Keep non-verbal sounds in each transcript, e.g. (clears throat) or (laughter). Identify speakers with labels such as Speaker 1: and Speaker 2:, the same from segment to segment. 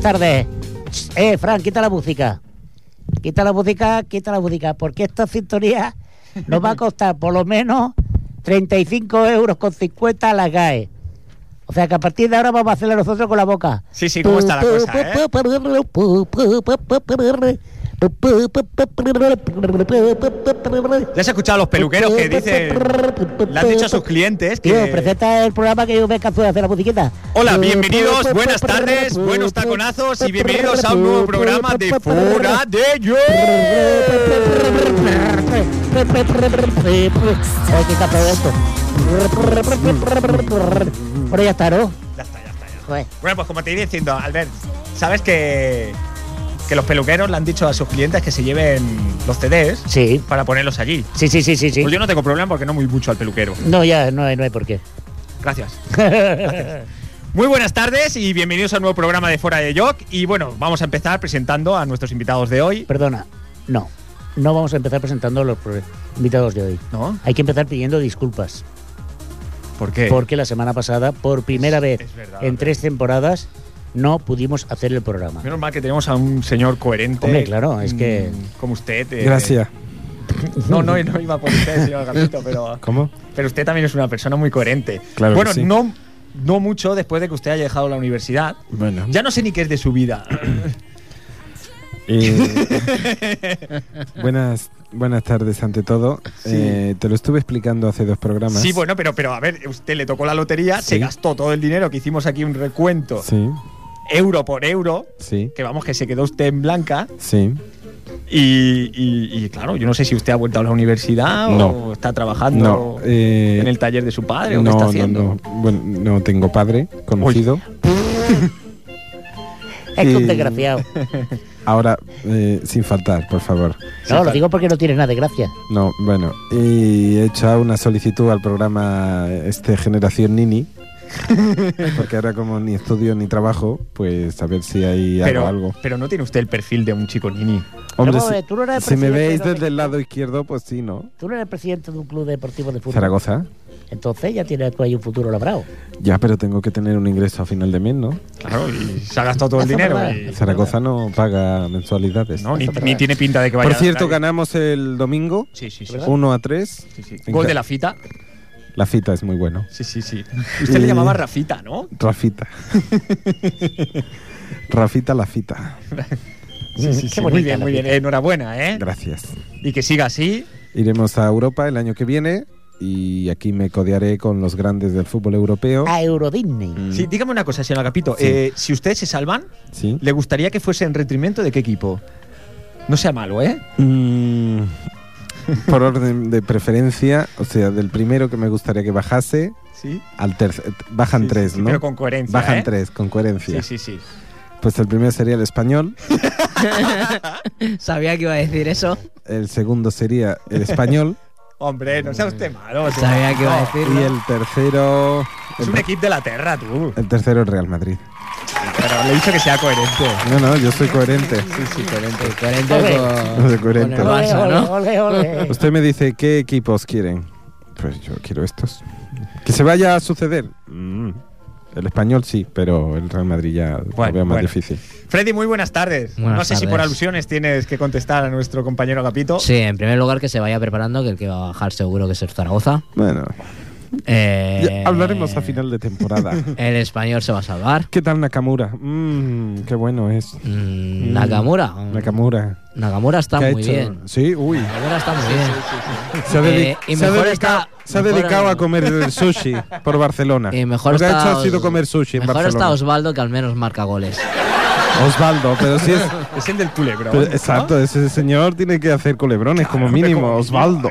Speaker 1: tardes. Eh, Fran, quita la música. Quita la música, quita la música, porque esta sintonía nos va a costar por lo menos 35 euros con 50 a la GAE. O sea que a partir de ahora vamos a hacerlo nosotros con la boca.
Speaker 2: Sí, sí, ¿cómo está la cosa, eh? ¿Ya has escuchado a los peluqueros que dicen, le han dicho a sus clientes
Speaker 1: Tío,
Speaker 2: que...
Speaker 1: presenta el programa que yo me canso de hacer la musiquita.
Speaker 2: Hola, bienvenidos, buenas tardes, buenos taconazos y bienvenidos a un nuevo programa de Fuera de Yo.
Speaker 1: Ay, qué capo esto. Bueno, ya está, ¿no?
Speaker 2: Ya está, ya está, ya está.
Speaker 1: Joder.
Speaker 2: Bueno, pues como te iba diciendo, Albert, ¿sabes que, que los peluqueros le han dicho a sus clientes que se lleven los CDs
Speaker 1: Sí,
Speaker 2: para ponerlos allí?
Speaker 1: sí, sí, sí, sí. sí.
Speaker 2: Pues yo no tengo problema porque no muy mucho al peluquero.
Speaker 1: No, ya, no hay, no hay por qué.
Speaker 3: (laughs)
Speaker 2: Gracias. Muy buenas tardes y bienvenidos a un nuevo programa de Fuera de Jock. Y bueno, vamos a empezar presentando a nuestros invitados de hoy.
Speaker 1: Perdona, no. No vamos a empezar presentando los pro- invitados de hoy.
Speaker 2: ¿No?
Speaker 1: Hay que empezar pidiendo disculpas.
Speaker 2: ¿Por qué?
Speaker 1: Porque la semana pasada, por primera vez
Speaker 2: es verdad,
Speaker 1: en
Speaker 2: Albert.
Speaker 1: tres temporadas, no pudimos hacer el programa.
Speaker 2: Menos mal que tenemos a un señor coherente.
Speaker 1: Hombre, claro, es
Speaker 2: mm,
Speaker 1: que-
Speaker 2: Como usted. eh,
Speaker 3: Gracias.
Speaker 2: No, no, no iba por usted, señor Garlito, pero.
Speaker 3: ¿Cómo?
Speaker 2: Pero usted también es una persona muy coherente.
Speaker 3: Claro que
Speaker 2: bueno,
Speaker 3: sí.
Speaker 2: no, no mucho después de que usted haya dejado la universidad.
Speaker 3: Bueno.
Speaker 2: Ya no sé ni qué es de su vida. (laughs)
Speaker 3: eh, buenas, buenas tardes ante todo. Eh, te lo estuve explicando hace dos programas.
Speaker 2: Sí, bueno, pero, pero a ver, usted le tocó la lotería, se
Speaker 3: Sí.
Speaker 2: gastó todo el dinero que hicimos aquí un recuento,
Speaker 3: Sí,
Speaker 2: euro por euro,
Speaker 3: sí,
Speaker 2: que vamos, que se quedó usted en blanca.
Speaker 3: sí.
Speaker 2: Y, y- y, claro, yo no sé si usted ha vuelto a la universidad o
Speaker 3: No.
Speaker 2: está trabajando
Speaker 3: No, eh,
Speaker 2: en el taller de su padre o qué
Speaker 3: no,
Speaker 2: está
Speaker 3: no,
Speaker 2: haciendo.
Speaker 3: no. Bueno, no tengo padre conocido.
Speaker 1: Es que un
Speaker 3: Y-
Speaker 1: desgraciado.
Speaker 3: Ahora, eh, sin faltar, por favor.
Speaker 1: No, lo
Speaker 2: claro.
Speaker 1: digo porque no tiene nada de gracia.
Speaker 3: No, bueno. Y he hecho una solicitud al programa este Generación
Speaker 2: (laughs)
Speaker 3: Nini. Porque ahora como ni estudio ni trabajo, pues a ver si hay
Speaker 2: Pero,
Speaker 3: algo.
Speaker 2: pero no tiene usted el perfil de un chico nini.
Speaker 3: Hombre,
Speaker 1: Vamos a ver,
Speaker 3: si,
Speaker 1: tú no eres
Speaker 3: si me
Speaker 1: presidente
Speaker 3: veis
Speaker 1: de-
Speaker 3: desde el lado izquierdo, pues sí, ¿no?
Speaker 1: Tú no eres presidente de un club deportivo de fútbol.
Speaker 3: Zaragoza.
Speaker 1: Entonces ya tienes tú ahí un futuro labrado.
Speaker 3: Ya, pero tengo que tener un ingreso a final de mes, ¿no?
Speaker 2: Claro, y se ha gastado todo el
Speaker 1: Eso es
Speaker 2: dinero.
Speaker 1: verdad.
Speaker 2: y-
Speaker 3: Zaragoza no paga mensualidades.
Speaker 2: No, ni,
Speaker 1: Eso es
Speaker 2: ni
Speaker 1: verdad.
Speaker 2: tiene pinta de que vaya
Speaker 3: Por cierto,
Speaker 2: a ganar.
Speaker 3: ganamos el domingo
Speaker 2: Sí, sí, sí.
Speaker 1: ¿Verdad?
Speaker 3: 1 a 3.
Speaker 2: sí, sí.
Speaker 3: Venga.
Speaker 2: Gol de la fita.
Speaker 3: La fita es muy bueno.
Speaker 2: Sí, sí, sí. Usted le
Speaker 3: Eh.
Speaker 2: llamaba Rafita, ¿no?
Speaker 3: Rafita. (laughs) Rafita la fita.
Speaker 2: Sí, sí,
Speaker 1: Qué
Speaker 2: sí.
Speaker 1: bonita
Speaker 2: Muy bien,
Speaker 1: la
Speaker 2: muy bien.
Speaker 1: fita.
Speaker 2: Enhorabuena, ¿eh?
Speaker 3: Gracias.
Speaker 2: Y que siga así.
Speaker 3: Iremos a Europa el año que viene y aquí me codearé con los grandes del fútbol europeo.
Speaker 1: A Euro Disney.
Speaker 3: Mm,
Speaker 2: Sí, dígame una cosa, señor Agapito.
Speaker 3: Sí.
Speaker 2: Eh, si ustedes se salvan,
Speaker 3: Mm. sí.
Speaker 2: ¿le gustaría que fuese en retrimiento de qué equipo? No sea malo, ¿eh?
Speaker 3: Mm, por orden de preferencia, o sea, del primero que me gustaría que bajase
Speaker 2: Sí.
Speaker 3: al tercer. Bajan
Speaker 2: Sí, sí,
Speaker 3: tres,
Speaker 2: sí,
Speaker 3: ¿no?
Speaker 2: Pero con coherencia.
Speaker 3: Bajan
Speaker 2: ¿eh?
Speaker 3: tres, con coherencia.
Speaker 2: Sí, sí, sí.
Speaker 3: Pues el primero sería el español,
Speaker 4: Sabía que iba a decir eso.
Speaker 3: el segundo sería el
Speaker 2: (laughs)
Speaker 3: español
Speaker 2: Hombre, no sea usted malo. señor
Speaker 4: Sabía que iba a
Speaker 2: Agapito.
Speaker 4: decirlo.
Speaker 3: y el tercero.
Speaker 2: Es
Speaker 3: El,
Speaker 2: un equipo de la tierra, tú.
Speaker 3: el tercero el Real Madrid.
Speaker 2: Pero le he dicho que sea coherente.
Speaker 3: No, no, yo soy coherente.
Speaker 4: Sí, sí, (laughs) coherente. Coherente
Speaker 1: Hombre.
Speaker 4: con,
Speaker 3: Los de coherente.
Speaker 4: con el
Speaker 1: Ole,
Speaker 4: Barça,
Speaker 1: ole,
Speaker 4: ¿no?
Speaker 1: ole, ole.
Speaker 3: Usted me dice qué equipos quieren. Pues yo quiero estos. Que se vaya a suceder. Mm, El español sí, pero el Real Madrid ya
Speaker 2: Bueno,
Speaker 3: lo veo más
Speaker 2: bueno.
Speaker 3: difícil.
Speaker 2: Freddy, muy buenas tardes.
Speaker 4: Buenas
Speaker 2: no sé si
Speaker 4: tardes.
Speaker 2: por alusiones tienes que contestar a nuestro compañero Agapito.
Speaker 4: Sí, en primer lugar que se vaya preparando, que el que va a bajar seguro que es el Zaragoza.
Speaker 3: Bueno,
Speaker 4: Eh,
Speaker 3: ya hablaremos a final de
Speaker 4: (laughs)
Speaker 3: temporada.
Speaker 4: El español se va a salvar.
Speaker 3: ¿Qué tal Nakamura? Mm, qué bueno es.
Speaker 4: Mm, Nakamura.
Speaker 3: Nakamura.
Speaker 4: Nakamura está
Speaker 3: ¿Qué ha
Speaker 4: muy
Speaker 3: hecho?
Speaker 4: bien.
Speaker 3: Sí, uy.
Speaker 4: Nakamura está muy bien.
Speaker 3: Se ha, dedi-
Speaker 4: Eh, y
Speaker 3: se ha
Speaker 4: mejor
Speaker 3: dedica-
Speaker 4: está-
Speaker 3: se ha
Speaker 4: mejor-
Speaker 3: dedicado a comer
Speaker 4: (laughs)
Speaker 3: sushi por Barcelona.
Speaker 4: Y mejor
Speaker 3: Lo que ha
Speaker 4: está
Speaker 3: hecho ha sido
Speaker 4: Os-
Speaker 3: comer sushi en
Speaker 4: Mejor está
Speaker 3: Barcelona.
Speaker 4: Osvaldo que al menos marca goles.
Speaker 3: Osvaldo, pero si
Speaker 4: (laughs)
Speaker 3: es...
Speaker 2: Es el del culebro.
Speaker 3: pero- exacto, ese señor tiene que hacer culebrones como mínimo. Osvaldo.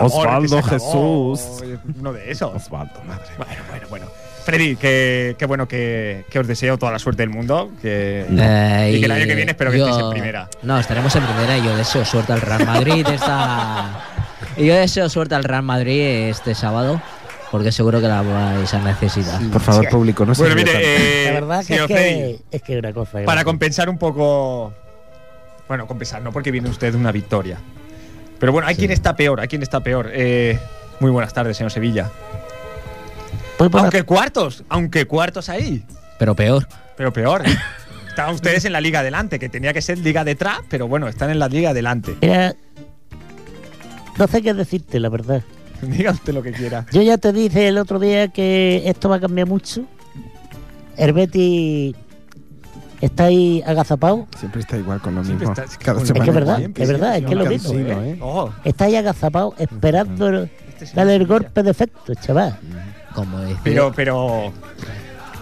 Speaker 3: Osvaldo Jesús.
Speaker 2: Uno de esos.
Speaker 3: Osvaldo, madre.
Speaker 2: Bueno, bueno, bueno. Freddy, que, que bueno que, que os deseo toda la suerte del mundo. Que,
Speaker 4: Eh,
Speaker 2: y que el año que viene espero que
Speaker 4: yo-
Speaker 2: estéis en primera.
Speaker 4: No, estaremos en primera y yo deseo suerte al Real Madrid
Speaker 1: (laughs)
Speaker 4: esta... Y yo deseo suerte al Real Madrid este sábado, porque seguro que la vais a necesitar.
Speaker 3: Por favor, público,
Speaker 1: Pues
Speaker 3: no se
Speaker 2: Bueno,
Speaker 3: ría
Speaker 2: mire,
Speaker 3: tanto.
Speaker 2: eh,
Speaker 1: La verdad que es
Speaker 2: señor Freddy,
Speaker 1: que es que una cosa.
Speaker 2: para
Speaker 1: grande.
Speaker 2: compensar un poco. Bueno, compensar, no porque viene usted de una victoria. Pero bueno, hay quien está peor, hay quien está peor. Eh, muy buenas tardes, señor Sevilla.
Speaker 1: Pues, bueno,
Speaker 2: Aunque cuartos, aunque cuartos ahí.
Speaker 4: Pero peor.
Speaker 2: pero
Speaker 1: (laughs)
Speaker 2: peor. ¿eh? Estaban ustedes en la liga delante, que tenía que ser liga detrás, pero bueno, están en la liga delante.
Speaker 1: Mira, no sé qué decirte, la verdad.
Speaker 2: (laughs) Diga usted lo que quiera.
Speaker 1: Yo ya te dije el otro día que esto va a cambiar mucho. El Betis está ahí agazapado.
Speaker 3: Siempre está igual con lo
Speaker 2: Siempre
Speaker 3: mismo.
Speaker 2: está- es que
Speaker 3: Cada
Speaker 2: con-
Speaker 3: semana
Speaker 1: es que es verdad,
Speaker 3: igual.
Speaker 1: es verdad, es que es lo mismo.
Speaker 3: Cansino, ¿eh?
Speaker 2: Oh,
Speaker 1: Está ahí agazapado esperando el-
Speaker 2: este es
Speaker 1: darle el
Speaker 2: una
Speaker 1: golpe de efecto, chaval.
Speaker 4: Como decía.
Speaker 2: Pero, pero.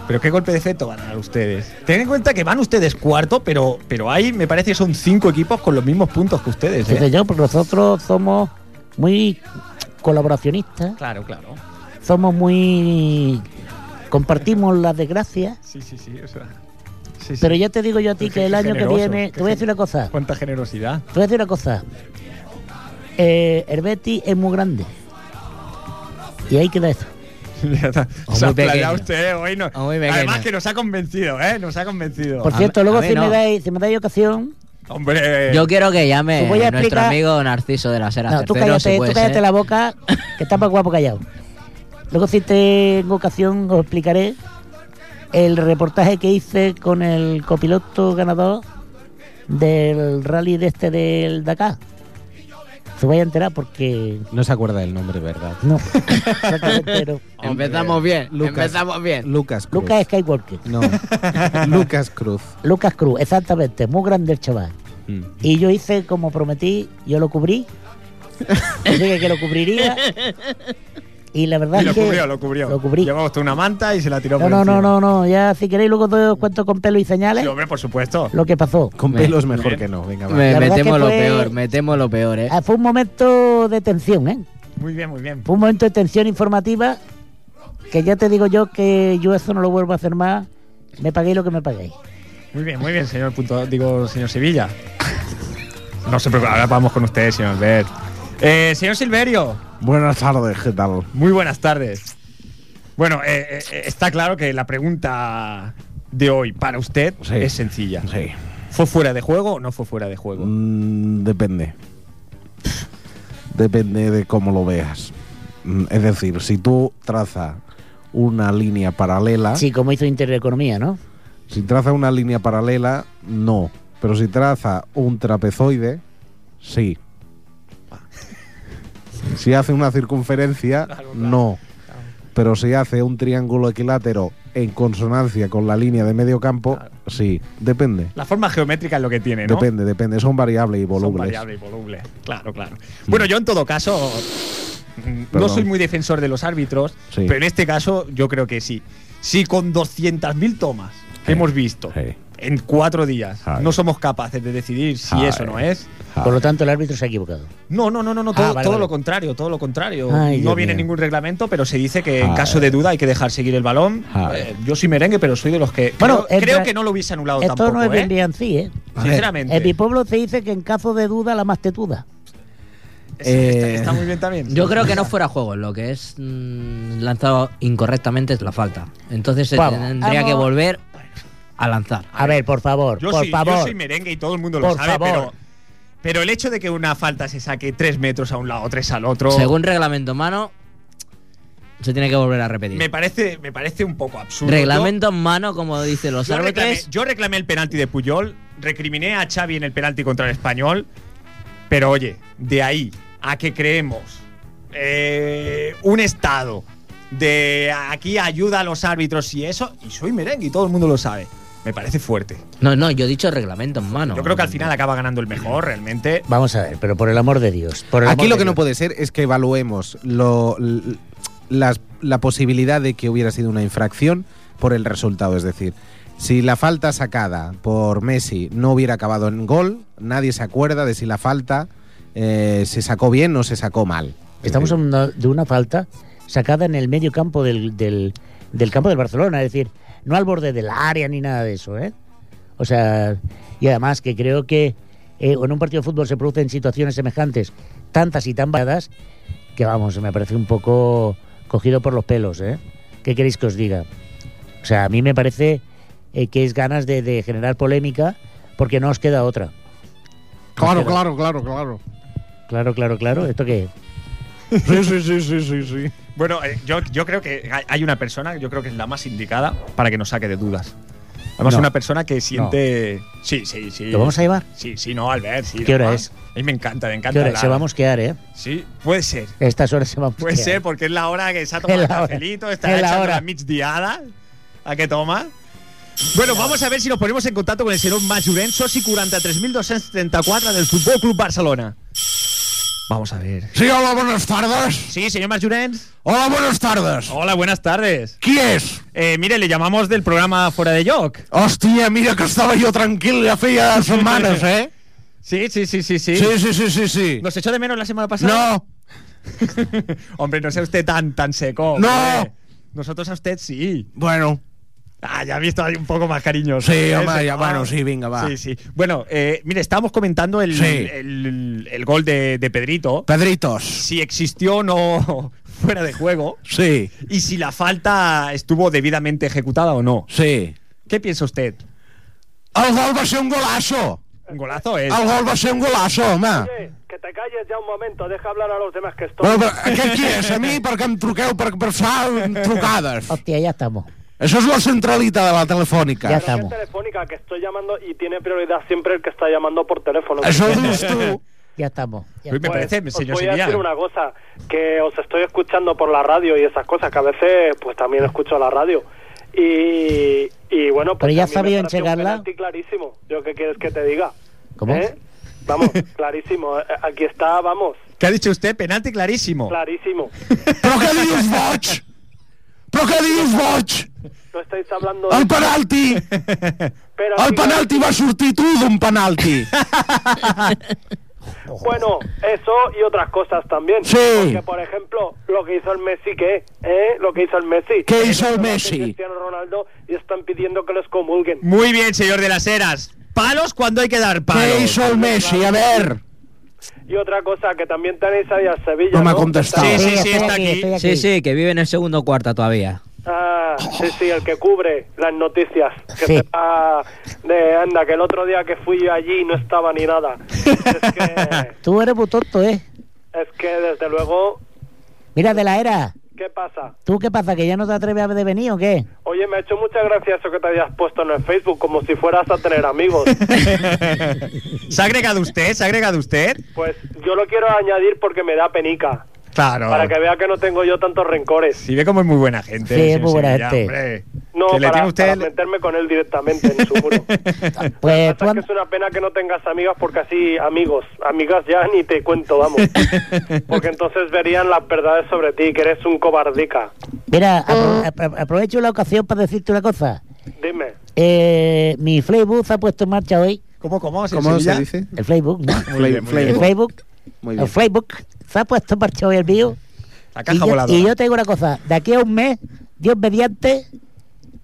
Speaker 2: Pero qué golpe de efecto van a dar ustedes. Ten en cuenta que van ustedes cuarto, pero, pero hay, me parece, que son cinco equipos con los mismos puntos que ustedes.
Speaker 1: Sí,
Speaker 2: ¿eh?
Speaker 1: señor, porque nosotros somos muy colaboracionistas,
Speaker 2: Claro, claro.
Speaker 1: somos muy. compartimos las desgracias.
Speaker 2: Sí, sí, sí. o sea, sí, sí.
Speaker 1: Pero ya te digo yo a ti
Speaker 2: Pero
Speaker 1: que
Speaker 2: qué-
Speaker 1: el
Speaker 2: qué
Speaker 1: año que
Speaker 2: generoso,
Speaker 1: viene.
Speaker 2: qué
Speaker 1: Te voy a decir
Speaker 2: gen-
Speaker 1: una cosa. Te
Speaker 2: Cuánta generosidad. (laughs)
Speaker 1: voy a decir una cosa. Eh, el Betis es muy grande. Y ahí queda eso.
Speaker 2: Ya está.
Speaker 4: O
Speaker 2: Se ha
Speaker 4: muy pequeño.
Speaker 2: explayado usted ¿eh? hoy. no-
Speaker 4: O muy pequeño.
Speaker 2: Además que nos ha convencido, ¿eh? Nos ha convencido.
Speaker 1: Por
Speaker 4: A
Speaker 1: cierto,
Speaker 4: me-
Speaker 1: luego
Speaker 4: a mí
Speaker 1: si, me
Speaker 4: no.
Speaker 1: dais, si me dais ocasión.
Speaker 2: Hombre.
Speaker 4: Yo quiero que
Speaker 1: Os
Speaker 4: llame
Speaker 1: voy a
Speaker 4: nuestro
Speaker 1: explicar-
Speaker 4: amigo Narciso de la Sera
Speaker 1: No, tú
Speaker 4: Tercero,
Speaker 1: cállate,
Speaker 4: si
Speaker 1: tú
Speaker 4: puede
Speaker 1: cállate
Speaker 4: ser. ¿eh?
Speaker 1: la boca, que está más guapo callado. Luego si tengo ocasión os explicaré el reportaje que hice con el copiloto ganador del rally de este del Dakar. Se voy a enterar porque
Speaker 5: No se acuerda el nombre, ¿verdad?
Speaker 1: no, (laughs) no me entero.
Speaker 4: Empezamos bien,
Speaker 5: Lucas.
Speaker 4: empezamos bien.
Speaker 5: Lucas Cruz.
Speaker 4: Pues.
Speaker 1: Lucas Skywalker, (laughs)
Speaker 5: No. Lucas Cruz.
Speaker 1: Lucas Cruz, exactamente, muy grande el chaval.
Speaker 5: Mm.
Speaker 1: Y yo hice como prometí, yo lo cubrí. Dije que lo
Speaker 2: (laughs)
Speaker 1: cubriría. Y la verdad
Speaker 2: Y lo
Speaker 1: es que
Speaker 2: cubrió, lo cubrió.
Speaker 1: lo cubrí.
Speaker 2: Llevaba usted una manta y se la tiró
Speaker 1: No,
Speaker 2: por
Speaker 1: no, no,
Speaker 2: encima.
Speaker 1: no, no, ya si queréis luego doy- os cuento con pelo y
Speaker 2: Sí,
Speaker 1: señales
Speaker 2: hombre, por supuesto.
Speaker 1: lo que pasó.
Speaker 3: Con
Speaker 4: Me-
Speaker 3: pelos mejor que no. Venga, va.
Speaker 4: Me,
Speaker 1: La verdad
Speaker 4: metemos
Speaker 1: que
Speaker 4: lo
Speaker 1: fue-
Speaker 4: peor, metemos lo peor, eh.
Speaker 1: Ah, Fue un momento de tensión, ¿eh?
Speaker 2: Muy bien, muy bien.
Speaker 1: Fue un momento de tensión informativa que ya te digo yo que yo eso no lo vuelvo a hacer más. Me paguéis lo que me paguéis.
Speaker 2: Muy bien, muy bien, señor punto, digo, señor Sevilla. No se preocupe, ahora vamos con usted, señor Albert. Eh, señor Silverio,
Speaker 3: Buenas tardes, ¿qué tal?
Speaker 2: muy buenas tardes. Bueno, eh, eh, eh, está claro que la pregunta de hoy para usted
Speaker 3: Sí.
Speaker 2: es sencilla.
Speaker 3: Sí.
Speaker 2: ¿Fue fuera de juego o no fue fuera de juego?
Speaker 3: Mm, depende. Depende de cómo lo veas. Mm, Es decir, si tú trazas una línea
Speaker 2: Ah.
Speaker 3: paralela,
Speaker 1: Sí, como hizo Intereconomía, ¿no?
Speaker 3: si traza una línea paralela, no. Pero si traza un trapezoide,
Speaker 2: (laughs)
Speaker 3: sí. Si hace una circunferencia, no. Pero si hace un triángulo equilátero en consonancia con la línea de medio campo, sí. Depende.
Speaker 2: La forma geométrica es lo que tiene, ¿no?
Speaker 3: Depende, depende. Son variables y volubles.
Speaker 2: Son variable y voluble. Claro, claro.
Speaker 1: Mm.
Speaker 2: Bueno, yo en todo caso mm, no
Speaker 3: Perdón.
Speaker 2: soy muy defensor de los árbitros,
Speaker 3: Sí.
Speaker 2: pero en este caso yo creo que sí. Si con 200.000 tomas que
Speaker 3: Sí,
Speaker 2: hemos visto
Speaker 3: sí.
Speaker 2: en cuatro días
Speaker 1: Ah,
Speaker 3: Joder.
Speaker 2: no somos capaces de decidir si
Speaker 3: Joder.
Speaker 2: eso no es.
Speaker 1: Por lo tanto, el árbitro se ha equivocado.
Speaker 2: No, no, no, no, no todo,
Speaker 1: Ah, vale,
Speaker 2: todo
Speaker 1: vale.
Speaker 2: lo contrario, todo lo contrario.
Speaker 1: Ay,
Speaker 2: no
Speaker 1: Dios
Speaker 2: viene
Speaker 1: mío. Ah, eh.
Speaker 2: ningún reglamento, pero se dice que en
Speaker 3: Joder.
Speaker 2: caso de duda hay que dejar seguir el balón.
Speaker 3: Joder.
Speaker 2: Eh, yo soy merengue, pero soy de los que...
Speaker 1: Bueno,
Speaker 2: creo,
Speaker 1: en
Speaker 2: creo
Speaker 1: ra-
Speaker 2: que no lo hubiese anulado
Speaker 1: Esto
Speaker 2: tampoco,
Speaker 1: no es
Speaker 2: ¿eh?
Speaker 1: bien bien sí, ¿eh?
Speaker 2: Sinceramente.
Speaker 1: En mi pueblo se dice que en caso de duda la mastetuda.
Speaker 2: Eso está,
Speaker 5: Eh,
Speaker 2: está muy bien también.
Speaker 4: Yo creo que no fuera juego, lo que es mm, lanzado incorrectamente es la falta. Entonces se
Speaker 1: Vamos,
Speaker 4: tendría que
Speaker 1: vamos.
Speaker 4: volver a lanzar.
Speaker 1: A ver, por favor,
Speaker 2: Yo,
Speaker 1: por
Speaker 2: soy,
Speaker 1: favor.
Speaker 2: yo soy merengue y todo el mundo lo
Speaker 1: Por
Speaker 2: sabe,
Speaker 1: favor.
Speaker 2: pero, pero el hecho de que una falta se saque tres metros a un lado, tres al otro,
Speaker 4: Según reglamento mano, se tiene que volver a repetir.
Speaker 2: me parece, me parece un poco absurdo.
Speaker 4: reglamento en mano, como dicen
Speaker 2: Yo,
Speaker 4: los
Speaker 2: yo reclamé,
Speaker 4: árbitros.
Speaker 2: yo reclamé el penalti de Puyol, recriminé a Xavi en el penalti contra el español, pero oye, de ahí a que creemos eh, un estado de aquí ayuda a los árbitros y eso, y soy merengue y todo el mundo lo sabe. Me parece fuerte.
Speaker 4: No, no, yo he dicho reglamento en mano.
Speaker 2: Yo creo que al final acaba ganando el mejor, realmente.
Speaker 1: Vamos a ver, pero por el amor de Dios. Por el
Speaker 5: Aquí
Speaker 1: amor
Speaker 5: lo
Speaker 1: de
Speaker 5: que no
Speaker 1: Dios.
Speaker 5: puede ser es que evaluemos lo- l- las- la posibilidad de que hubiera sido una infracción por el resultado. Es decir, si la falta sacada por Messi no hubiera acabado en gol, nadie se acuerda de si la falta eh, se sacó bien o se sacó mal.
Speaker 1: Estamos
Speaker 5: Es decir,
Speaker 1: hablando de una falta sacada en el medio campo del, del, del campo del Barcelona, es decir, no al borde del área ni nada de eso, ¿eh? O sea, y además que creo que eh, en un partido de fútbol se producen situaciones semejantes, tantas y tan variadas, que vamos, me parece un poco cogido por los pelos, ¿eh? ¿Qué queréis que os diga? O sea, a mí me parece eh, que es ganas de, de generar polémica porque no os queda otra.
Speaker 3: Claro, claro, claro, claro.
Speaker 1: Claro, claro, claro. ¿Esto qué? es?
Speaker 3: (laughs) Sí, sí, sí, sí, sí, sí.
Speaker 2: Bueno, eh, yo, yo creo que hay- hay una persona, yo creo que es la más indicada para que nos saque de dudas. Además,
Speaker 1: No.
Speaker 2: una persona que siente. Sí, sí, sí.
Speaker 1: ¿Lo vamos a llevar?
Speaker 2: Sí, sí, no, Albert. Sí,
Speaker 1: ¿Qué hora
Speaker 2: además.
Speaker 1: es?
Speaker 2: A mí me encanta, me encanta.
Speaker 1: ¿Qué hora?
Speaker 2: la-
Speaker 1: Se va a mosquear, ¿eh?
Speaker 2: Sí, puede ser.
Speaker 1: Estas horas se va a mosquear.
Speaker 2: Puede ser, porque es la hora que se
Speaker 1: (laughs)
Speaker 2: ha tomado
Speaker 1: Es
Speaker 2: el
Speaker 1: la hora.
Speaker 2: cafelito, está
Speaker 1: Es la
Speaker 2: echando
Speaker 1: hora.
Speaker 2: la mixdiada. ¿A qué toma? Bueno, vamos a ver si nos ponemos en contacto con el señor Majorent, soci 43.274 del Fútbol Club Barcelona. Vamos a ver.
Speaker 6: Sí, hola, buenas tardes.
Speaker 2: Sí, señor Majorent.
Speaker 6: Hola, buenas tardes.
Speaker 2: Hola, buenas tardes.
Speaker 6: ¿Qui és?
Speaker 2: Eh, mire, le llamamos del programa Fuera de Joc.
Speaker 6: Hòstia, mira que estava jo tranquil ja feia
Speaker 1: (laughs)
Speaker 6: setmanes, eh?
Speaker 2: Sí, sí, sí, sí, sí.
Speaker 6: Sí, sí, sí, sí, sí.
Speaker 2: ¿Nos echó de menos la semana pasada?
Speaker 6: No,
Speaker 2: (laughs) Hombre, no sea usted tan, tan seco.
Speaker 6: No.
Speaker 2: hombre. Nosotros a usted sí.
Speaker 6: bueno,
Speaker 2: Ah, ya he visto ahí un poco más cariño.
Speaker 6: sí,
Speaker 2: ¿eh?
Speaker 6: home, ja,
Speaker 2: Ah.
Speaker 6: bueno, sí, vinga, va.
Speaker 2: Sí, sí. Bueno, eh, mire, estábamos comentando el,
Speaker 6: Sí.
Speaker 2: el- el gol de, de Pedrito.
Speaker 6: Pedritos,
Speaker 2: Si existió o no (laughs) fuera de juego.
Speaker 6: sí,
Speaker 2: Y si la falta estuvo debidamente ejecutada o no.
Speaker 6: sí.
Speaker 2: ¿Qué piensa usted?
Speaker 6: El gol va ser un golazo.
Speaker 2: Un golazo es.
Speaker 6: El gol va ser un golazo, home.
Speaker 7: Oye, que te calles ya un momento, deja hablar a los demás que estoy.
Speaker 6: Però, però, què qui és? A mi? Perquè em truqueu per, per fer trucades.
Speaker 1: Hostia, ya estamos.
Speaker 6: Això és la centralita de la telefònica.
Speaker 7: Pero que
Speaker 2: eh,
Speaker 1: Ya
Speaker 7: es
Speaker 1: estamos.
Speaker 7: telefónica que estoy llamando y tiene prioridad siempre el que está llamando por teléfono.
Speaker 6: Això ho dius tu.
Speaker 1: Ya estamos.
Speaker 2: Uy,
Speaker 1: ya
Speaker 2: me
Speaker 1: estamos.
Speaker 2: parece,
Speaker 7: Pues,
Speaker 2: señor
Speaker 7: os voy a
Speaker 2: Sevilla.
Speaker 7: decir una cosa, que os estoy escuchando por la radio y esas cosas, que a veces pues también escucho la radio. Y, y bueno, pues
Speaker 1: Pero ya
Speaker 7: a mí me
Speaker 1: sabía
Speaker 7: parece un
Speaker 1: enxergarla.
Speaker 7: penalti clarísimo. Yo qué quieres que te diga.
Speaker 1: ¿Cómo?
Speaker 7: ¿Eh? Vamos, clarísimo. Eh, Aquí está, vamos,
Speaker 2: ¿Qué ha dicho usted? Penalti clarísimo. (laughs)
Speaker 7: clarísimo.
Speaker 6: Però què dius, boig? Però què dius, boig?
Speaker 7: No estáis hablando
Speaker 6: El penalti!
Speaker 7: Pero
Speaker 6: El
Speaker 7: sí,
Speaker 6: penalti va sortir tu d'un penalti!
Speaker 7: Bueno, eso y otras cosas también.
Speaker 6: Sí.
Speaker 7: Porque, por ejemplo, lo que hizo el Messi, ¿qué? ¿Eh? Lo que hizo el Messi.
Speaker 6: ¿Qué
Speaker 7: Eso
Speaker 6: hizo el
Speaker 7: lo hace
Speaker 6: Messi?
Speaker 7: Cristiano Ronaldo y están pidiendo que los comulguen.
Speaker 2: (laughs) Muy bien, señor de las Heras. Palos cuando hay que dar palos.
Speaker 6: Què hizo el Messi? A ver...
Speaker 7: Y otra cosa, que también tenéis ahí a Sevilla.
Speaker 6: No me ha
Speaker 2: Sí,
Speaker 6: contestado.
Speaker 2: sí, sí,
Speaker 1: Estoy
Speaker 2: está aquí.
Speaker 1: estoy
Speaker 4: Sí, sí, que vive en el segundo cuarto todavía.
Speaker 7: Ah, sí, sí, el que cubre las noticias. Que
Speaker 1: Sí.
Speaker 7: se va de anda, que el otro día que fui yo allí no estaba ni
Speaker 6: (laughs)
Speaker 7: nada. es, que,
Speaker 1: Tú eres muy tonto, ¿eh?
Speaker 7: es que, desde luego,
Speaker 1: Mira, de la era.
Speaker 7: ¿qué pasa?
Speaker 1: ¿Tú qué pasa? ¿Que ya no te atreves a de venir o qué?
Speaker 7: Oye, me ha hecho mucha gracia eso que te habías puesto en el Facebook, como si fueras a tener
Speaker 6: (laughs)
Speaker 7: amigos.
Speaker 2: (laughs) ¿Se ha agregado usted? ¿Se ha agregado usted?
Speaker 7: Pues yo lo quiero añadir porque me da penica.
Speaker 2: Claro.
Speaker 7: Para que vea que no tengo yo tantos rencores.
Speaker 2: Si ve cómo es muy buena gente.
Speaker 1: Sí,
Speaker 2: el
Speaker 1: es
Speaker 2: señor
Speaker 1: muy buena
Speaker 2: Sevilla,
Speaker 1: gente.
Speaker 2: hombre.
Speaker 7: No,
Speaker 2: Que le
Speaker 7: para,
Speaker 2: tiene
Speaker 7: para
Speaker 2: usted...
Speaker 7: meterme con él directamente en su
Speaker 2: (laughs)
Speaker 7: muro.
Speaker 1: Pues tú
Speaker 7: Pasa que
Speaker 1: an-
Speaker 7: es una pena que no tengas amigas porque así amigos, amigas ya ni te cuento,
Speaker 2: (laughs)
Speaker 7: vamos. Porque entonces verían las verdades sobre ti, que eres un cobardica.
Speaker 1: Mira, apro- apro- aprovecho la ocasión para decirte una cosa.
Speaker 7: Dime.
Speaker 1: Eh, mi Facebook se ha puesto en marcha hoy.
Speaker 2: ¿Cómo, cómo? ¿Se
Speaker 3: ¿Cómo se
Speaker 2: Sevilla?
Speaker 3: dice?
Speaker 1: El Facebook, ¿no?
Speaker 2: Muy bien, (laughs) muy
Speaker 1: El
Speaker 2: bien.
Speaker 1: Facebook.
Speaker 3: Muy
Speaker 1: El
Speaker 3: bien.
Speaker 1: Facebook se ha puesto en marcha hoy el mío.
Speaker 2: La
Speaker 1: Y
Speaker 2: caja
Speaker 1: yo,
Speaker 2: voladora.
Speaker 1: y yo te digo una cosa, de aquí a un mes, Dios mediante,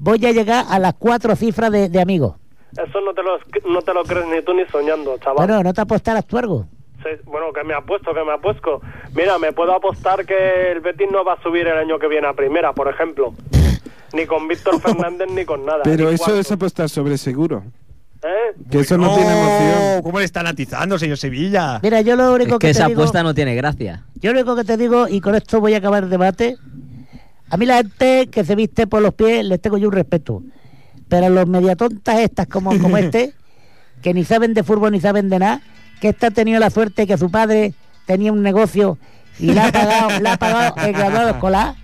Speaker 1: voy a llegar a las cuatro cifras de, de amigos.
Speaker 7: Eso no te, lo, no te lo crees ni tú ni soñando, chaval.
Speaker 1: Bueno, no te apostarás tú algo.
Speaker 7: Sí, bueno, que me apuesto, que me apuesto. Mira, me puedo apostar que el Betis no va a subir el año que viene a primera, por
Speaker 3: (laughs)
Speaker 7: ejemplo. Ni con Víctor Fernández ni con nada.
Speaker 3: Pero
Speaker 7: Ni
Speaker 3: eso
Speaker 7: cuarto.
Speaker 3: es apostar sobre seguro.
Speaker 7: ¿Eh?
Speaker 3: Que eso no
Speaker 2: Oh,
Speaker 3: tiene emoción.
Speaker 2: ¿Cómo le están atizando, señor Sevilla?
Speaker 1: Mira, yo lo
Speaker 4: Es
Speaker 1: único
Speaker 4: que
Speaker 1: que,
Speaker 4: esa
Speaker 1: te digo,
Speaker 4: apuesta no tiene gracia.
Speaker 1: yo lo único que te digo, y con esto voy a acabar el debate, a mí la gente que se viste por los pies les tengo yo un respeto, pero a los mediatontas estas como,
Speaker 4: (laughs)
Speaker 1: como este, que ni saben de fútbol ni saben de nada, que esta ha tenido la suerte que su padre tenía un negocio y la ha pagado, la ha pagado el graduado escolar,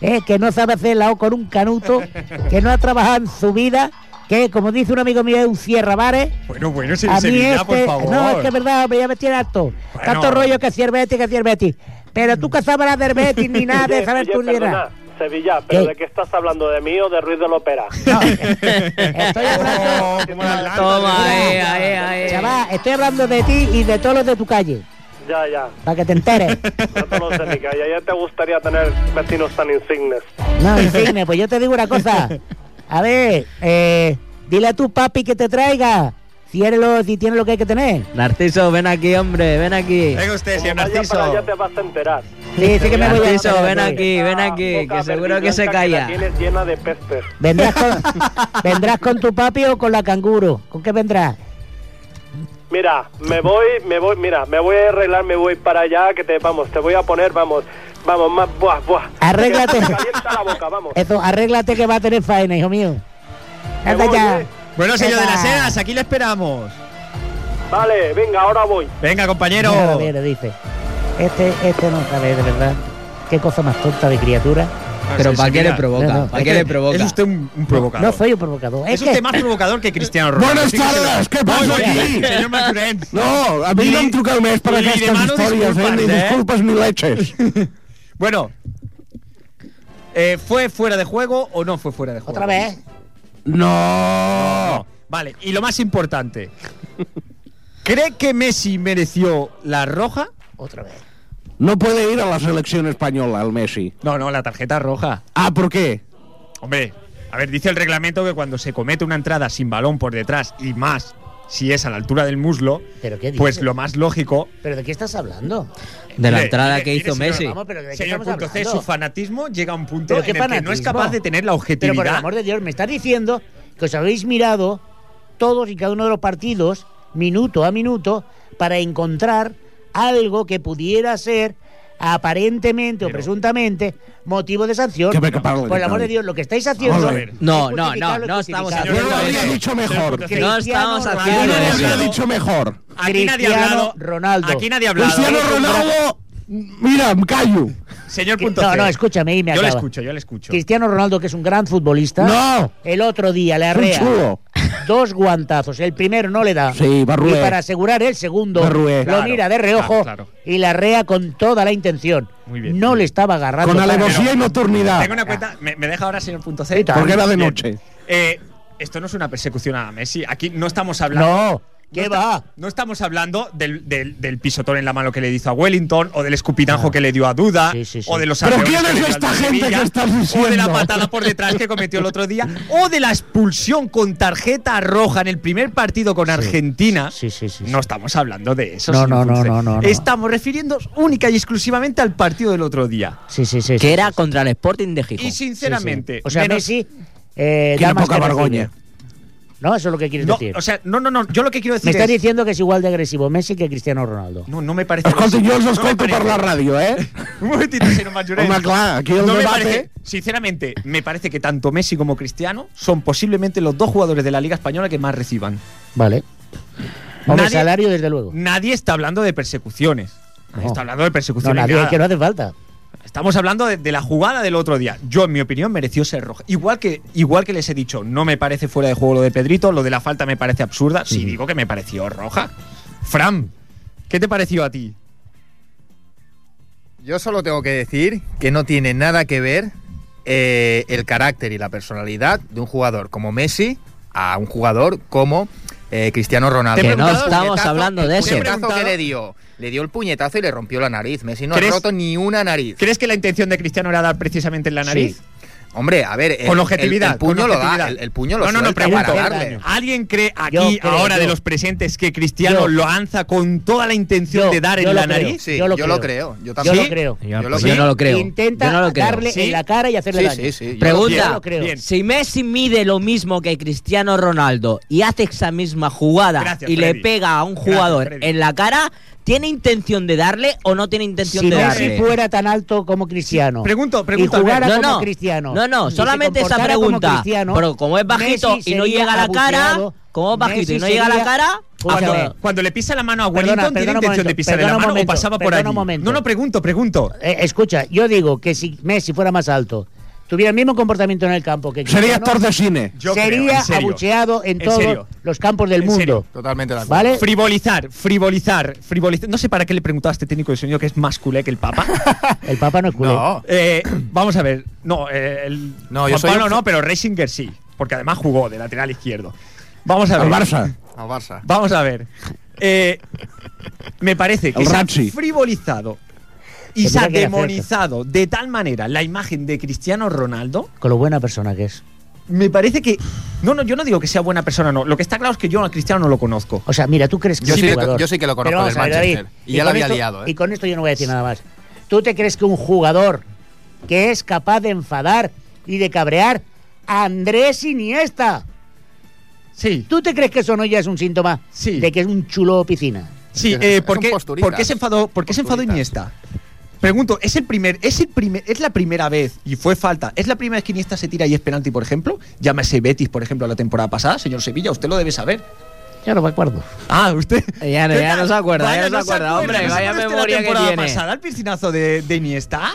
Speaker 1: eh, que no sabe hacer la O con un canuto, que no ha trabajado en su vida, que como dice un amigo mío es un cierra bares.
Speaker 2: Bueno, bueno, señor
Speaker 1: A mí
Speaker 2: Sevilla,
Speaker 1: este,
Speaker 2: por favor.
Speaker 1: no, es que es verdad, hombre, ya me tiene harto.
Speaker 2: Bueno.
Speaker 1: Tanto rollo que hacía el Betis, que hacía el Betis. Pero tú que sabrás del Betis ni nada
Speaker 7: (laughs)
Speaker 1: de
Speaker 7: Oye,
Speaker 1: saber
Speaker 7: oye,
Speaker 1: tú ni
Speaker 7: perdona,
Speaker 1: nada.
Speaker 7: Sevilla, ¿pero
Speaker 1: ¿Qué?
Speaker 7: de qué estás hablando? ¿De mí o de Ruiz de Lopera?
Speaker 1: (laughs) No, (laughs) estoy
Speaker 7: (laughs)
Speaker 2: (laughs)
Speaker 1: hablando,
Speaker 2: Oh, cómo la lanza,
Speaker 4: Toma,
Speaker 2: señor.
Speaker 4: eh, eh, eh.
Speaker 1: chaval, estoy hablando de ti y de todos los de tu calle,
Speaker 7: ya, ya.
Speaker 1: para que
Speaker 2: (laughs)
Speaker 1: te enteres.
Speaker 7: No te lo sé, ni que Ya, ya te gustaría tener vecinos tan insignes.
Speaker 1: No, insigne, pues yo te digo una cosa. A ver, eh, dile a tu papi que te traiga, si, eres lo, si tiene lo que hay que tener.
Speaker 4: Narciso, ven aquí, hombre, ven aquí.
Speaker 2: Venga usted, señor
Speaker 7: Como vaya para allá
Speaker 2: Narciso.
Speaker 7: te vas a enterar.
Speaker 1: Sí, sí que me voy a
Speaker 4: Narciso,
Speaker 1: enterar,
Speaker 4: ven
Speaker 1: sí.
Speaker 4: aquí, ven
Speaker 7: Esa
Speaker 4: aquí,
Speaker 7: boca
Speaker 4: que seguro que
Speaker 7: verdiblanca
Speaker 4: se
Speaker 7: la
Speaker 4: calla.
Speaker 7: tienes llena de pestes.
Speaker 1: ¿Vendrás con, ¿Vendrás con tu papi o con la canguro? ¿Con qué vendrás?
Speaker 7: Mira, me voy, me voy, mira, me voy a arreglar, me voy para allá, que te, vamos, te voy a poner, vamos, vamos, más, buah, buah.
Speaker 1: Arréglate. Eh.
Speaker 7: Que te Calienta la boca, vamos.
Speaker 1: Eso, arréglate que va a tener faena, hijo mío. Anda
Speaker 7: voy,
Speaker 1: ya.
Speaker 7: eh.
Speaker 2: Bueno, señor de
Speaker 1: Venga.
Speaker 2: las Heras, aquí le esperamos.
Speaker 7: Vale, venga, ahora voy.
Speaker 2: Venga, compañero.
Speaker 1: Mira, mira, dice. Este, este no sabe, de verdad. Qué cosa más tonta de criatura.
Speaker 4: Pero ¿para qué le
Speaker 2: Sensibilidad.
Speaker 1: No,
Speaker 4: provoca? ¿Para
Speaker 1: no,
Speaker 2: Es
Speaker 4: qué
Speaker 2: que
Speaker 4: le provoca?
Speaker 2: Es usted un, un provocador.
Speaker 1: No soy un provocador.
Speaker 2: es
Speaker 1: Es,
Speaker 2: usted
Speaker 1: que (laughs)
Speaker 2: más provocador que Cristiano Ronaldo.
Speaker 6: Buenas
Speaker 2: sí que se lo-
Speaker 6: tardes, ¿qué
Speaker 2: Oye,
Speaker 6: pasa aquí?
Speaker 2: oye, (laughs) Señor Marturén.
Speaker 6: No, a mí
Speaker 2: Ni-
Speaker 6: no em truqueu més per
Speaker 2: ni
Speaker 6: aquestes
Speaker 2: demano
Speaker 6: històries, eh? Ni
Speaker 2: disculpas, eh?
Speaker 6: disculpes ni leches.
Speaker 2: Bueno. eh, ¿Fue fuera de juego o no fue fuera de juego?
Speaker 1: otra vez.
Speaker 6: No.
Speaker 2: No. Vale, y lo más importante. ¿Cree que Messi mereció la roja?
Speaker 1: Otra vez.
Speaker 6: No puede ir a la selección española, el Messi.
Speaker 2: No, no, la tarjeta roja.
Speaker 6: Ah, ¿por qué?
Speaker 2: Hombre, a ver, dice el reglamento que cuando se comete una entrada sin balón por detrás y más si es a la altura del muslo,
Speaker 1: ¿Pero qué dices?
Speaker 2: pues lo más lógico.
Speaker 1: ¿Pero de qué estás hablando?
Speaker 4: De la
Speaker 2: Mire,
Speaker 4: entrada
Speaker 2: mire,
Speaker 4: que
Speaker 2: mire,
Speaker 4: hizo
Speaker 2: señor,
Speaker 4: Messi.
Speaker 1: vamos, pero ¿de qué
Speaker 2: Señor
Speaker 1: estamos
Speaker 2: punto C,
Speaker 1: hablando?
Speaker 2: su fanatismo llega a un punto
Speaker 1: ¿Pero
Speaker 2: en
Speaker 1: qué
Speaker 2: el que no es
Speaker 1: fanatismo?
Speaker 2: capaz de tener la
Speaker 1: Pero por el
Speaker 2: objetividad.
Speaker 1: amor de Dios, me estás diciendo que os habéis mirado todos y cada uno de los partidos, minuto a minuto, para encontrar algo que pudiera ser aparentemente o
Speaker 2: Pero-
Speaker 1: presuntamente motivo de sanción.
Speaker 6: Que me parle,
Speaker 1: por el amor
Speaker 6: Cali.
Speaker 1: de Dios, lo que estáis haciendo.
Speaker 6: Vamos a ver.
Speaker 4: No, no,
Speaker 1: es
Speaker 4: no,
Speaker 1: justificar lo
Speaker 4: no estamos
Speaker 1: injustificable.
Speaker 6: Yo no lo
Speaker 2: Señor
Speaker 6: habría
Speaker 2: Ronaldo.
Speaker 6: dicho mejor.
Speaker 2: Señor
Speaker 4: No
Speaker 2: Ronaldo.
Speaker 4: estamos
Speaker 2: Cristiano
Speaker 6: Yo
Speaker 4: haciendo
Speaker 6: no lo habría
Speaker 4: eso.
Speaker 6: dicho mejor.
Speaker 2: Aquí nadie ha
Speaker 1: Cristiano
Speaker 2: hablado.
Speaker 1: Ronaldo.
Speaker 2: Aquí nadie ha hablado.
Speaker 6: Cristiano
Speaker 2: Eh,
Speaker 6: Ronaldo, mira, em callo.
Speaker 2: Señor
Speaker 1: Que-
Speaker 2: punto
Speaker 1: no,
Speaker 2: C.
Speaker 1: no, escúchame y me
Speaker 2: Yo le
Speaker 1: acaba.
Speaker 2: escucho, yo le escucho.
Speaker 1: Cristiano Ronaldo, que es un gran futbolista,
Speaker 6: No,
Speaker 1: el otro día le
Speaker 6: és un
Speaker 1: arrea
Speaker 6: xulo.
Speaker 1: dos guantazos. El primero no le da.
Speaker 6: Sí, Barrué.
Speaker 1: Y para asegurar el segundo,
Speaker 6: Barrué.
Speaker 1: lo
Speaker 2: Claro,
Speaker 1: mira de reojo
Speaker 2: claro, claro.
Speaker 1: y la arrea con toda la intención.
Speaker 2: Muy bien.
Speaker 1: no le estaba agarrando.
Speaker 6: Con
Speaker 1: para-
Speaker 6: alevosía y nocturnidad.
Speaker 2: Tengo una
Speaker 1: Ah.
Speaker 2: cuenta. Me, me deja ahora, señor punto
Speaker 1: Sí,
Speaker 2: C.
Speaker 1: tal. Porque
Speaker 6: era de
Speaker 2: Bien.
Speaker 6: noche.
Speaker 2: Eh, esto no es una persecución a Messi. Aquí no estamos hablando.
Speaker 1: No, ¿qué
Speaker 2: No
Speaker 1: va?
Speaker 2: esta- No estamos hablando del, del- del pisotón en la mano que le hizo a Wellington, o del escupitajo que le dio a Duda,
Speaker 1: Ah. Sí, sí, sí.
Speaker 2: o de los
Speaker 6: ¿Pero
Speaker 2: arreoles
Speaker 6: quién
Speaker 2: que
Speaker 6: es
Speaker 2: le dio al
Speaker 6: esta
Speaker 2: de
Speaker 6: gente que estás
Speaker 2: O de la
Speaker 6: diciendo?
Speaker 2: patada por detrás que cometió el otro día, o de la expulsión con tarjeta roja en el primer partido con Argentina.
Speaker 1: Sí, sí, sí. sí.
Speaker 2: No estamos hablando de eso.
Speaker 1: No,
Speaker 2: señor
Speaker 1: no, no,
Speaker 2: Punce.
Speaker 1: no, no, no.
Speaker 2: Estamos refiriéndonos única y exclusivamente al partido del otro día.
Speaker 1: Sí, sí, sí, sí,
Speaker 4: Que era
Speaker 1: sí, sí,
Speaker 4: contra el Sporting de Gijón.
Speaker 2: Y sinceramente,
Speaker 1: sí. O sea,
Speaker 2: menos-
Speaker 1: Messi. Eh,
Speaker 6: Tiene
Speaker 1: da más
Speaker 6: poca
Speaker 1: que recibe.
Speaker 6: vergoña.
Speaker 1: No, eso es lo que quieres
Speaker 2: no,
Speaker 1: decir.
Speaker 2: o sea, no, no, no. Yo lo que quiero decir
Speaker 1: me estás
Speaker 2: es-
Speaker 1: diciendo que es igual de agresivo Messi que Cristiano Ronaldo.
Speaker 2: No, no me parece.
Speaker 6: Escolta,
Speaker 2: agresivo.
Speaker 6: jo els
Speaker 2: No me
Speaker 6: escolto
Speaker 2: parece.
Speaker 6: per la ràdio, eh?
Speaker 2: Un momentito, señor Mayorel.
Speaker 6: Home, clar, aquí el
Speaker 2: No me
Speaker 6: debate-
Speaker 2: parece, sinceramente, me parece que tanto Messi como Cristiano son posiblemente los dos jugadores de la Liga Española que más reciban.
Speaker 1: Vale. Hombre,
Speaker 2: Nadie-
Speaker 1: salario, desde luego.
Speaker 2: Nadie está hablando de persecuciones. Nadie
Speaker 1: No.
Speaker 2: está hablando de
Speaker 1: No,
Speaker 2: persecuciones.
Speaker 1: nadie,
Speaker 2: nada.
Speaker 1: que no hace falta.
Speaker 2: Estamos hablando de, de la jugada del otro día. Yo, en mi opinión, mereció ser roja. Igual que, igual que les he dicho, no me parece fuera de juego lo de Pedrito, lo de la falta me parece absurda. Si digo que me pareció roja. Fran, ¿qué te pareció a ti?
Speaker 8: Yo solo tengo que decir que no tiene nada que ver eh, el carácter y la personalidad de un jugador como Messi a un jugador como eh, Cristiano Ronaldo.
Speaker 2: Te he
Speaker 4: Que no
Speaker 2: preguntado-
Speaker 4: estamos
Speaker 8: Puñetazo-
Speaker 4: hablando de
Speaker 8: el
Speaker 4: eso.
Speaker 2: Te he
Speaker 8: puñetazo
Speaker 2: preguntado-
Speaker 8: que le dio? Le dio el puñetazo y le rompió la nariz. Messi no ha
Speaker 2: ¿Crees-
Speaker 8: roto ni una nariz.
Speaker 2: ¿Crees que la intención de Cristiano era dar precisamente en la nariz?
Speaker 8: Hombre, a ver, el,
Speaker 2: con
Speaker 8: el-
Speaker 2: objetividad.
Speaker 8: el, puño
Speaker 2: con
Speaker 8: lo
Speaker 2: objetividad.
Speaker 8: da, el, el puño lo
Speaker 2: No, no, no,
Speaker 8: suelta
Speaker 2: pregunto.
Speaker 8: para darle.
Speaker 2: ¿Alguien cree aquí,
Speaker 1: Yo creo,
Speaker 2: ahora de
Speaker 1: yo.
Speaker 2: los presentes, que Cristiano
Speaker 1: Yo.
Speaker 2: lo lanza con toda la intención
Speaker 1: Yo,
Speaker 2: de dar
Speaker 1: yo
Speaker 2: en
Speaker 1: lo
Speaker 2: la
Speaker 1: creo.
Speaker 2: nariz?
Speaker 8: Sí,
Speaker 1: Yo
Speaker 8: yo
Speaker 1: lo
Speaker 8: lo,
Speaker 1: creo.
Speaker 8: creo. Yo
Speaker 1: Yo
Speaker 8: también.
Speaker 1: lo creo.
Speaker 4: Yo,
Speaker 8: Yo lo
Speaker 4: pues
Speaker 8: creo.
Speaker 4: yo no lo creo.
Speaker 1: Intenta
Speaker 4: Yo no lo creo.
Speaker 1: darle
Speaker 2: Sí.
Speaker 1: en la cara y hacerle
Speaker 8: Sí,
Speaker 1: daño.
Speaker 8: sí, sí. yo lo
Speaker 4: Pregunta.
Speaker 1: Yo lo creo.
Speaker 2: Bien.
Speaker 4: Si Messi mide lo mismo que Cristiano Ronaldo y hace esa misma jugada
Speaker 2: Gracias,
Speaker 4: y
Speaker 2: Freddy.
Speaker 4: le pega a un
Speaker 2: Gracias,
Speaker 4: jugador
Speaker 2: Freddy.
Speaker 4: en la cara, ¿tiene intención de darle o no tiene intención
Speaker 1: Si
Speaker 4: de
Speaker 1: Messi
Speaker 4: darle?
Speaker 1: fuera tan alto como Cristiano.
Speaker 2: Pregunto, pregunto.
Speaker 1: y jugara
Speaker 2: Alberto.
Speaker 4: No,
Speaker 1: como
Speaker 4: no.
Speaker 1: Cristiano.
Speaker 4: No, no,
Speaker 1: y se
Speaker 4: solamente esa
Speaker 1: comportara como
Speaker 4: pregunta.
Speaker 1: Cristiano,
Speaker 4: Pero como es bajito
Speaker 1: Messi
Speaker 4: y no
Speaker 1: sería
Speaker 4: llega a la cara,
Speaker 1: abucheado,
Speaker 4: como es bajito y
Speaker 1: Messi
Speaker 4: no llega a la
Speaker 1: sería-
Speaker 4: cara,
Speaker 1: Escúchame,
Speaker 2: Cuando, cuando le pisa la mano a
Speaker 1: Perdona,
Speaker 2: Wellington, tiene
Speaker 1: perdona un
Speaker 2: intención de
Speaker 1: momento,
Speaker 2: pisarle la
Speaker 1: perdona un
Speaker 2: mano
Speaker 1: momento,
Speaker 2: o pasaba por
Speaker 1: perdona
Speaker 2: allí.
Speaker 1: un momento.
Speaker 2: No, no, pregunto, pregunto.
Speaker 1: Eh, escucha, yo digo que si Messi fuera más alto, tuviera el mismo comportamiento en el campo que
Speaker 6: Seria
Speaker 1: Cristiano,
Speaker 6: actor de cine.
Speaker 2: Yo creo,
Speaker 1: sería
Speaker 2: en serio.
Speaker 1: abucheado en
Speaker 2: En
Speaker 1: todos
Speaker 2: serio.
Speaker 1: los campos del
Speaker 2: En
Speaker 1: mundo.
Speaker 2: serio.
Speaker 8: Totalmente de acuerdo.
Speaker 1: ¿Vale?
Speaker 2: Frivolizar, frivolizar, frivolizar. No sé para qué le preguntaba a este técnico de sonido que es más culé que el
Speaker 1: (laughs)
Speaker 2: Papa.
Speaker 1: El Papa no es culé.
Speaker 8: No.
Speaker 2: Eh, (clears throat) vamos a ver. No, eh, el
Speaker 8: No, yo
Speaker 2: Juan
Speaker 8: soy
Speaker 2: Pablo
Speaker 8: un-
Speaker 2: no, pero Reisinger sí. Porque además jugó de lateral izquierdo. Vamos a ver.
Speaker 6: El Barça.
Speaker 8: Al Barça.
Speaker 2: Vamos a ver. Eh, me parece que
Speaker 6: El
Speaker 2: se ha
Speaker 6: Rapsi.
Speaker 2: frivolizado y
Speaker 1: Tendría
Speaker 2: se ha
Speaker 1: que ir a
Speaker 2: demonizado de tal manera la imagen de Cristiano Ronaldo.
Speaker 1: Con lo buena persona que es.
Speaker 2: Me parece que. No, no, yo no digo que sea buena persona, no. Lo que está claro es que yo a Cristiano no lo conozco.
Speaker 1: O sea, mira, tú crees que
Speaker 8: Yo
Speaker 1: es
Speaker 8: sí le-
Speaker 1: jugador.
Speaker 8: yo sí que lo conozco
Speaker 1: Pero vamos
Speaker 8: del
Speaker 1: a ver,
Speaker 8: Manchester. Y ya
Speaker 1: con
Speaker 8: lo había
Speaker 1: esto-
Speaker 8: liado, ¿eh?
Speaker 1: Y con esto yo no voy a decir nada más. ¿Tú te crees que un jugador que es capaz de enfadar y de cabrear a Andrés Iniesta?
Speaker 2: Sí.
Speaker 1: ¿Tú te crees que eso no ya es un síntoma
Speaker 2: Sí.
Speaker 1: de que es un chulo piscina?
Speaker 2: Sí,
Speaker 8: Es que
Speaker 2: eh,
Speaker 8: son
Speaker 2: ¿por, qué,
Speaker 8: posturitas.
Speaker 2: por qué se enfadó, por qué se enfadó
Speaker 8: Posturitas.
Speaker 2: Iniesta? Pregunto, ¿es el primer, es el primer, es la primera vez y fue falta? ¿Es la primera vez que Iniesta se tira y es penalti, por ejemplo? Llámese Betis, por ejemplo, la temporada pasada, señor Sevilla, usted lo debe saber.
Speaker 1: Yo no me acuerdo.
Speaker 2: Ah, usted.
Speaker 4: Ya no- ya no se acuerda, ya no se acuerda, hombre,
Speaker 2: ¿No se acuerda
Speaker 4: vaya
Speaker 2: usted
Speaker 4: memoria
Speaker 2: la
Speaker 4: que
Speaker 2: temporada
Speaker 4: tiene.
Speaker 2: pasada, el piscinazo de, de Iniesta?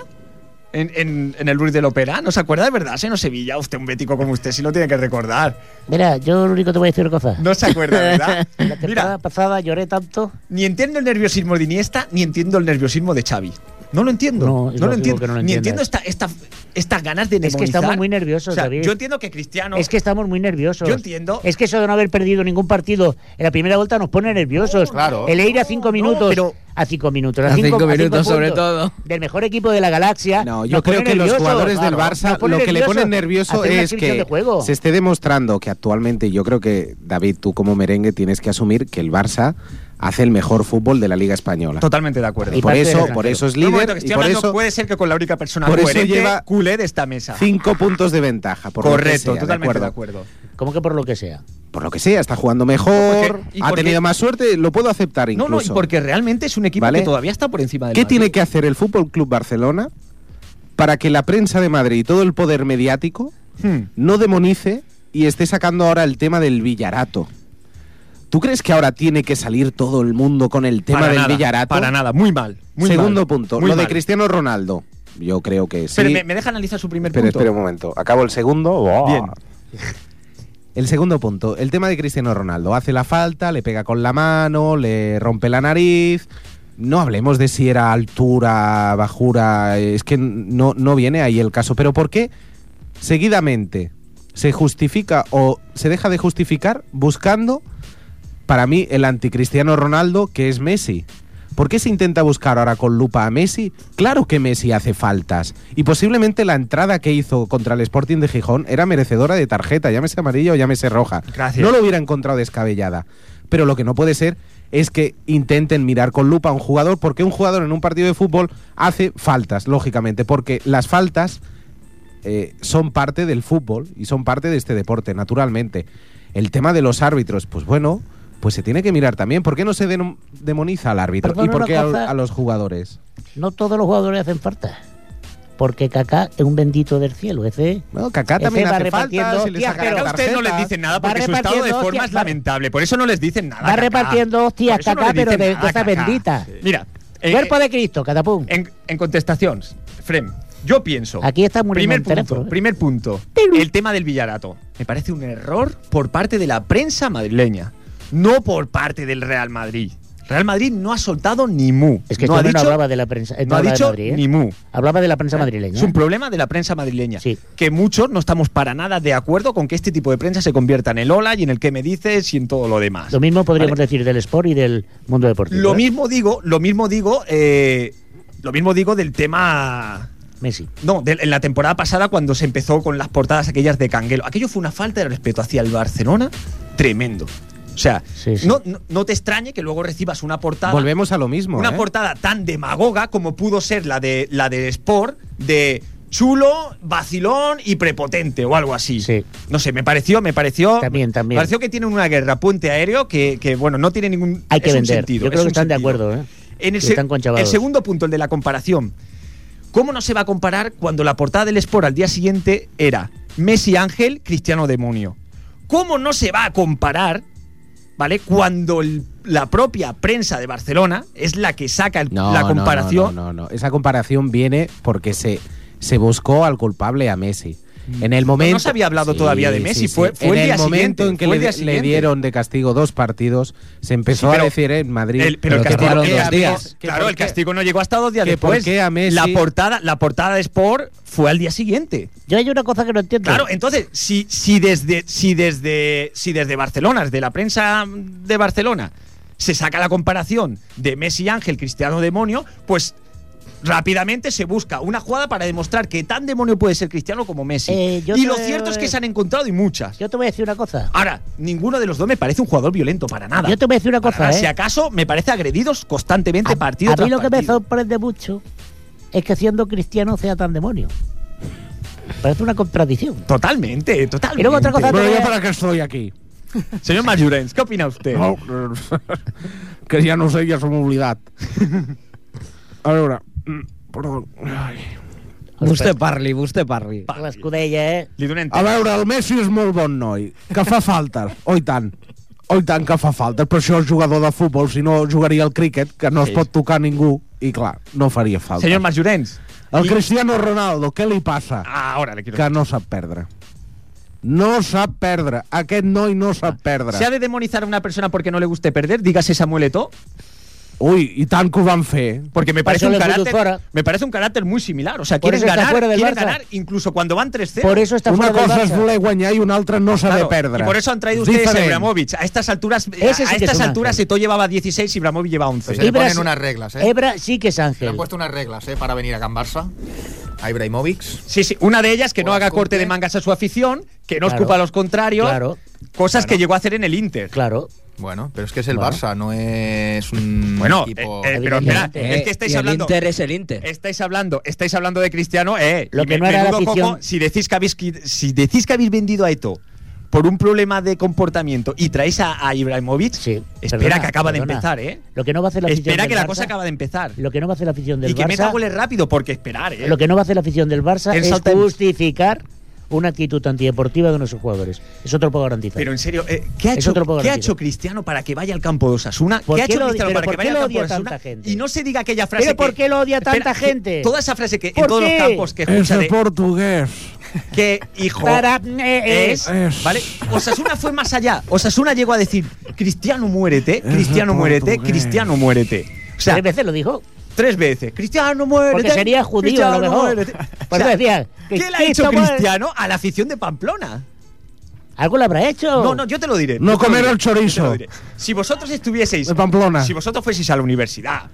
Speaker 2: En, en- en el Ruiz del Opera, ¿no se acuerda de verdad, señor Sevilla? Usted, un bético como usted, sí lo tiene que recordar.
Speaker 1: Mira, yo lo único que te voy a decir una cosa.
Speaker 2: No se acuerda,
Speaker 4: (laughs)
Speaker 2: ¿verdad?
Speaker 1: La temporada
Speaker 2: Mira,
Speaker 1: pasada lloré tanto.
Speaker 2: ni entiendo el nerviosismo de Iniesta, ni entiendo el nerviosismo de Xavi. No lo entiendo.
Speaker 1: No,
Speaker 2: No,
Speaker 1: es lógico
Speaker 2: lo entiendo.
Speaker 1: que no lo
Speaker 2: ni entiendo
Speaker 1: entiendas.
Speaker 2: esta, esta- estas ganas de
Speaker 1: Es
Speaker 2: demonizar.
Speaker 1: que estamos muy nerviosos,
Speaker 2: O sea,
Speaker 1: David.
Speaker 2: Yo entiendo que Cristiano.
Speaker 1: Es que estamos muy nerviosos.
Speaker 2: Yo entiendo.
Speaker 1: Es que eso de no haber perdido ningún partido en la primera vuelta nos pone nerviosos.
Speaker 8: claro.
Speaker 1: El ir a cinco minutos.
Speaker 2: pero-
Speaker 1: a cinco minutos.
Speaker 4: A cinco minutos,
Speaker 1: puntos
Speaker 4: sobre todo.
Speaker 1: Del mejor equipo de la galaxia. (laughs)
Speaker 5: No, yo
Speaker 1: nos pone
Speaker 5: creo que los
Speaker 1: nerviosos,
Speaker 5: jugadores del
Speaker 1: claro.
Speaker 5: Barça
Speaker 1: Nos pone
Speaker 5: lo que le
Speaker 1: nerviosos
Speaker 5: ponen nervioso
Speaker 1: hacer una
Speaker 5: es
Speaker 1: exhibición
Speaker 5: que
Speaker 1: de juego.
Speaker 5: se esté demostrando que actualmente yo creo que, David, tú como merengue tienes que asumir que el Barça hace el mejor fútbol de la Liga Española.
Speaker 2: Totalmente de acuerdo.
Speaker 1: Y
Speaker 5: Por
Speaker 1: parte
Speaker 5: eso,
Speaker 1: del
Speaker 5: por eso es
Speaker 2: Un momento,
Speaker 5: líder
Speaker 2: que estoy
Speaker 5: y por
Speaker 2: hablando,
Speaker 5: eso
Speaker 2: puede ser que con la única persona
Speaker 5: por eso
Speaker 2: coherente,
Speaker 5: lleva
Speaker 2: culé de esta mesa.
Speaker 5: cinco puntos de ventaja. Por lo que
Speaker 2: Correcto,
Speaker 5: sea, ¿de
Speaker 2: totalmente
Speaker 5: acuerdo?
Speaker 2: de acuerdo.
Speaker 1: Como que por lo que sea.
Speaker 5: Por lo que sea, está jugando
Speaker 2: No,
Speaker 5: mejor,
Speaker 2: porque- y
Speaker 5: ha
Speaker 2: porque-
Speaker 5: tenido más suerte, lo puedo aceptar incluso.
Speaker 2: No, no, y porque realmente es un equipo
Speaker 5: ¿Vale?
Speaker 2: que todavía está por encima del
Speaker 5: ¿Qué
Speaker 2: Madrid.
Speaker 5: tiene que hacer el Fútbol Club Barcelona para que la prensa de Madrid y todo el poder mediático
Speaker 2: Hmm.
Speaker 5: no demonice y esté sacando ahora el tema del Villarato? ¿Tú crees que ahora tiene que salir todo el mundo con el tema
Speaker 2: Para
Speaker 5: del
Speaker 2: nada,
Speaker 5: Villarato?
Speaker 2: Para nada, muy mal. muy
Speaker 5: Segundo
Speaker 2: mal,
Speaker 5: punto,
Speaker 2: muy
Speaker 5: lo de
Speaker 2: mal.
Speaker 5: Cristiano Ronaldo. Yo creo que sí.
Speaker 2: Pero me, me deja analizar su primer
Speaker 5: Espera,
Speaker 2: punto.
Speaker 5: espera un momento. Acabo el segundo. ¡Buah!
Speaker 2: Bien.
Speaker 5: (laughs) El segundo punto, el tema de Cristiano Ronaldo. Hace la falta, le pega con la mano, le rompe la nariz. No hablemos de si era altura, bajura. Es que no, no viene ahí el caso. Pero ¿por qué seguidamente se justifica o se deja de justificar buscando, para mí, el anticristiano Ronaldo, que es Messi? ¿Por qué se intenta buscar ahora con lupa a Messi? Claro que Messi hace faltas. Y posiblemente la entrada que hizo contra el Sporting de Gijón era merecedora de tarjeta, llámese amarilla o llámese roja.
Speaker 2: Gracias.
Speaker 5: No lo hubiera encontrado descabellada. Pero lo que no puede ser es que intenten mirar con lupa a un jugador porque un jugador en un partido de fútbol hace faltas, lógicamente, porque las faltas eh, son parte del fútbol y son parte de este deporte, naturalmente. El tema de los árbitros, pues bueno, pues se tiene que mirar también. ¿Por qué no se denom- demoniza al árbitro?
Speaker 1: Perdona
Speaker 5: ¿Y por
Speaker 1: una
Speaker 5: qué al-
Speaker 1: cosa.
Speaker 5: a, los jugadores?
Speaker 1: No todos los jugadores hacen falta. Porque Kaká es un bendito del cielo. Ese
Speaker 5: Bueno, Kaká
Speaker 1: Ese
Speaker 5: también
Speaker 1: va
Speaker 5: hace falta,
Speaker 1: repartiendo
Speaker 5: si le
Speaker 1: hostias,
Speaker 5: sacan
Speaker 1: pero-
Speaker 2: Pero
Speaker 5: la
Speaker 2: a ustedes no les
Speaker 5: tarjeta.
Speaker 2: dicen nada
Speaker 1: Va
Speaker 2: porque su estado de
Speaker 1: repartiendo
Speaker 2: forma
Speaker 1: hostias,
Speaker 2: es
Speaker 1: va-
Speaker 2: lamentable. Por eso no les dicen nada.
Speaker 1: va
Speaker 2: Kaká.
Speaker 1: repartiendo hostias,
Speaker 2: Por eso
Speaker 1: Kaká,
Speaker 2: les dicen
Speaker 1: pero de- de esa
Speaker 2: Kaká.
Speaker 1: bendita.
Speaker 2: Mira, eh,
Speaker 1: cuerpo de Cristo, catapum.
Speaker 2: En, en contestación, Frem, yo pienso.
Speaker 1: Aquí está muriendo
Speaker 2: primer
Speaker 1: el
Speaker 2: punto,
Speaker 1: teléfono, ¿eh?
Speaker 2: Primer punto. El tema del Villarato. Me parece un error por parte de la prensa madrileña. No por parte del Real Madrid. Real Madrid no ha soltado ni mu.
Speaker 1: Es que
Speaker 2: no
Speaker 1: este
Speaker 2: ha
Speaker 1: hombre no
Speaker 2: dicho,
Speaker 1: hablaba de la prensa. eh,
Speaker 2: no ha
Speaker 1: hablaba de
Speaker 2: dicho
Speaker 1: Madrid, ¿eh?
Speaker 2: ni mu. Eh,
Speaker 1: Hablaba de la prensa madrileña.
Speaker 2: Es un problema de la prensa madrileña.
Speaker 1: ¿eh? Sí.
Speaker 2: Que muchos no estamos para nada de acuerdo con que este tipo de prensa se convierta en el hola y en el que me dices y en todo lo demás.
Speaker 1: Lo mismo podríamos
Speaker 2: Vale.
Speaker 1: decir del Sport y del mundo deportivo.
Speaker 2: Lo
Speaker 1: ¿eh?
Speaker 2: mismo digo, lo mismo digo, eh, lo mismo digo del tema
Speaker 1: Messi.
Speaker 2: No, de- en la temporada pasada cuando se empezó con las portadas aquellas de Canguelo. Aquello fue una falta de respeto hacia el Barcelona tremendo. O sea,
Speaker 1: Sí, sí.
Speaker 2: No, no, no te extrañe que luego recibas una portada,
Speaker 5: Volvemos a lo mismo.
Speaker 2: una
Speaker 5: ¿eh?
Speaker 2: portada tan demagoga como pudo ser la de la del Sport de chulo, vacilón y prepotente o algo así.
Speaker 1: Sí.
Speaker 2: No sé, me pareció, me pareció,
Speaker 1: También, también.
Speaker 2: me pareció que tienen una guerra puente aéreo que, que, bueno no tiene ningún
Speaker 1: Hay que
Speaker 2: es un
Speaker 1: vender.
Speaker 2: sentido,
Speaker 1: Yo
Speaker 2: es
Speaker 1: creo que
Speaker 2: un
Speaker 1: están de
Speaker 2: sentido.
Speaker 1: acuerdo. ¿eh?
Speaker 2: En el,
Speaker 1: Que
Speaker 2: se-
Speaker 1: están conchavados.
Speaker 2: el segundo punto, el de la comparación. ¿Cómo no se va a comparar cuando la portada del Sport al día siguiente era Messi Ángel, Cristiano Demonio? ¿Cómo no se va a comparar, ¿vale? Cuando el- la propia prensa de Barcelona es la que saca el-
Speaker 5: No,
Speaker 2: la
Speaker 5: no,
Speaker 2: comparación?
Speaker 5: No, no, no, no. Esa comparación viene porque se, se buscó al culpable a Messi. En el momento.
Speaker 2: Mm. no se había hablado todavía de Messi, fue- fue
Speaker 5: en
Speaker 2: el
Speaker 5: el,
Speaker 2: día siguiente,
Speaker 5: momento en que le,
Speaker 2: fue el día
Speaker 5: le
Speaker 2: siguiente.
Speaker 5: dieron de castigo dos partidos, se empezó
Speaker 2: Sí, pero
Speaker 5: a decir en Madrid.
Speaker 2: El- pero el
Speaker 4: Pero que
Speaker 2: castigo,
Speaker 4: tardaron
Speaker 2: que
Speaker 4: dos
Speaker 2: a-
Speaker 4: días.
Speaker 2: que Claro, el castigo no llegó hasta dos días
Speaker 5: que
Speaker 2: después.
Speaker 5: por qué a Messi-
Speaker 2: La portada, la portada de Sport fue al día siguiente.
Speaker 1: Yo hay una cosa que no entiendo.
Speaker 2: Claro, entonces, si, si, desde, si, desde, si desde Barcelona, desde la prensa de Barcelona, se saca la comparación de Messi Ángel, Cristiano Demonio, pues rápidamente se busca una jugada para demostrar que tan demonio puede ser Cristiano como Messi.
Speaker 1: Eh, yo
Speaker 2: y lo
Speaker 1: creo,
Speaker 2: cierto es que
Speaker 1: eh,
Speaker 2: se han encontrado y muchas.
Speaker 1: Yo te voy a decir una cosa.
Speaker 2: Ahora, ninguno de los dos me parece un jugador violento para nada.
Speaker 1: Yo te voy a decir una
Speaker 2: Para
Speaker 1: cosa,
Speaker 2: nada.
Speaker 1: ¿eh?
Speaker 2: Si acaso me parece agredidos constantemente
Speaker 1: a,
Speaker 2: partido
Speaker 1: a mí
Speaker 2: tras
Speaker 1: lo que me
Speaker 2: partido.
Speaker 1: sorprende mucho es que siendo cristiano sea tan demonio. Parece una contradicción.
Speaker 2: Totalmente, totalmente.
Speaker 1: Y luego otra cosa-
Speaker 6: Pero yo para qué estoy aquí.
Speaker 2: Señor Majorens, ¿qué opina
Speaker 6: (laughs)
Speaker 2: usted?
Speaker 6: No,
Speaker 5: (laughs)
Speaker 6: que ya no sé ya su movilidad. Ahora, mm, perdón. Ai.
Speaker 4: Vostè parli, vostè parli.
Speaker 1: L'escudella, eh?
Speaker 2: Li donem
Speaker 6: A veure, el Messi és molt bon noi, que fa falta, oi tant. Oi tant que fa falta, per això és jugador de futbol, si no jugaria al críquet, que no es pot tocar ningú, i clar, no faria falta.
Speaker 2: Señor Mas Llorenç.
Speaker 6: El
Speaker 2: i-
Speaker 6: Cristiano Ronaldo, què li passa?
Speaker 2: Ahora le quiero.
Speaker 6: Que no sap perdre. No sap perdre. Aquest noi no sap perdre.
Speaker 2: ¿Se ha de demonizar a una persona porque no le guste perder? Dígase Samuel Eto'o.
Speaker 6: Ui, i tant que ho van fer.
Speaker 2: Porque me
Speaker 1: Por
Speaker 2: parece,
Speaker 1: eso
Speaker 2: un
Speaker 1: Pues le fui tú
Speaker 2: carácter,
Speaker 1: fuera.
Speaker 2: me parece un carácter muy similar. O sea,
Speaker 1: Por
Speaker 2: quieres
Speaker 1: eso está
Speaker 2: ganar,
Speaker 1: fuera del
Speaker 2: quieres
Speaker 1: Barça.
Speaker 2: ganar incluso cuando van 3-0.
Speaker 1: Por eso está
Speaker 6: Una
Speaker 1: fuera del
Speaker 6: cosa és
Speaker 1: Barça.
Speaker 6: voler guanyar i una altra no saber
Speaker 2: Claro,
Speaker 6: perdre.
Speaker 2: Y por eso han traído ustedes a
Speaker 6: Diferent.
Speaker 2: Ibrahimovic. A estas alturas, a,
Speaker 1: Ese sí
Speaker 2: a
Speaker 1: que es
Speaker 2: estas
Speaker 1: un
Speaker 2: alturas
Speaker 1: ángel.
Speaker 2: Eto'o llevaba 16 y Ibrahimovic lleva 11.
Speaker 8: Pues Se le
Speaker 1: Ibra
Speaker 8: ponen
Speaker 1: sí-
Speaker 8: unas reglas, ¿eh?
Speaker 1: Ebra sí que es
Speaker 8: Le
Speaker 1: ángel.
Speaker 8: han puesto unas reglas, ¿eh? Para venir a Can Barça. A Ibrahimovic.
Speaker 2: Sí, sí, una de ellas que no
Speaker 8: O las
Speaker 2: haga corte
Speaker 8: cumple.
Speaker 2: de mangas a su afición, que no
Speaker 1: Pues Claro.
Speaker 2: escupa a los contrarios,
Speaker 1: Claro.
Speaker 2: cosas que
Speaker 8: Claro.
Speaker 2: llegó a hacer en el Inter.
Speaker 1: Claro.
Speaker 8: Bueno, pero es que es el
Speaker 1: Bueno.
Speaker 8: Barça, no es un
Speaker 2: Bueno,
Speaker 8: equipo...
Speaker 2: eh, eh, pero esperad,
Speaker 1: Evidentemente.
Speaker 2: es que estáis
Speaker 4: y el
Speaker 2: hablando.
Speaker 4: Inter es el Inter.
Speaker 2: Estáis hablando, estáis hablando de Cristiano, eh.
Speaker 1: Lo
Speaker 2: y
Speaker 1: que
Speaker 2: me-
Speaker 1: no era la
Speaker 2: menudo
Speaker 1: afición.
Speaker 2: coco, si decís que habéis qui- si decís que habéis vendido a Eto por un problema de comportamiento y traéis a, a Ibrahimovic,
Speaker 1: Sí.
Speaker 2: espera
Speaker 1: perdona,
Speaker 2: que acaba de
Speaker 1: perdona.
Speaker 2: empezar, eh.
Speaker 1: Lo que no va a hacer la afición
Speaker 2: Espera
Speaker 1: del
Speaker 2: que la
Speaker 1: Barça-
Speaker 2: cosa acaba de empezar.
Speaker 1: Lo que no va a hacer la afición del
Speaker 2: Y que
Speaker 1: Barça.
Speaker 2: meta goles rápido, porque esperar, eh.
Speaker 1: Lo que no va a hacer la afición del Barça
Speaker 2: El
Speaker 1: es
Speaker 2: Southampton.
Speaker 1: justificar una actitud antideportiva de uno de sus jugadores. Eso te lo puedo garantizar.
Speaker 2: Pero en serio, eh, ¿qué, ha
Speaker 1: Es
Speaker 2: hecho,
Speaker 1: otro poco
Speaker 2: qué ha
Speaker 1: gratuito.
Speaker 2: hecho Cristiano para que vaya al campo de Osasuna?
Speaker 1: ¿Por
Speaker 2: ¿Qué ha
Speaker 1: qué
Speaker 2: hecho
Speaker 1: lo odia-
Speaker 2: Cristiano
Speaker 1: pero
Speaker 2: para que
Speaker 1: por qué
Speaker 2: vaya al
Speaker 1: lo
Speaker 2: campo de
Speaker 1: odia
Speaker 2: Osasuna?
Speaker 1: tanta gente?
Speaker 2: Y no se diga aquella frase.
Speaker 1: ¿Pero por
Speaker 2: que-
Speaker 1: qué lo odia
Speaker 2: Espera,
Speaker 1: tanta
Speaker 2: que-
Speaker 1: gente?
Speaker 2: Toda esa frase que en
Speaker 1: ¿Por
Speaker 2: todos
Speaker 1: qué?
Speaker 2: los campos que
Speaker 6: És
Speaker 2: escucha
Speaker 6: el
Speaker 2: de
Speaker 6: portugués.
Speaker 2: que hijo
Speaker 1: Para- eh,
Speaker 2: es,
Speaker 6: es.
Speaker 2: ¿vale? Osasuna fue más allá. Osasuna llegó a decir, "Cristiano muérete,
Speaker 6: el
Speaker 2: Cristiano muérete,
Speaker 6: portugués.
Speaker 2: Cristiano muérete." O sea,
Speaker 1: Tres veces lo dijo.
Speaker 2: tres veces. Cristiano muérete.
Speaker 1: Porque sería judío a
Speaker 2: Cristiano
Speaker 1: lo mejor. (laughs)
Speaker 2: muérete".
Speaker 1: Por
Speaker 2: O
Speaker 1: eso
Speaker 2: sea,
Speaker 1: decía,
Speaker 2: ¿Qué le ha
Speaker 1: Cristo
Speaker 2: hecho
Speaker 1: muere-
Speaker 2: Cristiano a la afición de Pamplona?
Speaker 1: Algo le habrá hecho.
Speaker 2: No, no, yo te lo diré.
Speaker 6: No
Speaker 2: yo te lo
Speaker 6: comer
Speaker 2: diré,
Speaker 6: el chorizo.
Speaker 2: yo te lo diré. Si vosotros estuvieseis.
Speaker 6: De Pamplona.
Speaker 2: Si vosotros fueseis a la universidad,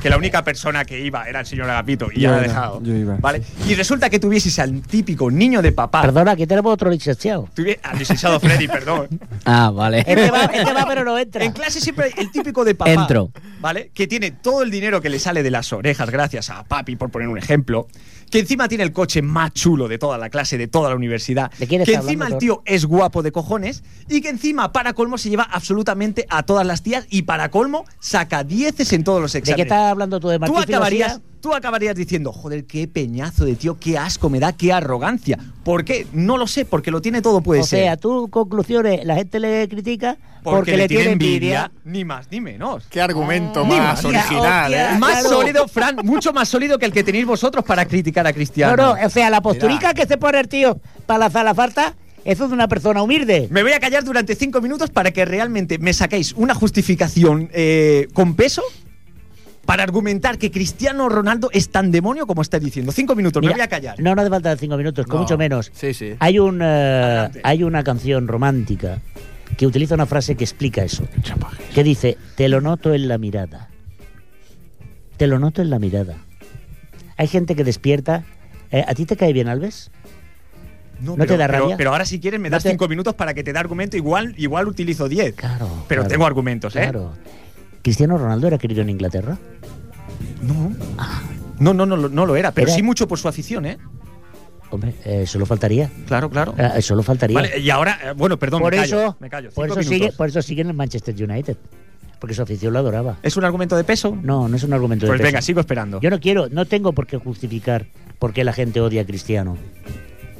Speaker 2: que la única persona que iba era el señor Agapito
Speaker 3: Yo
Speaker 2: y ya lo ha
Speaker 3: iba,
Speaker 2: dejado.
Speaker 3: yo iba.
Speaker 2: ¿Vale? Y resulta que tuvieseis al típico niño de papá.
Speaker 1: Perdona, aquí tenemos otro licenciado.
Speaker 2: tuvi- Al licenciado Freddy, perdón.
Speaker 4: Ah, vale.
Speaker 2: (laughs)
Speaker 1: Este va, este va pero no entra.
Speaker 2: En clase siempre el típico de papá.
Speaker 4: Entro.
Speaker 2: ¿Vale? Que tiene todo el dinero que le sale de las orejas, gracias a papi, por poner un ejemplo. Que encima tiene el coche más chulo de toda la clase, de toda la universidad.
Speaker 1: ¿De quién
Speaker 2: que
Speaker 1: está
Speaker 2: encima
Speaker 1: hablando,
Speaker 2: el tío es guapo de cojones. Y que encima, para colmo, se lleva absolutamente a todas las tías. Y para colmo, saca dieces en todos los
Speaker 1: ¿De qué
Speaker 2: exámenes.
Speaker 1: estás hablando tú? ¿De Martín
Speaker 2: tú acabarías.
Speaker 1: Filosía?
Speaker 2: Tú acabarías diciendo, joder, qué peñazo de tío, qué asco me da, qué arrogancia. ¿Por qué? No lo sé, porque lo tiene todo, puede
Speaker 1: O
Speaker 2: ser.
Speaker 1: sea, tú conclusiones, la gente le critica porque, le tiene envidia.
Speaker 2: Ni más ni menos.
Speaker 8: Qué argumento
Speaker 1: Ah,
Speaker 8: más
Speaker 1: hostia,
Speaker 8: original,
Speaker 1: hostia.
Speaker 8: ¿eh?
Speaker 2: Más
Speaker 1: claro.
Speaker 2: sólido, Fran, mucho más sólido que el que tenéis vosotros para criticar a Cristiano.
Speaker 1: No, no, o sea, la posturica
Speaker 8: Mira.
Speaker 1: que se pone el tío para lanzar la falta, eso es de una persona humilde.
Speaker 2: Me voy a callar durante cinco minutos para que realmente me saquéis una justificación eh, con peso para argumentar que Cristiano Ronaldo es tan demonio como está diciendo. Cinco minutos,
Speaker 1: Mira,
Speaker 2: Pues me voy a callar.
Speaker 1: No, no hace falta cinco minutos, con
Speaker 8: No.
Speaker 1: mucho menos.
Speaker 8: Sí, sí.
Speaker 1: Hay, un, eh, hay una canción romántica que utiliza una frase que explica eso. Que dice, te lo noto en la mirada. Te lo noto en la mirada. Hay gente que despierta. eh, ¿A ti te cae bien, Alves? ¿no
Speaker 2: pero,
Speaker 1: te da
Speaker 2: pero-
Speaker 1: rabia?
Speaker 2: pero ahora si quieres me
Speaker 1: ¿No
Speaker 2: das
Speaker 1: te-
Speaker 2: cinco minutos para que te dé argumento. Igual, igual utilizo diez.
Speaker 1: Claro.
Speaker 2: Pero
Speaker 1: claro,
Speaker 2: tengo argumentos, ¿eh?
Speaker 1: Claro. ¿Cristiano Ronaldo era querido en Inglaterra?
Speaker 2: No. No, no, no, lo- no lo era. Pero
Speaker 1: Era-
Speaker 2: sí mucho por su afición, ¿eh?
Speaker 1: Hombre, eh, solo faltaría.
Speaker 2: Claro, claro.
Speaker 1: Eh, solo faltaría.
Speaker 2: Vale, y ahora, eh, bueno, perdón,
Speaker 1: por,
Speaker 2: me callo.
Speaker 1: eso,
Speaker 2: me callo.
Speaker 1: por,
Speaker 2: Cinco
Speaker 1: eso sigue,
Speaker 2: minutos.
Speaker 1: por eso sigue en el Manchester United. Porque su afición lo adoraba.
Speaker 2: ¿Es un argumento de peso?
Speaker 1: No, no es un argumento
Speaker 2: Pues
Speaker 1: de peso.
Speaker 2: venga, sigo esperando.
Speaker 1: Yo no quiero, no tengo por qué justificar por qué la gente odia a Cristiano.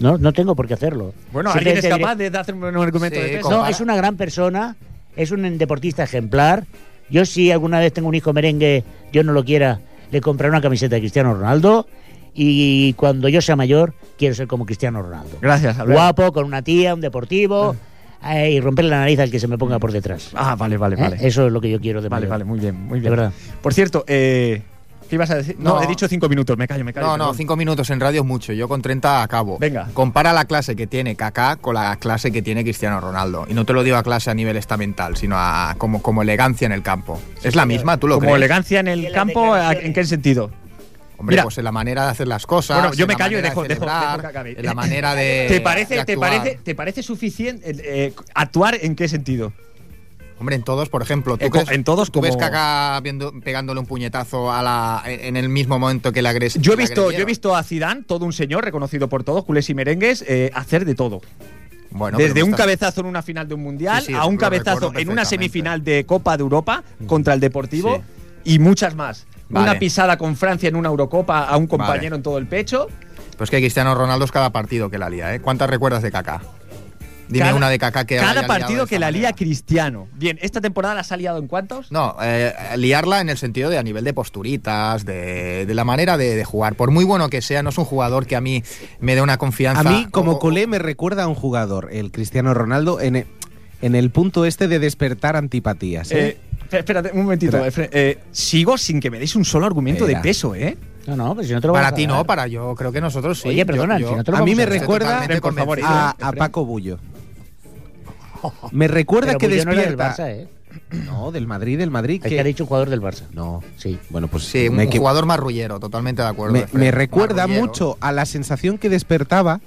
Speaker 1: No, no tengo por qué hacerlo.
Speaker 2: Bueno, ¿alguien es
Speaker 1: Simplemente
Speaker 2: capaz
Speaker 1: diré-
Speaker 2: de hacer un argumento
Speaker 8: Sí,
Speaker 2: de peso?
Speaker 8: con-
Speaker 1: No, es una gran persona, es un deportista ejemplar. Yo si alguna vez tengo un hijo merengue, yo no lo quiera, le compraré una camiseta de Cristiano Ronaldo y cuando yo sea mayor quiero ser como Cristiano Ronaldo.
Speaker 2: Gracias, Albert.
Speaker 1: Guapo, con una tía, un deportivo eh, y romperle la nariz al que se me ponga por detrás.
Speaker 2: Ah, vale, vale,
Speaker 1: ¿Eh?
Speaker 2: vale.
Speaker 1: Eso es lo que yo quiero de
Speaker 2: Vale,
Speaker 1: mayor.
Speaker 2: vale, muy bien, muy
Speaker 1: De
Speaker 2: bien.
Speaker 1: verdad.
Speaker 2: Por cierto, eh, ¿qué ibas a decir? No,
Speaker 8: No.
Speaker 2: he dicho cinco minutos, me callo, me callo.
Speaker 8: No, no,
Speaker 2: perdón.
Speaker 8: cinco minutos en radio es mucho. Yo con 30 acabo.
Speaker 2: Venga.
Speaker 8: Compara la clase que tiene Kaká con la clase que tiene Cristiano Ronaldo. Y no te lo digo a clase a nivel estamental, sino a como, como elegancia en el campo. es la misma, tú lo
Speaker 2: Como
Speaker 8: crees.
Speaker 2: elegancia en
Speaker 1: Y en
Speaker 2: el
Speaker 1: las
Speaker 2: campo, ¿a- ¿en
Speaker 1: declaraciones.
Speaker 2: qué sentido?
Speaker 8: Hombre,
Speaker 2: Mira.
Speaker 8: pues en la manera de hacer las cosas.
Speaker 2: Bueno, yo
Speaker 8: en
Speaker 2: me
Speaker 8: la
Speaker 2: callo y
Speaker 8: manera
Speaker 2: dejo-
Speaker 8: de
Speaker 2: dejo-
Speaker 8: celebrar,
Speaker 2: dejo que acabe.
Speaker 8: En la manera de.
Speaker 2: ¿Te parece,
Speaker 8: de
Speaker 2: te
Speaker 8: Eh, actuar.
Speaker 2: parece, te parece suficiente eh, eh, actuar en qué sentido?
Speaker 8: Hombre, en todos, por ejemplo. ¿tú
Speaker 2: En co-
Speaker 8: ves-
Speaker 2: en todos
Speaker 8: ¿Tú ves
Speaker 2: como-
Speaker 8: Kaká viendo- pegándole un puñetazo a la, en el mismo momento que la agresión?
Speaker 2: Yo he visto, yo he visto a Zidane, todo un señor reconocido por todos, culés y merengues, eh, hacer de todo.
Speaker 8: Bueno,
Speaker 2: Desde
Speaker 8: pero
Speaker 2: un
Speaker 8: me estás-
Speaker 2: cabezazo en una final de un mundial
Speaker 8: Sí, sí,
Speaker 2: a un
Speaker 8: lo recuerdo
Speaker 2: cabezazo en una
Speaker 8: perfectamente.
Speaker 2: semifinal de Copa de Europa contra el Deportivo
Speaker 8: Sí.
Speaker 2: y muchas más.
Speaker 8: Vale.
Speaker 2: una pisada con Francia en una Eurocopa a un compañero
Speaker 8: Vale.
Speaker 2: en todo el pecho.
Speaker 8: Pues que Cristiano Ronaldo es cada partido que la lía, ¿eh? ¿Cuántas recuerdas de Kaká? Dime
Speaker 2: Cada-
Speaker 8: una de Kaká que haya
Speaker 2: Cada
Speaker 8: liado de
Speaker 2: partido
Speaker 8: esta
Speaker 2: que la lía
Speaker 8: manera.
Speaker 2: Cristiano. Bien, ¿esta temporada la has liado en cuántos?
Speaker 8: No, eh, liarla en el sentido de a nivel de posturitas, de, de la manera de, de jugar. Por muy bueno que sea, no es un jugador que a mí me dé una confianza.
Speaker 5: A mí,
Speaker 8: O-
Speaker 5: como
Speaker 8: o-
Speaker 5: culé, me recuerda a un jugador, el Cristiano Ronaldo, en e- en el punto este de despertar antipatías. ¿eh?
Speaker 2: Eh, fe- espérate, un momentito.
Speaker 5: Espera.
Speaker 2: eh, Fre- eh, sigo sin que me deis un solo argumento
Speaker 5: Espera.
Speaker 2: de peso, ¿eh?
Speaker 1: No, no, pero si no te lo
Speaker 8: Para
Speaker 1: vamos a
Speaker 8: ti no,
Speaker 1: dar.
Speaker 8: para yo creo que nosotros sí.
Speaker 1: Oye, perdona,
Speaker 8: Yo-
Speaker 1: si
Speaker 8: yo-
Speaker 1: no te lo
Speaker 5: a mí
Speaker 1: vamos
Speaker 5: me
Speaker 1: dar.
Speaker 8: estoy
Speaker 5: recuerda
Speaker 8: totalmente
Speaker 2: Ven, por favor,
Speaker 8: convencido.
Speaker 5: a, a
Speaker 2: Efraín.
Speaker 5: Paco Bullo. Me recuerda
Speaker 1: Pero
Speaker 5: que
Speaker 1: Bullo no era del
Speaker 5: despierta.
Speaker 1: Barça, ¿eh?
Speaker 5: No, del Madrid, del Madrid.
Speaker 1: Es que ha dicho un jugador del Barça.
Speaker 5: No.
Speaker 1: Sí.
Speaker 5: Bueno, pues
Speaker 8: Sí, un,
Speaker 5: me
Speaker 8: un
Speaker 5: equi-
Speaker 8: jugador marrullero, totalmente de acuerdo.
Speaker 5: Me,
Speaker 8: Efraín.
Speaker 5: me recuerda
Speaker 8: Marrullero.
Speaker 5: mucho a la sensación que despertaba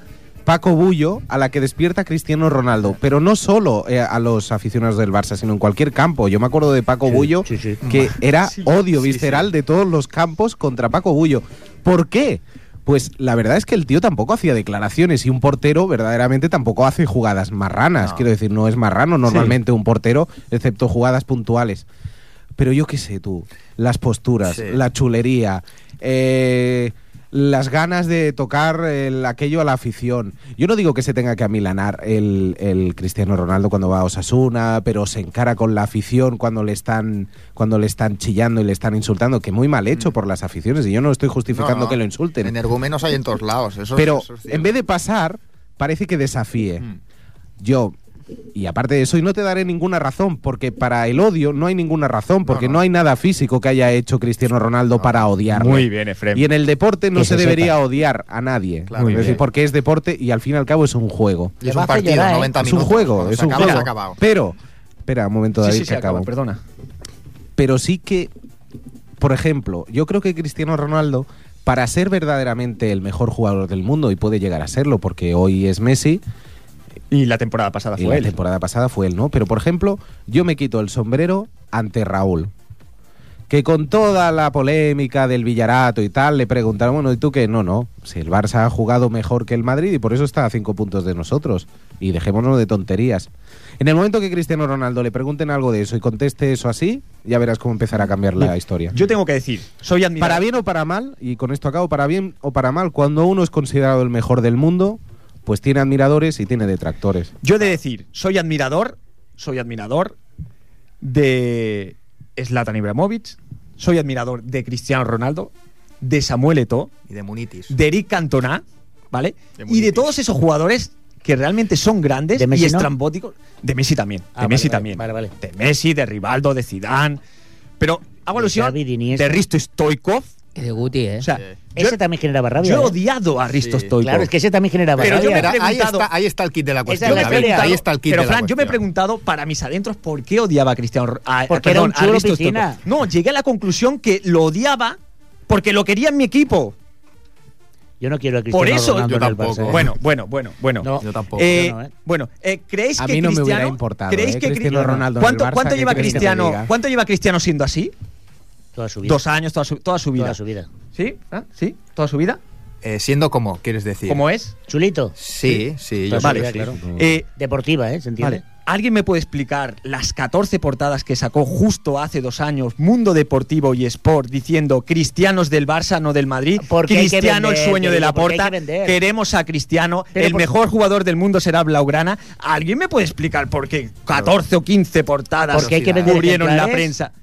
Speaker 5: Paco Bullo a la que despierta Cristiano Ronaldo, pero no solo eh, a los aficionados del Barça, sino en cualquier campo. Yo me acuerdo de Paco Bullo,
Speaker 1: Sí, sí.
Speaker 5: que era
Speaker 2: Sí,
Speaker 5: odio
Speaker 2: sí,
Speaker 5: visceral de todos los campos contra Paco Bullo. ¿Por qué? Pues la verdad es que el tío tampoco hacía declaraciones y un portero verdaderamente tampoco hace jugadas marranas.
Speaker 8: No.
Speaker 5: Quiero decir, no es marrano normalmente un portero, excepto jugadas puntuales. Pero yo qué sé tú, las posturas,
Speaker 8: Sí.
Speaker 5: la chulería, eh, las ganas de tocar el- aquello a la afición. Yo no digo que se tenga que amilanar el, el Cristiano Ronaldo cuando va a Osasuna, pero se encara con la afición cuando le están cuando le están chillando y le están insultando, que muy mal hecho por las aficiones y yo no estoy justificando
Speaker 8: Mm. No, no.
Speaker 5: que lo insulten.
Speaker 8: Energúmenos hay en todos lados. eso-
Speaker 5: Pero
Speaker 8: eso es
Speaker 5: en vez de pasar, parece que desafíe.
Speaker 8: Mm.
Speaker 5: Yo, y aparte de eso, y no te daré ninguna razón, porque para el odio no hay ninguna razón, porque no,
Speaker 8: no.
Speaker 5: hay nada físico que haya hecho Cristiano Ronaldo para odiarlo.
Speaker 2: Muy bien, Efrem.
Speaker 5: Y en el deporte no
Speaker 1: Que
Speaker 5: se,
Speaker 1: se
Speaker 5: debería odiar a nadie.
Speaker 8: Claro,
Speaker 5: es
Speaker 8: muy
Speaker 5: decir,
Speaker 8: bien.
Speaker 5: porque es deporte y al fin y al cabo es un juego.
Speaker 8: Y es
Speaker 1: Me
Speaker 8: un
Speaker 1: hace
Speaker 8: partido,
Speaker 1: llorar, ¿eh?
Speaker 8: 90
Speaker 5: Es un
Speaker 8: minutos.
Speaker 5: juego,
Speaker 8: Cuando
Speaker 5: es
Speaker 8: se
Speaker 5: un
Speaker 8: acaba, se
Speaker 5: juego.
Speaker 8: ha acabado.
Speaker 5: Pero, espera, un momento,
Speaker 2: Sí,
Speaker 5: David,
Speaker 2: sí,
Speaker 5: que
Speaker 2: sí, acabo,
Speaker 5: acabo.
Speaker 2: perdona.
Speaker 5: Pero sí que, por ejemplo, yo creo que Cristiano Ronaldo, para ser verdaderamente el mejor jugador del mundo, y puede llegar a serlo porque hoy es Messi,
Speaker 2: Y la temporada pasada
Speaker 5: y
Speaker 2: fue
Speaker 5: la
Speaker 2: él.
Speaker 5: temporada pasada fue él, ¿no? Pero, por ejemplo, yo me quito el sombrero ante Raúl. Que con toda la polémica del Villarato y tal, le preguntaron, bueno, ¿y tú qué? No, no. Si el Barça ha jugado mejor que el Madrid y por eso está a cinco puntos de nosotros. Y dejémonos de tonterías. En el momento que Cristiano Ronaldo le pregunten algo de eso y conteste eso así, ya verás cómo empezará a cambiar la historia.
Speaker 2: Yo tengo que decir, soy admirador.
Speaker 5: Para bien o para mal, y con esto acabo, para bien o para mal, cuando uno es considerado el mejor del mundo, pues tiene admiradores y tiene detractores.
Speaker 2: Yo he de decir, soy admirador, soy admirador de Zlatan Ibrahimovic, soy admirador de Cristiano Ronaldo, de Samuel Eto'o,
Speaker 8: Y de Munitis.
Speaker 2: de Eric Cantona, ¿vale?
Speaker 8: De
Speaker 2: y de
Speaker 8: Munitis.
Speaker 2: todos esos jugadores que realmente son grandes
Speaker 1: ¿De Messi
Speaker 2: y
Speaker 1: no?
Speaker 2: estrambóticos. De Messi también, de
Speaker 1: Ah, vale,
Speaker 2: Messi
Speaker 1: vale,
Speaker 2: también.
Speaker 1: vale, vale.
Speaker 2: De Messi, de Rivaldo, de Zidane, pero hago
Speaker 1: De
Speaker 2: alusión
Speaker 1: Xavi, de Iniesta.
Speaker 2: de Risto Stoikov,
Speaker 4: Y de Guti, ¿eh?
Speaker 2: o sea,
Speaker 8: Sí.
Speaker 2: yo,
Speaker 1: Ese también generaba rabia.
Speaker 2: yo he
Speaker 1: ¿eh?
Speaker 2: odiado a Risto
Speaker 8: Sí.
Speaker 2: Stoikov.
Speaker 1: Claro, es que ese también generaba
Speaker 2: Pero yo
Speaker 1: rabia.
Speaker 2: me he
Speaker 8: Pero ahí,
Speaker 2: preguntado-
Speaker 8: está, ahí está el kit de la cuestión.
Speaker 1: es la
Speaker 8: David.
Speaker 1: historia.
Speaker 8: ahí está el kit
Speaker 2: Pero
Speaker 8: de la
Speaker 2: Fran, yo me he
Speaker 8: cuestión.
Speaker 2: preguntado para mis adentros por qué odiaba a Cristiano Ro- a,
Speaker 1: Porque
Speaker 2: a-
Speaker 1: era
Speaker 2: perdón,
Speaker 1: un chulo
Speaker 2: a Risto
Speaker 1: piscina.
Speaker 2: Stoikov. No, llegué a la conclusión que lo odiaba porque lo quería en mi equipo.
Speaker 1: Yo no quiero a Cristiano
Speaker 2: Por eso
Speaker 1: Ronaldo
Speaker 8: yo
Speaker 1: en el
Speaker 8: tampoco.
Speaker 1: Barça, ¿eh?
Speaker 2: Bueno, bueno, bueno, bueno.
Speaker 1: No.
Speaker 8: Yo tampoco.
Speaker 2: Eh,
Speaker 1: Yo no, ¿eh?
Speaker 2: Bueno, eh, ¿creéis
Speaker 5: A
Speaker 2: que
Speaker 5: mí no me
Speaker 2: Cristiano,
Speaker 5: hubiera importado,
Speaker 2: ¿creéis
Speaker 5: ¿eh?
Speaker 2: que
Speaker 5: Cristiano
Speaker 2: Cri-
Speaker 5: Ronaldo en el
Speaker 2: ¿Cuánto,
Speaker 5: Barça,
Speaker 2: cuánto
Speaker 5: ¿qué
Speaker 2: lleva
Speaker 5: queréis que te
Speaker 2: Cristiano?
Speaker 5: diga?
Speaker 2: ¿Cuánto lleva Cristiano siendo así?
Speaker 1: Toda su vida.
Speaker 2: Dos años, toda su, toda su vida.
Speaker 1: Toda su vida.
Speaker 2: ¿Sí? ¿Ah? ¿Sí? ¿Toda su vida?
Speaker 8: Eh, siendo como, quieres decir.
Speaker 2: ¿Cómo es?
Speaker 1: Chulito.
Speaker 8: Sí, sí. yo
Speaker 1: Toda su
Speaker 8: soy
Speaker 1: vida,
Speaker 8: así.
Speaker 1: Pues claro.
Speaker 2: Eh,
Speaker 1: Deportiva, ¿eh? ¿Se entiende?
Speaker 2: Vale. ¿Alguien me puede explicar las 14 portadas que sacó justo hace dos años Mundo Deportivo y Sport diciendo cristianos del Barça, no del Madrid?
Speaker 1: Porque hay que
Speaker 2: Cristiano,
Speaker 1: vender,
Speaker 2: el sueño
Speaker 1: yo
Speaker 2: de
Speaker 1: digo,
Speaker 2: la
Speaker 1: porque hay
Speaker 2: porta.
Speaker 1: que vender.
Speaker 2: Queremos a Cristiano.
Speaker 1: Pero
Speaker 2: el
Speaker 1: por-
Speaker 2: mejor jugador del mundo será Blaugrana. ¿Alguien me puede explicar por qué 14 o 15 portadas
Speaker 1: Porque hay que vender
Speaker 2: cubrieron la
Speaker 1: ejemplares.
Speaker 2: prensa?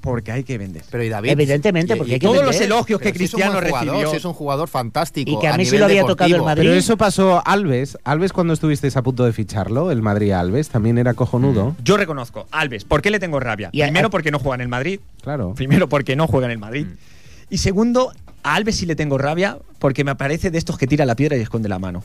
Speaker 2: Porque hay que vender.
Speaker 8: Pero y David.
Speaker 1: Evidentemente, porque hay que
Speaker 2: todos
Speaker 1: vender.
Speaker 2: los elogios
Speaker 8: Pero
Speaker 2: que
Speaker 8: si es un buen
Speaker 2: Cristiano
Speaker 8: jugador,
Speaker 2: recibió.
Speaker 8: si es un jugador fantástico.
Speaker 1: Y que a mí sí
Speaker 8: nivel
Speaker 1: lo había
Speaker 8: deportivo.
Speaker 1: tocado el Madrid.
Speaker 5: Pero eso pasó a Alves. Alves cuando estuvisteis a punto de ficharlo, el Madrid a Alves, también era
Speaker 1: Mm.
Speaker 5: cojonudo.
Speaker 2: Yo reconozco, Alves, ¿por qué le tengo rabia?
Speaker 1: Y a-
Speaker 2: Primero
Speaker 1: a-
Speaker 2: porque no juega en el Madrid.
Speaker 5: Claro.
Speaker 2: Primero porque no juega en el Madrid.
Speaker 1: Mm.
Speaker 2: Y segundo, a Alves sí le tengo rabia porque me aparece de estos que tira la piedra y esconde la mano.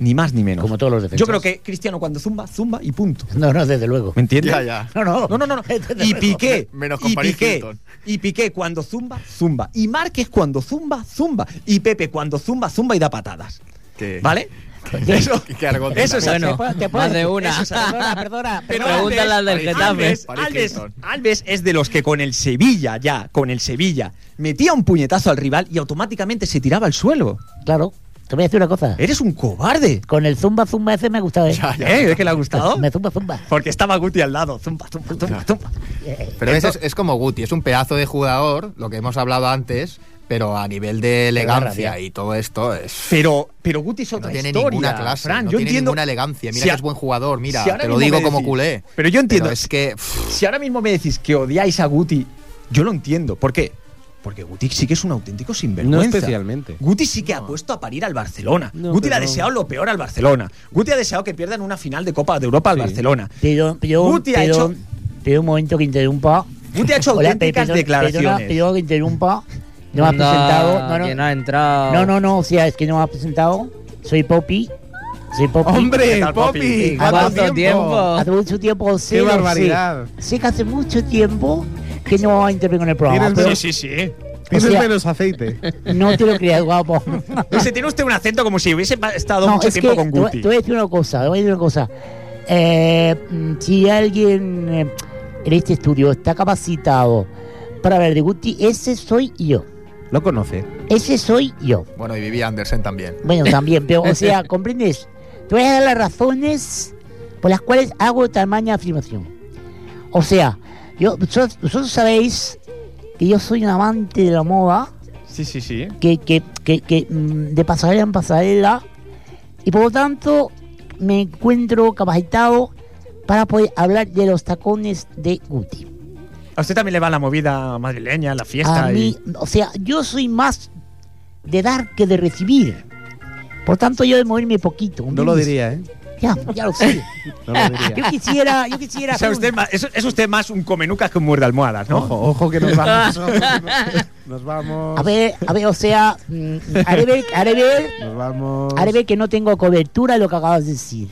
Speaker 2: Ni más ni menos.
Speaker 1: Como todos los defensas.
Speaker 2: Yo creo que Cristiano cuando zumba, zumba y punto.
Speaker 1: No, no, desde luego.
Speaker 2: ¿Me entiendes?
Speaker 8: Ya, ya. Este
Speaker 1: No, no.
Speaker 2: No,
Speaker 8: (laughs)
Speaker 2: no, no. no.
Speaker 1: Desde
Speaker 2: Y
Speaker 1: luego.
Speaker 2: Piqué.
Speaker 8: Menos con
Speaker 2: y
Speaker 8: Paris
Speaker 2: Piqué.
Speaker 8: Hilton.
Speaker 2: Y Piqué cuando zumba, zumba. Y Márquez cuando zumba, zumba. Y Pepe cuando zumba, zumba y da patadas.
Speaker 8: Que-
Speaker 2: ¿Vale?
Speaker 8: que-
Speaker 2: (laughs) Eso,
Speaker 8: que argot-
Speaker 2: eso es
Speaker 4: Bueno,
Speaker 2: bueno.
Speaker 1: ¿Te puedo- te puedo-
Speaker 4: más de una.
Speaker 1: eso es- Perdona, perdona.
Speaker 2: (laughs) Pero
Speaker 1: perdona.
Speaker 4: Pregúntale al del
Speaker 8: Parece-
Speaker 4: Getafe.
Speaker 2: Alves,
Speaker 8: Paris
Speaker 2: Alves-
Speaker 8: Hilton.
Speaker 2: Alves es de los que con el Sevilla, ya, con el Sevilla, metía un puñetazo al rival y automáticamente se tiraba al suelo.
Speaker 1: Claro. Te voy a decir una cosa.
Speaker 2: Eres un cobarde.
Speaker 1: Con el zumba zumba ese me ha gustado, ¿eh?
Speaker 2: Eh. Ya, ya. ¿Eh? ¿Es que le ha gustado?
Speaker 1: Me zumba zumba.
Speaker 2: Porque estaba Guti al lado. Zumba, zumba, zumba, zumba.
Speaker 1: Eh,
Speaker 8: Pero es, es como Guti, es un pedazo de jugador, lo que hemos hablado antes, pero a nivel de elegancia
Speaker 1: rabia.
Speaker 8: y todo esto es.
Speaker 2: Pero, pero Guti es otra
Speaker 8: no tiene
Speaker 2: historia.
Speaker 8: ninguna clase,
Speaker 2: Fran,
Speaker 8: no
Speaker 2: yo
Speaker 8: tiene
Speaker 2: entiendo.
Speaker 8: ninguna elegancia. Mira
Speaker 2: Si
Speaker 8: que
Speaker 2: a-
Speaker 8: es buen jugador, mira,
Speaker 2: si ahora
Speaker 8: te lo
Speaker 2: mismo
Speaker 8: digo
Speaker 2: me
Speaker 8: como
Speaker 2: decís-
Speaker 8: culé.
Speaker 2: Pero yo entiendo.
Speaker 8: Pero es que pff,
Speaker 2: Si ahora mismo me decís que odiáis a Guti, yo lo entiendo. ¿Por qué? Porque Guti sí que es un auténtico
Speaker 3: No
Speaker 2: sinvergüenza.
Speaker 3: especialmente.
Speaker 2: Guti sí que ha puesto a parir al Barcelona.
Speaker 3: No,
Speaker 2: Guti le ha
Speaker 3: pero-
Speaker 2: deseado lo peor al Barcelona. Guti ha deseado que pierdan una final de Copa de Europa al Barcelona.
Speaker 1: Pido, pido,
Speaker 2: Guti ha
Speaker 1: pido-
Speaker 2: hecho-
Speaker 1: pido un momento que interrumpa.
Speaker 2: Guti ha hecho
Speaker 1: (laughs) Hola,
Speaker 2: auténticas
Speaker 1: perdona-
Speaker 2: declaraciones.
Speaker 1: perdona, pido que interrumpa. No me has presentado. No,
Speaker 4: ¿Quién
Speaker 1: no,
Speaker 4: ha entrado?
Speaker 1: no, no, no, o sea, es que no me has presentado. Soy Poppy. Soy Poppy.
Speaker 2: ¿Qué
Speaker 5: ¡Hombre,
Speaker 2: tal, Poppy?
Speaker 5: Poppy!
Speaker 4: ¿Cuánto tiempo?
Speaker 1: Hace mucho tiempo, sí.
Speaker 5: ¡Qué
Speaker 1: lo sé.
Speaker 5: barbaridad!
Speaker 1: Sé que hace mucho tiempo que no intervengo en el programa.
Speaker 5: Tienes
Speaker 1: pero-
Speaker 2: Sí, sí, sí.
Speaker 5: Tienes
Speaker 1: O sea-
Speaker 5: menos
Speaker 1: (laughs)
Speaker 5: aceite.
Speaker 1: No te lo creas, guapo.
Speaker 2: No sé, tiene usted un acento como si hubiese pa- estado mucho
Speaker 1: Ah. es
Speaker 2: tiempo
Speaker 1: que e-
Speaker 2: con
Speaker 1: te voy-
Speaker 2: Guti.
Speaker 1: Te voy a decir una cosa, te voy a decir una cosa. Eh, mm, si alguien eh, en este estudio está capacitado para hablar de Guti, ese soy yo.
Speaker 5: Lo conoce.
Speaker 1: Ese soy yo.
Speaker 8: bueno, y Vivi Andersen también.
Speaker 1: Bueno, también, pero,
Speaker 5: (laughs)
Speaker 1: o sea, ¿comprendes? Te voy a dar las razones por las cuales hago tamaña afirmación. O sea, yo, vosotros, vosotros sabéis que yo soy un amante de la moda,
Speaker 2: Sí, sí, sí.
Speaker 1: que, que, que, que, mm, de pasarela en pasarela, y por lo tanto me encuentro capacitado para poder hablar de los tacones de Guti.
Speaker 2: A usted también le va la movida madrileña, la fiesta.
Speaker 1: A mí,
Speaker 5: eh.
Speaker 1: o sea, yo soy más de dar que de recibir. Por tanto, yo de moverme poquito.
Speaker 5: No lo
Speaker 1: ¿entiendes?
Speaker 5: diría, ¿eh?
Speaker 1: Ya, ya lo sé.
Speaker 5: No lo diría.
Speaker 1: Yo (laughs) quisiera, yo
Speaker 2: y-
Speaker 1: quisiera.
Speaker 2: O sea,
Speaker 1: hacer
Speaker 2: usted
Speaker 1: un-
Speaker 2: más- es, es usted más un comenucas que un muerde almohadas, ¿no?
Speaker 5: Ojo, ojo que nos
Speaker 1: (laughs)
Speaker 5: vamos. ojo que nos- Nos vamos.
Speaker 1: A ver, a ver, o sea, mm, haré ver, haré ver,
Speaker 5: Nos vamos.
Speaker 1: haré ver que no tengo cobertura de lo que acabas de decir.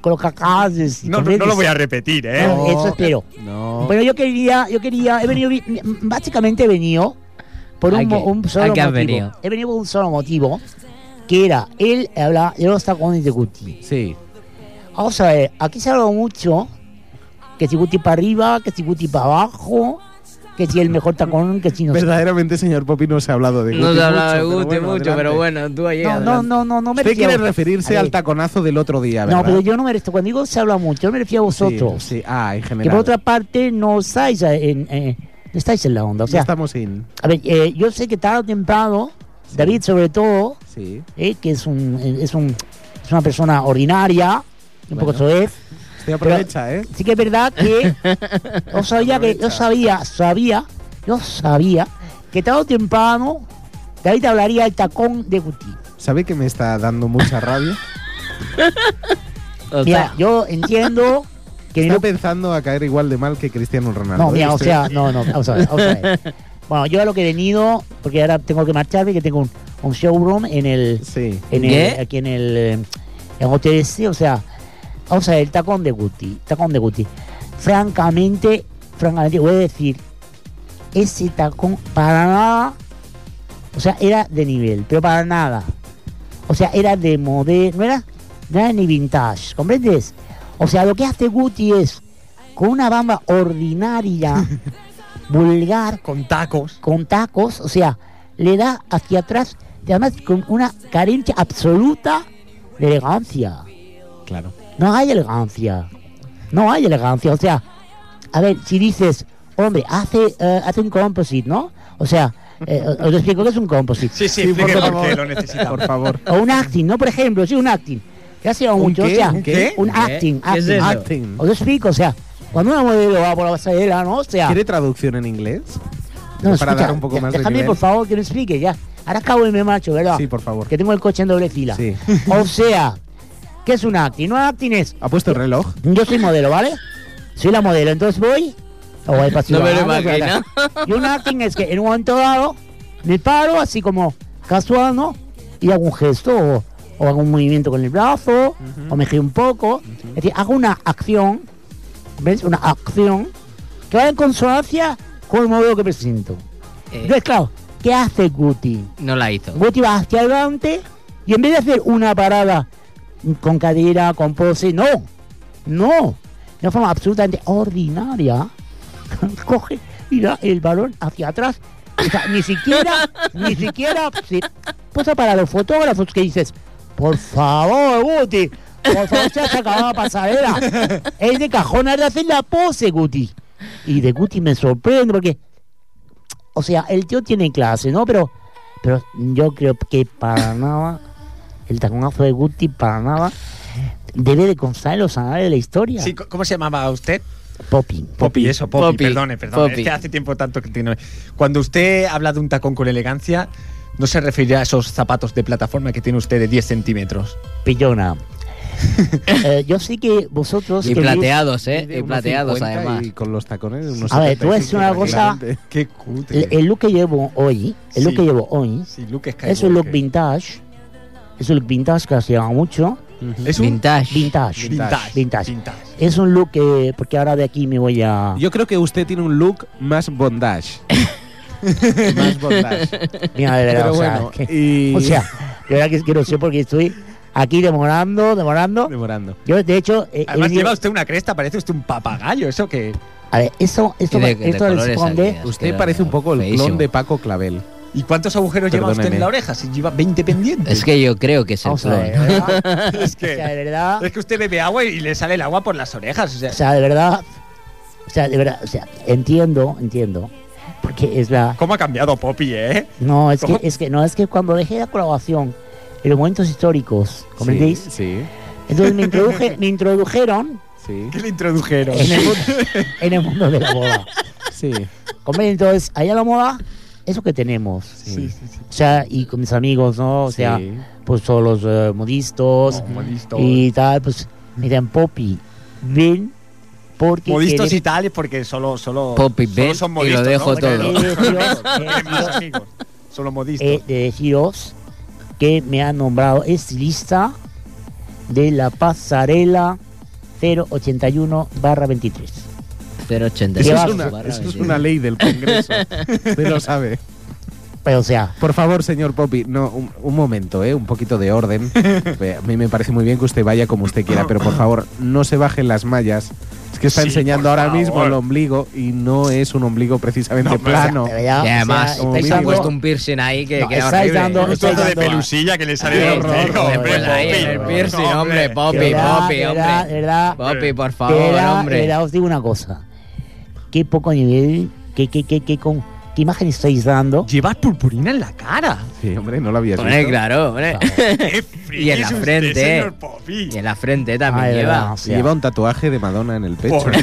Speaker 1: Con lo que acabas de decir.
Speaker 2: No, no, no
Speaker 1: ¿comprendes?
Speaker 2: lo voy a repetir, ¿eh?
Speaker 1: No, Eso espero.
Speaker 5: No.
Speaker 1: Bueno, yo quería, yo quería, he venido, vi- básicamente he venido por un,
Speaker 4: Ay,
Speaker 1: mo-
Speaker 4: que-
Speaker 1: un
Speaker 4: ay,
Speaker 1: solo
Speaker 4: que has
Speaker 1: motivo.
Speaker 4: venido.
Speaker 1: He venido por un solo motivo, que era, él hablaba de los tacones de Guti.
Speaker 5: Sí.
Speaker 1: Vamos a ver, aquí se ha hablado mucho, que si Guti para arriba, que si Guti para abajo, que si el mejor tacón, que si no sé
Speaker 5: Verdaderamente, señor Poppy, no se ha hablado de Guti.
Speaker 4: No se habla de
Speaker 5: mucho,
Speaker 4: Guti
Speaker 5: pero bueno,
Speaker 4: mucho, pero
Speaker 5: adelante.
Speaker 4: bueno, tú allí.
Speaker 1: No, no, no, no, no me
Speaker 5: Usted
Speaker 1: refiero-
Speaker 5: quiere referirse
Speaker 1: a ver,
Speaker 5: al taconazo del otro día, ¿verdad?
Speaker 1: No, pero yo no me refiero. Cuando digo se habla mucho, yo me refiero a vosotros.
Speaker 5: Sí, sí. Ah, en general.
Speaker 1: que por otra parte no estáis en, eh, no estáis en la onda. O
Speaker 5: Ya
Speaker 1: sea,
Speaker 5: estamos in.
Speaker 1: a ver, eh, yo sé que tarde o temprano, David sobre todo,
Speaker 5: Sí.
Speaker 1: eh, que es un, eh, es un es una persona ordinaria, un poco soez.
Speaker 5: Usted aprovecha, ¿eh?
Speaker 1: Sí que es verdad
Speaker 5: (laughs)
Speaker 1: que yo sabía que yo sabía, sabía, yo sabía que tarde o temprano David hablaría del tacón de Guti.
Speaker 5: ¿Sabe que me está dando mucha
Speaker 1: (laughs)
Speaker 5: rabia?
Speaker 1: Mira, yo entiendo
Speaker 5: (laughs)
Speaker 1: que
Speaker 5: Está
Speaker 1: no
Speaker 5: pensando a caer igual de mal que Cristiano Ronaldo.
Speaker 1: No,
Speaker 5: ¿eh?
Speaker 1: mira, o
Speaker 5: Usted-
Speaker 1: sea, no, no, vamos a ver, vamos a ver. Bueno, yo a lo que he venido, porque ahora tengo que marcharme, que tengo un, un showroom en el,
Speaker 5: Sí.
Speaker 1: en el,
Speaker 4: ¿Qué?
Speaker 1: aquí en el, eh, en OTS, o sea, vamos a ver, el tacón de Guti, tacón de Guti. Francamente, francamente, voy a decir, ese tacón para nada, o sea, era de nivel, pero para nada. O sea, era de modelo, no era, no era ni vintage, ¿comprendes? O sea, lo que hace Guti es, con una bamba ordinaria, vulgar,
Speaker 2: Con tacos.
Speaker 1: con tacos, o sea, le da hacia atrás, y además con una carencia absoluta de elegancia.
Speaker 5: Claro.
Speaker 1: No hay elegancia. No hay elegancia, o sea, a ver, si dices, hombre, hace, eh, hace un composite, ¿no? O sea, eh, os lo explico que es un composite.
Speaker 2: Sí, sí,
Speaker 5: Sí, por
Speaker 2: explique por
Speaker 5: favor.
Speaker 2: qué lo necesitamos.
Speaker 5: Por
Speaker 1: (laughs)
Speaker 5: favor.
Speaker 1: O un acting, ¿no? Por ejemplo, sí, un acting. Ya se llama
Speaker 5: ¿Un
Speaker 1: mucho,
Speaker 5: qué?
Speaker 1: o sea,
Speaker 5: ¿Un qué?
Speaker 1: un
Speaker 4: ¿Qué?
Speaker 1: acting,
Speaker 4: ¿Qué es
Speaker 1: acting.
Speaker 4: eso?
Speaker 5: Acting.
Speaker 1: Os lo explico, o sea, cuando una modelo va por la pasarela, ¿no? O sea,
Speaker 5: ¿Quiere traducción en inglés?
Speaker 1: No,
Speaker 5: para
Speaker 1: escucha,
Speaker 5: dar un poco
Speaker 1: ya-
Speaker 5: más de
Speaker 1: déjame,
Speaker 5: nivel.
Speaker 1: por favor, que lo explique ya. Ahora acabo de me macho, ¿verdad?
Speaker 5: Sí, por favor.
Speaker 1: Que tengo el coche en doble fila.
Speaker 5: Sí.
Speaker 1: (laughs) O sea, ¿qué es un acting? Un acting es.
Speaker 5: ¿Ha puesto el reloj?
Speaker 1: Yo soy modelo, ¿vale? Soy la modelo, entonces voy. O voy
Speaker 4: (laughs)
Speaker 1: pasiva,
Speaker 4: No me lo
Speaker 1: ¿vale?
Speaker 4: imagino.
Speaker 1: Y un acting es que en un momento dado me paro así como casual, ¿no? Y hago un gesto o, o hago un movimiento con el brazo o me giro un poco. Es decir, hago una acción, ¿ves? Una acción que va en consonancia con el modelo que presento. Entonces, claro, ¿qué hace Guti?
Speaker 4: eh, no la hizo.
Speaker 1: Guti va hacia adelante y en vez de hacer una parada con cadera, con pose, no, no, de una forma absolutamente ordinaria, (laughs) coge y da el balón hacia atrás. O sea, ni siquiera, ni siquiera se, cosa para los fotógrafos que dices, por favor, Guti, por favor, ya se acabó la pasarela. Es de cajón, ahora hacer la pose, Guti. Y de Guti me sorprende porque, o sea, el tío tiene clase, ¿no? Pero, pero yo creo que para nada, el taconazo de Guti para nada debe de constar en los anales de la historia.
Speaker 2: Sí, co- ¿Cómo se llamaba usted?
Speaker 1: Popping.
Speaker 2: Poppy, eso, Poppy,
Speaker 9: Poppy,
Speaker 2: perdone, perdone.
Speaker 9: Poppy.
Speaker 2: Es que hace tiempo tanto que tiene- Cuando usted habla de un tacón con elegancia, no se referirá a esos zapatos de plataforma que tiene usted de 10 centímetros.
Speaker 1: Pillona. Eh, yo sé que vosotros.
Speaker 4: Y
Speaker 1: que vi-
Speaker 4: plateados, ¿eh? Y
Speaker 3: unos
Speaker 4: plateados,
Speaker 3: 50
Speaker 4: además.
Speaker 3: Y con los tacones, unos
Speaker 1: A ver, tú ves una
Speaker 3: 75,
Speaker 1: cosa-
Speaker 3: imagínate.
Speaker 2: Qué
Speaker 1: el,
Speaker 2: cutre.
Speaker 1: el look que llevo hoy, el look
Speaker 2: Sí.
Speaker 1: que llevo hoy,
Speaker 2: sí, Luke Skywalker.
Speaker 1: es un look vintage. Es un look vintage que se llama mucho.
Speaker 2: Es un
Speaker 4: Vintage.
Speaker 1: Vintage.
Speaker 2: vintage.
Speaker 1: Vintage. Es un look que. Porque ahora de aquí me voy a.
Speaker 5: (laughs) Yo creo que usted tiene un look más
Speaker 1: (laughs)
Speaker 5: bondage. más bondage.
Speaker 1: Mira, de verdad,
Speaker 5: Pero
Speaker 1: o sea,
Speaker 5: bueno,
Speaker 1: (laughs) que-
Speaker 5: y...
Speaker 1: o sea, de verdad que, que no sé por qué estoy aquí demorando, demorando.
Speaker 5: Demorando.
Speaker 1: Yo, de hecho. eh, he
Speaker 2: Además,
Speaker 1: venido-
Speaker 2: lleva usted una cresta, parece usted un papagayo. Eso que.
Speaker 1: A ver, eso, esto,
Speaker 4: Y de- de
Speaker 1: esto
Speaker 4: colores
Speaker 1: responde.
Speaker 4: aquí, eh, así
Speaker 5: Usted
Speaker 4: que
Speaker 5: parece un poco el
Speaker 4: feísimo.
Speaker 5: clon de Paco Clavel.
Speaker 2: ¿Y cuántos agujeros lleva usted
Speaker 5: Perdóneme.
Speaker 2: en la oreja? Si lleva 20 pendientes.
Speaker 4: Es que yo creo que es el
Speaker 1: Vamos a
Speaker 4: clon.
Speaker 2: (laughs)
Speaker 1: ver, ¿verdad?
Speaker 2: es
Speaker 1: (laughs) O sea,
Speaker 2: que.
Speaker 1: de verdad.
Speaker 2: Es que usted bebe agua y le sale el agua por las orejas. O sea,
Speaker 1: O sea, de verdad. O sea, de verdad. O sea, entiendo, entiendo. Porque es la.
Speaker 2: ¿Cómo ha cambiado Poppy, eh?
Speaker 1: No, es que,
Speaker 2: ¿Cómo?
Speaker 1: es que no, es que cuando dejé la colaboración en los momentos históricos, ¿comprendéis?
Speaker 5: Sí,
Speaker 1: Entonces me,
Speaker 2: (laughs)
Speaker 1: introduje, me introdujeron
Speaker 5: sí,
Speaker 2: ¿Qué le introdujeron?
Speaker 1: en el, mundo, en el mundo de la moda.
Speaker 5: sí.
Speaker 1: ¿Comprendéis? Entonces, allá la moda, eso que tenemos.
Speaker 2: Sí, sí, sí.
Speaker 1: O sea, y con mis amigos, ¿no? O sea,
Speaker 5: sí.
Speaker 1: pues todos los eh, modistos
Speaker 2: Oh, modistos.
Speaker 1: y tal, pues me dicen, Poppy, ven porque.
Speaker 2: Modistos
Speaker 1: queremos-
Speaker 2: y tales, porque solo, solo,
Speaker 4: Poppy
Speaker 2: solo
Speaker 4: Bell
Speaker 2: son
Speaker 4: y lo
Speaker 2: modistos. ¿no?
Speaker 4: dejo
Speaker 2: Porque (laughs)
Speaker 4: todo.
Speaker 2: no son amigos,
Speaker 1: Eh,
Speaker 2: no tienen más amigos, Solo modistos.
Speaker 1: eh, de deciros que me han nombrado estilista de la pasarela 081 barra 23.
Speaker 4: 080.
Speaker 1: Eso es
Speaker 4: barra
Speaker 1: una-
Speaker 4: 22.
Speaker 5: Eso es una ley del (laughs) Congreso. Usted lo sabe.
Speaker 1: Pero o sea,
Speaker 5: Por favor, señor Poppy, no, un, un momento, ¿eh? un poquito de orden. Eh, A mí me parece muy bien que usted vaya como usted quiera, pero por favor, no se bajen las mallas. Es que está
Speaker 2: Sí,
Speaker 5: enseñando
Speaker 2: por
Speaker 5: ahora
Speaker 2: favor.
Speaker 5: mismo el ombligo y no es un ombligo precisamente
Speaker 2: No, pero
Speaker 5: plano.
Speaker 1: de verdad,
Speaker 4: Y
Speaker 1: o sea,
Speaker 4: además,
Speaker 1: estáis
Speaker 4: se ha
Speaker 1: dando-
Speaker 4: puesto un piercing ahí que
Speaker 1: No,
Speaker 4: que era
Speaker 1: estáis
Speaker 4: horrible. (laughs)
Speaker 1: dando-
Speaker 2: Un trozo de
Speaker 1: dando-
Speaker 2: pelusilla que le sale
Speaker 4: Sí,
Speaker 2: del
Speaker 4: sí,
Speaker 2: ombligo.
Speaker 4: sí,
Speaker 2: hombre,
Speaker 4: pues ahí,
Speaker 2: Poppy,
Speaker 4: el piercing,
Speaker 2: no,
Speaker 4: hombre,
Speaker 1: de
Speaker 4: Poppy,
Speaker 1: verdad,
Speaker 4: Poppy,
Speaker 1: de
Speaker 4: hombre.
Speaker 1: verdad, de verdad,
Speaker 4: Poppy, por
Speaker 1: de
Speaker 4: favor,
Speaker 1: verdad, de
Speaker 4: hombre.
Speaker 1: verdad, os digo una cosa. Qué poco nivel, qué, qué, qué, qué, con, qué imagen estáis dando.
Speaker 2: Llevas purpurina en la cara.
Speaker 5: Sí, hombre, no lo habías
Speaker 4: Hombre,
Speaker 5: visto.
Speaker 4: claro, hombre.
Speaker 2: Qué friki
Speaker 4: en la
Speaker 2: es usted,
Speaker 4: frente.
Speaker 2: señor Poppy.
Speaker 4: (laughs) Y en la frente
Speaker 1: Ay,
Speaker 4: también
Speaker 1: de verdad,
Speaker 4: lleva.
Speaker 1: o
Speaker 5: Y
Speaker 1: sea,
Speaker 5: Lleva un tatuaje de Madonna en el pecho.
Speaker 2: Por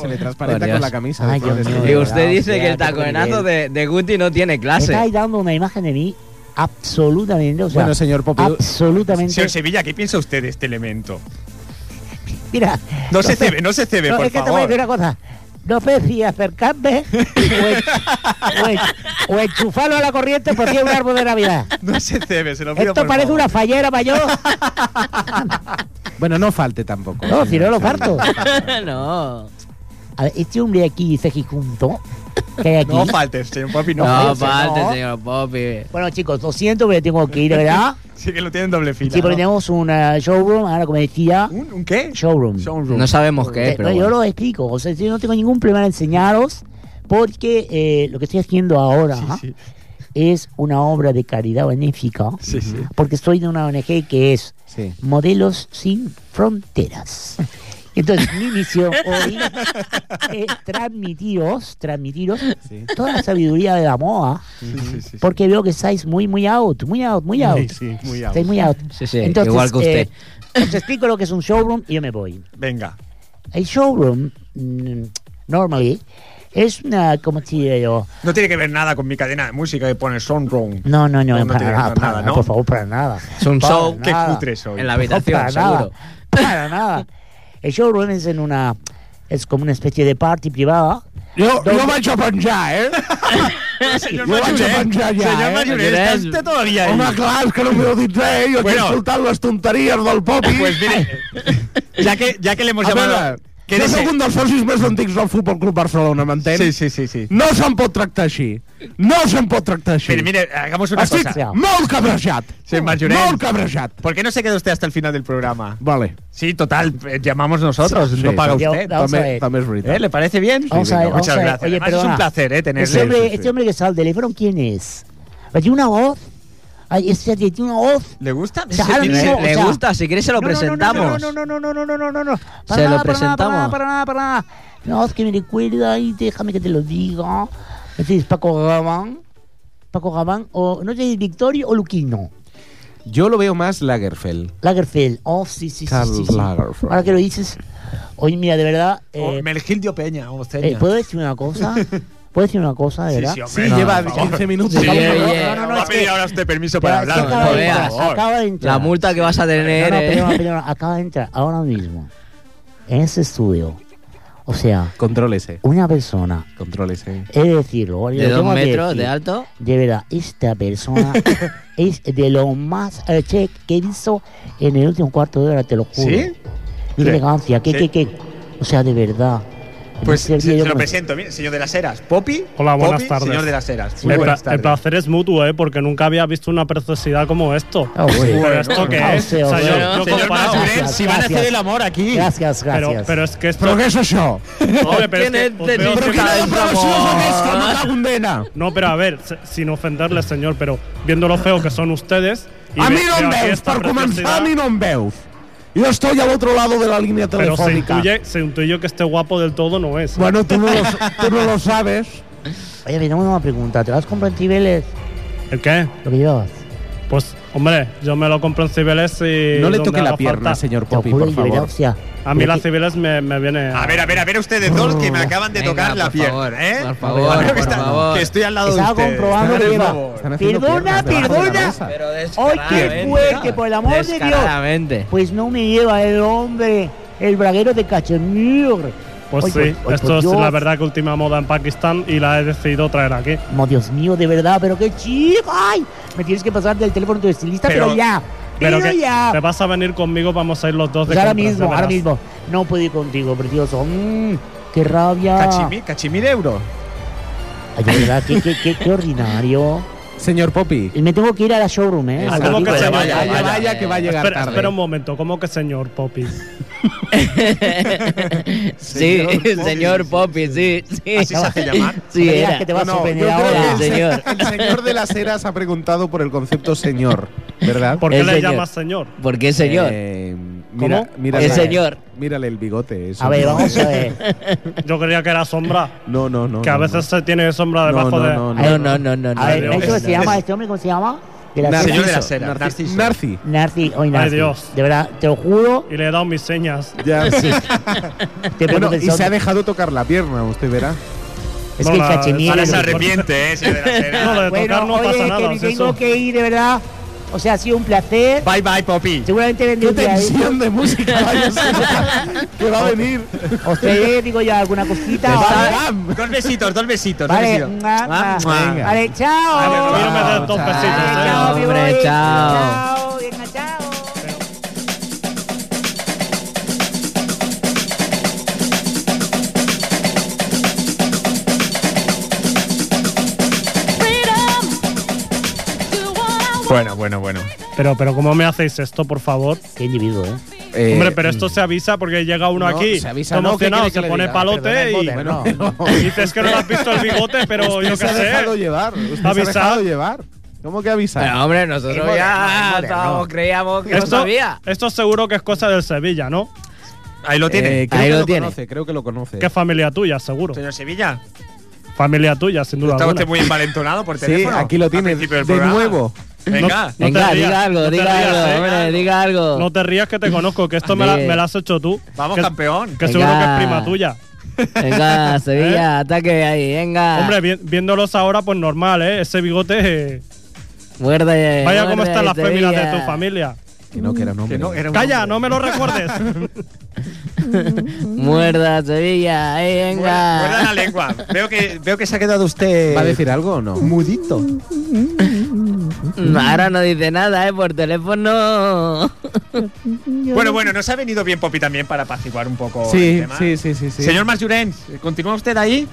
Speaker 5: (laughs) Se le transparenta
Speaker 4: Por
Speaker 5: con
Speaker 4: Dios.
Speaker 5: la camisa.
Speaker 1: Ay,
Speaker 5: después de
Speaker 1: Dios mío,
Speaker 5: este-
Speaker 4: Y
Speaker 1: de
Speaker 4: usted
Speaker 1: verdad, o
Speaker 4: dice
Speaker 1: sea,
Speaker 4: que el
Speaker 1: qué
Speaker 4: taconazo
Speaker 1: nivel.
Speaker 4: de, de Guti no tiene
Speaker 1: me
Speaker 4: clase.
Speaker 1: estáis dando una imagen de mí absolutamente, o sea,
Speaker 5: Bueno, señor Poppy,
Speaker 2: Señor
Speaker 1: absolutamente.
Speaker 2: Sevilla, ¿qué piensa usted de este elemento?
Speaker 1: Mira,
Speaker 2: No se cebe, no se cebe,
Speaker 1: No,
Speaker 2: por
Speaker 1: es que te voy a
Speaker 2: favor.
Speaker 1: decir una cosa. No sé
Speaker 2: (laughs)
Speaker 1: si acercarme o, en- o en- o enchufarlo a la corriente porque es un árbol
Speaker 2: (laughs)
Speaker 1: de Navidad.
Speaker 2: No se cebe, se lo pido
Speaker 1: Esto
Speaker 2: por
Speaker 1: parece
Speaker 2: favor.
Speaker 1: una fallera mayor.
Speaker 5: bueno, no falte tampoco.
Speaker 1: No,
Speaker 5: señor.
Speaker 1: si no lo parto.
Speaker 4: (laughs) no.
Speaker 1: A ver, este hombre aquí, ese junto, que hay aquí.
Speaker 2: No faltes, señor Poppy, no,
Speaker 4: No,
Speaker 1: no,
Speaker 4: falte,
Speaker 1: no.
Speaker 4: señor Poppy.
Speaker 1: bueno, chicos, lo siento, pero tengo que ir, ¿verdad?
Speaker 2: Sí que lo tiene en doble fila.
Speaker 1: Sí, porque
Speaker 2: ¿no?
Speaker 1: tenemos un eh, showroom, ahora como decía,
Speaker 2: ¿Un, un qué?
Speaker 1: showroom.
Speaker 2: Showroom.
Speaker 4: No sabemos qué
Speaker 1: Eh,
Speaker 4: es, pero.
Speaker 1: no, yo
Speaker 4: bueno.
Speaker 1: lo explico, o sea, yo no tengo ningún problema en enseñaros porque eh, lo que estoy haciendo ahora
Speaker 2: sí.
Speaker 1: es una obra de caridad benéfica.
Speaker 2: Sí, sí.
Speaker 1: porque soy de una ONG que es
Speaker 5: Sí.
Speaker 1: Modelos Sin Fronteras. Entonces, mi misión hoy es transmitiros, transmitiros
Speaker 5: Sí.
Speaker 1: toda la sabiduría de la moda,
Speaker 2: sí, sí, sí.
Speaker 1: porque veo que estáis muy, muy out, muy out, muy out.
Speaker 5: Sí, sí.
Speaker 1: Estáis muy out.
Speaker 4: Sí, sí, igual que usted.
Speaker 1: eh, os explico lo que es un showroom y yo me voy.
Speaker 2: Venga.
Speaker 1: El showroom, mm, normally, es una, ¿cómo te diría yo?
Speaker 2: No tiene que ver nada con mi cadena de música que pone Sunroom.
Speaker 1: No, no, no,
Speaker 2: No, no
Speaker 1: para
Speaker 2: tiene
Speaker 1: nada,
Speaker 2: nada,
Speaker 1: para
Speaker 2: nada,
Speaker 1: nada,
Speaker 2: ¿no?
Speaker 1: por favor, para nada.
Speaker 4: Es un
Speaker 1: Para
Speaker 4: show
Speaker 2: Qué
Speaker 1: nada.
Speaker 2: cutre soy.
Speaker 4: en la habitación,
Speaker 1: para
Speaker 4: seguro.
Speaker 1: Nada, para nada. El showroom es en una es como una especie de party privada.
Speaker 6: Jo, jo vaig a penjar, eh?
Speaker 1: Ah,
Speaker 2: Señor
Speaker 6: Jo vaig a
Speaker 2: Mayuret,
Speaker 6: penjar ja,
Speaker 2: señor
Speaker 6: eh?
Speaker 2: Mayuret, ¿está usted todavía ahí?
Speaker 6: Home, clar, és que no m'heu dit res, eh? Jo estic
Speaker 2: Bueno.
Speaker 6: escoltant les tonteries del Popi.
Speaker 2: Pues mire, (laughs) ya que, ya que le hemos
Speaker 6: a
Speaker 2: llamado...
Speaker 6: veure,
Speaker 2: que
Speaker 6: jo
Speaker 2: eres-
Speaker 6: sóc un dels socis més antics del Futbol Club Barcelona, m'entén?
Speaker 2: Sí, sí, sí, sí.
Speaker 6: No se'n pot tractar així. No se'n pot tractar així.
Speaker 2: Pero mire, hagamos una
Speaker 6: Estic
Speaker 2: cosa.
Speaker 1: Oh,
Speaker 6: molt cabrejat.
Speaker 2: Sí, Majorel.
Speaker 6: molt cabrejat.
Speaker 2: ¿Por qué no se queda usted hasta el final del programa?
Speaker 6: Vale.
Speaker 2: Sí, total, eh, llamamos nosotros,
Speaker 5: Sí,
Speaker 2: no paga
Speaker 1: yo-
Speaker 2: usted.
Speaker 1: Vamos a
Speaker 5: També,
Speaker 1: ver.
Speaker 5: també és
Speaker 2: ¿Eh?
Speaker 5: veritat.
Speaker 2: ¿Le parece bien?
Speaker 1: Vamos a ver,
Speaker 2: Muchas
Speaker 1: vamos a ver.
Speaker 2: gracias.
Speaker 1: Oye,
Speaker 2: Además, es
Speaker 1: perdona.
Speaker 2: un placer eh, tenerle.
Speaker 1: Este hombre, este hombre que está al teléfono, ¿quién es? Pero Tiene una voz, Ay, ese tío tiene una voz.
Speaker 2: ¿Le gusta?
Speaker 1: O sea, ahora
Speaker 4: Le,
Speaker 1: mismo, o
Speaker 4: le
Speaker 1: sea,
Speaker 4: gusta, si quieres se lo
Speaker 1: no, no, no, no,
Speaker 4: presentamos.
Speaker 1: No, no, no, no, no, no, no, no, no.
Speaker 4: Se lo
Speaker 1: nada, Para nada,
Speaker 4: presentamos.
Speaker 1: para nada, para nada. No, es que me recuerda y déjame que te lo diga. Este Es decir, Paco Gabán. Paco Gabán, o no sé si Victorio o Luquino.
Speaker 5: Yo lo veo más Lagerfeld.
Speaker 1: Lagerfeld. Oh, sí, sí, sí,
Speaker 5: Karl
Speaker 1: sí, sí.
Speaker 5: Lagerfeld.
Speaker 1: Ahora que lo dices. Oye, mira, de verdad. eh,
Speaker 2: O Melgildio Peña, o Ceña.
Speaker 1: eh, ¿Puedo decir
Speaker 4: (laughs)
Speaker 1: una cosa? ¿Puedo decir una cosa, de
Speaker 2: Sí,
Speaker 1: verdad?
Speaker 2: sí,
Speaker 5: Sí,
Speaker 2: hombre.
Speaker 5: lleva
Speaker 2: por favor.
Speaker 5: 15 minutos.
Speaker 4: Sí,
Speaker 1: No, no,
Speaker 4: yeah,
Speaker 1: no,
Speaker 4: yeah.
Speaker 1: no, no,
Speaker 2: Va
Speaker 1: es
Speaker 2: a pedir
Speaker 1: que-
Speaker 2: ahora usted permiso
Speaker 1: Pero
Speaker 2: para
Speaker 1: es que
Speaker 2: hablar.
Speaker 1: acaba,
Speaker 2: por
Speaker 1: de entrar,
Speaker 2: favor.
Speaker 1: acaba de entrar.
Speaker 4: La multa que vas a
Speaker 1: No,
Speaker 4: tener.
Speaker 1: no,
Speaker 4: eh.
Speaker 1: perdona, perdona, acaba de entrar ahora mismo. En ese estudio. O sea,
Speaker 5: Contrólese,
Speaker 1: una persona.
Speaker 5: contrólese.
Speaker 1: He de decirlo.
Speaker 4: de
Speaker 1: lo
Speaker 4: dos
Speaker 1: tengo que
Speaker 4: metros
Speaker 1: decir.
Speaker 4: de alto.
Speaker 1: De verdad, esta
Speaker 9: (laughs)
Speaker 1: persona es de lo más eh, che que hizo en el último cuarto de hora, te lo juro.
Speaker 2: ¿Sí?
Speaker 1: Qué
Speaker 2: Mire,
Speaker 1: elegancia, qué,
Speaker 2: sí.
Speaker 1: qué, qué. O sea, de verdad.
Speaker 2: Pues
Speaker 1: No
Speaker 2: se,
Speaker 1: sé,
Speaker 2: se
Speaker 1: yo
Speaker 2: lo
Speaker 1: como-
Speaker 2: presento, mire, señor de las Heras. Poppy.
Speaker 9: Hola, buenas
Speaker 2: Poppy,
Speaker 9: tardes.
Speaker 2: Señor de las Heras. Muy
Speaker 9: El,
Speaker 2: buenas
Speaker 9: pla- el
Speaker 2: tardes.
Speaker 9: placer es mutuo, ¿eh? Porque nunca había visto una preciosidad como esto.
Speaker 1: Ah, bueno.
Speaker 9: ¿Pero esto
Speaker 1: Ah,
Speaker 9: qué es?
Speaker 1: sí,
Speaker 9: O sea, yo-
Speaker 1: bueno.
Speaker 9: yo
Speaker 2: Señor
Speaker 9: comparo-
Speaker 2: Masvidal,
Speaker 1: Gracias,
Speaker 2: si van a hacer
Speaker 1: gracias.
Speaker 2: el amor aquí.
Speaker 1: Gracias,
Speaker 9: pero,
Speaker 1: gracias.
Speaker 9: pero es que esto...
Speaker 6: Però què és això?
Speaker 9: Hombre, pero es que os veo-
Speaker 4: Pero
Speaker 6: Però quina depravació és aquesta? No cago en dena.
Speaker 9: No, pero a ver, se- sin ofenderles, señor, pero viendo lo feo que son ustedes... y
Speaker 6: A
Speaker 9: ve-
Speaker 6: mi no em
Speaker 9: veo aquí
Speaker 6: veus,
Speaker 9: esta
Speaker 6: per començar,
Speaker 9: preciosidad,
Speaker 6: a mi no em veus. Yo estoy al otro lado de la línea
Speaker 9: Pero se
Speaker 6: telefónica.
Speaker 9: intuye, se intuye que este guapo del todo no es.
Speaker 6: Bueno, tú no, lo, tú no lo sabes.
Speaker 1: Oye, mira una pregunta. ¿Te vas con plantibeles
Speaker 9: ¿El qué?
Speaker 1: lo que llevas?
Speaker 9: Pues, hombre, yo me lo compro en Cibeles y...
Speaker 5: No le
Speaker 9: donde
Speaker 5: toque la
Speaker 9: haga
Speaker 5: pierna,
Speaker 9: Eh, falta.
Speaker 5: señor
Speaker 1: Te lo
Speaker 5: Poppy,
Speaker 1: juro,
Speaker 5: por
Speaker 1: y de verdad,
Speaker 5: favor.
Speaker 1: o sea,
Speaker 9: A mí
Speaker 1: lo
Speaker 9: la
Speaker 1: que-
Speaker 9: Cibeles me, me viene...
Speaker 2: A ver, a ver, a ver ustedes dos que me acaban de
Speaker 4: Venga,
Speaker 2: tocar la
Speaker 4: por favor,
Speaker 2: pierna, ¿eh?
Speaker 4: por favor,
Speaker 2: Creo que,
Speaker 4: por
Speaker 2: está-
Speaker 4: favor.
Speaker 2: que estoy al lado
Speaker 1: Estaba
Speaker 2: de ustedes.
Speaker 1: comprobando que lleva. Perdona, perdona.
Speaker 4: Pero
Speaker 1: ¡Ay, qué
Speaker 4: descaradamente.
Speaker 1: fuerte! Por el amor de Dios.
Speaker 4: Descaradamente.
Speaker 1: Pues no me lleva el hombre, el braguero de Cachemir.
Speaker 9: Pues
Speaker 1: Ay,
Speaker 9: sí,
Speaker 1: por- ay,
Speaker 9: esto
Speaker 1: por
Speaker 9: es la
Speaker 1: Dios.
Speaker 9: verdad que última moda en Pakistán y la he decidido traer aquí.
Speaker 1: Como Dios mío, de verdad, pero qué chico. ¡Ay! Me tienes que pasar del teléfono de tu estilista, pero,
Speaker 2: Pero-
Speaker 1: ya. Pero,
Speaker 9: que
Speaker 1: ya.
Speaker 9: te vas a venir conmigo, vamos a ir los dos de
Speaker 1: Pues ahora
Speaker 9: compras,
Speaker 1: mismo,
Speaker 9: de
Speaker 1: ahora
Speaker 9: veras.
Speaker 1: mismo. No puedo ir contigo, precioso. Mm, qué rabia.
Speaker 2: Cachimil, cachimil euro.
Speaker 1: Ay, de verdad, qué, qué, qué, qué ordinario.
Speaker 5: Señor Poppy,
Speaker 1: Y Me tengo que ir a la showroom, ¿eh?
Speaker 9: Ah,
Speaker 1: Al
Speaker 9: ¿cómo que
Speaker 1: ratito.
Speaker 9: se vaya?
Speaker 5: vaya,
Speaker 4: vaya,
Speaker 5: vaya,
Speaker 4: vaya,
Speaker 5: que va a llegar
Speaker 9: Espera, espera un
Speaker 5: tarde.
Speaker 9: momento, ¿cómo que señor Poppy?
Speaker 4: (laughs) sí, señor Poppy, sí, sí.
Speaker 2: Así se
Speaker 4: (laughs)
Speaker 2: hace llamar.
Speaker 1: No
Speaker 4: Sí,
Speaker 1: me digas
Speaker 4: era.
Speaker 1: que te va a
Speaker 5: No, no,
Speaker 1: sorprender
Speaker 5: yo creo que
Speaker 1: ahora.
Speaker 4: Sí, señor.
Speaker 5: El señor de las Heras ha preguntado por el concepto señor, ¿verdad?
Speaker 9: ¿Por qué
Speaker 4: El
Speaker 9: le
Speaker 4: señor.
Speaker 9: llamas señor?
Speaker 4: ¿Por qué, señor?
Speaker 5: Eh, mira,
Speaker 9: ¿Cómo?
Speaker 5: mírale,
Speaker 4: El señor.
Speaker 5: Mírale el bigote. eso
Speaker 1: A ver,
Speaker 5: no
Speaker 1: vamos
Speaker 5: es-
Speaker 1: a ver.
Speaker 9: Yo creía que era sombra,
Speaker 5: No, no, no.
Speaker 9: que a
Speaker 5: no,
Speaker 9: veces se tiene sombra
Speaker 5: no.
Speaker 9: debajo
Speaker 5: no,
Speaker 9: de...
Speaker 5: no, no,
Speaker 4: No, no, no, no. no,
Speaker 1: A ver,
Speaker 4: no,
Speaker 1: ¿esto
Speaker 4: no.
Speaker 1: se llama? ¿Este hombre cómo se llama? De la
Speaker 5: Narciso,
Speaker 2: Señor de las Heras,
Speaker 5: Narci-
Speaker 2: Narciso.
Speaker 5: Narci.
Speaker 1: Narci, hoy Narci.
Speaker 9: Dios.
Speaker 1: De verdad, te lo juro.
Speaker 9: Y le he dado mis señas.
Speaker 5: Ya, sí.
Speaker 1: Te
Speaker 5: bueno, y
Speaker 1: pensado-
Speaker 5: se ha dejado tocar la pierna, usted verá.
Speaker 1: Es
Speaker 9: No,
Speaker 1: que el
Speaker 9: la-
Speaker 1: cachemir.
Speaker 9: ahora
Speaker 2: Ahora se
Speaker 9: se
Speaker 2: arrepiente, ¿eh? Señor de las
Speaker 9: No,
Speaker 2: Heras.
Speaker 9: de tocar no
Speaker 1: oye,
Speaker 9: pasa
Speaker 1: que
Speaker 9: nada.
Speaker 1: me
Speaker 9: es
Speaker 1: tengo
Speaker 9: eso.
Speaker 1: que ir, de verdad. O sea, ha sido un placer.
Speaker 2: Bye bye, Poppy.
Speaker 1: Seguramente
Speaker 5: ¡Qué
Speaker 1: vendré un día. ¿eh?
Speaker 5: tensión de música! vaya señor, que va a venir.
Speaker 1: Os traeré, digo yo, alguna cosita. ¿vale?
Speaker 2: Dos besitos, dos besitos. dos
Speaker 1: Vale,
Speaker 2: besitos.
Speaker 1: mua, mua.
Speaker 2: venga.
Speaker 1: vale, chao.
Speaker 9: A ver, a mí no me
Speaker 1: Vale,
Speaker 9: das dos
Speaker 5: Chao,
Speaker 9: besitos,
Speaker 4: chao.
Speaker 9: ¿eh?
Speaker 1: chao, me
Speaker 4: Hombre,
Speaker 1: voy.
Speaker 4: chao.
Speaker 1: Chao, venga, chao.
Speaker 2: Ah, Bueno, bueno, bueno.
Speaker 9: Pero, pero ¿cómo me hacéis esto, por favor?
Speaker 1: Qué individuo, ¿eh?
Speaker 9: Hombre, pero esto se avisa porque llega uno
Speaker 5: mm. no,
Speaker 9: aquí,
Speaker 5: se avisa,
Speaker 9: está
Speaker 5: no, ¿qué
Speaker 9: emocionado,
Speaker 5: quiere que
Speaker 9: se
Speaker 5: le
Speaker 9: pone
Speaker 5: diga?
Speaker 9: palote y
Speaker 5: Bueno, (laughs)
Speaker 9: dices que no le has visto el bigote, pero pues yo qué
Speaker 5: se ha
Speaker 9: sé.
Speaker 5: dejado llevar. Usted se ha
Speaker 9: Avisar.
Speaker 5: dejado llevar. ¿Cómo que avisar?
Speaker 4: Pero, hombre, nosotros ya estábamos- creíamos que no
Speaker 9: Esto,
Speaker 4: sabía.
Speaker 9: esto seguro que es cosa del Sevilla, ¿no?
Speaker 2: Ahí lo tiene.
Speaker 5: Eh, creo
Speaker 4: Ahí
Speaker 5: que
Speaker 4: lo
Speaker 5: lo
Speaker 4: tiene.
Speaker 5: conoce, creo que lo conoce.
Speaker 9: Que es familia tuya, seguro.
Speaker 2: Señor Sevilla,
Speaker 9: Familia tuya, sin duda
Speaker 2: estaba
Speaker 9: alguna.
Speaker 2: usted muy envalentonado por
Speaker 5: Sí,
Speaker 2: teléfono.
Speaker 5: aquí lo
Speaker 2: al
Speaker 5: tiene,
Speaker 2: principio del
Speaker 5: de
Speaker 2: programa.
Speaker 5: nuevo.
Speaker 2: Venga.
Speaker 9: No-
Speaker 4: Venga,
Speaker 9: te rías,
Speaker 4: diga algo,
Speaker 9: no te
Speaker 4: diga
Speaker 9: rías,
Speaker 4: algo,
Speaker 9: eh.
Speaker 4: hombre, diga algo.
Speaker 9: No te rías que te conozco, que esto me, la,
Speaker 4: Homde.
Speaker 9: me lo has hecho tú.
Speaker 2: Vamos,
Speaker 9: que,
Speaker 2: campeón.
Speaker 9: Que seguro que
Speaker 4: Venga.
Speaker 9: es prima tuya.
Speaker 4: (laughs) Venga, Sevilla, ataque ahí, venga.
Speaker 9: Hombre, vi- viéndolos ahora, pues normal, ¿eh? Ese bigote. eh,
Speaker 4: muerde.
Speaker 9: Vaya cómo
Speaker 4: muerde,
Speaker 9: están las féminas de tu
Speaker 4: Sevilla.
Speaker 9: familia.
Speaker 5: Que no, que era un hombre.
Speaker 2: Que no, era un
Speaker 9: Calla,
Speaker 2: hombre.
Speaker 9: no me lo
Speaker 1: (laughs)
Speaker 9: recuerdes.
Speaker 4: Muerda, Sevilla, ahí,
Speaker 2: Muerda- muerda la
Speaker 4: venga.
Speaker 2: lengua. Veo que, veo que se ha quedado usted
Speaker 5: ¿Va a decir algo o no?
Speaker 2: mudito.
Speaker 4: (laughs) Ahora no dice nada, ¿eh? Por teléfono.
Speaker 2: Bueno, bueno, nos ha venido bien Poppy también para apaciguar un poco el
Speaker 5: Sí,
Speaker 2: tema.
Speaker 5: sí, sí, sí, sí.
Speaker 2: Señor Masjurens, ¿continúa usted ahí?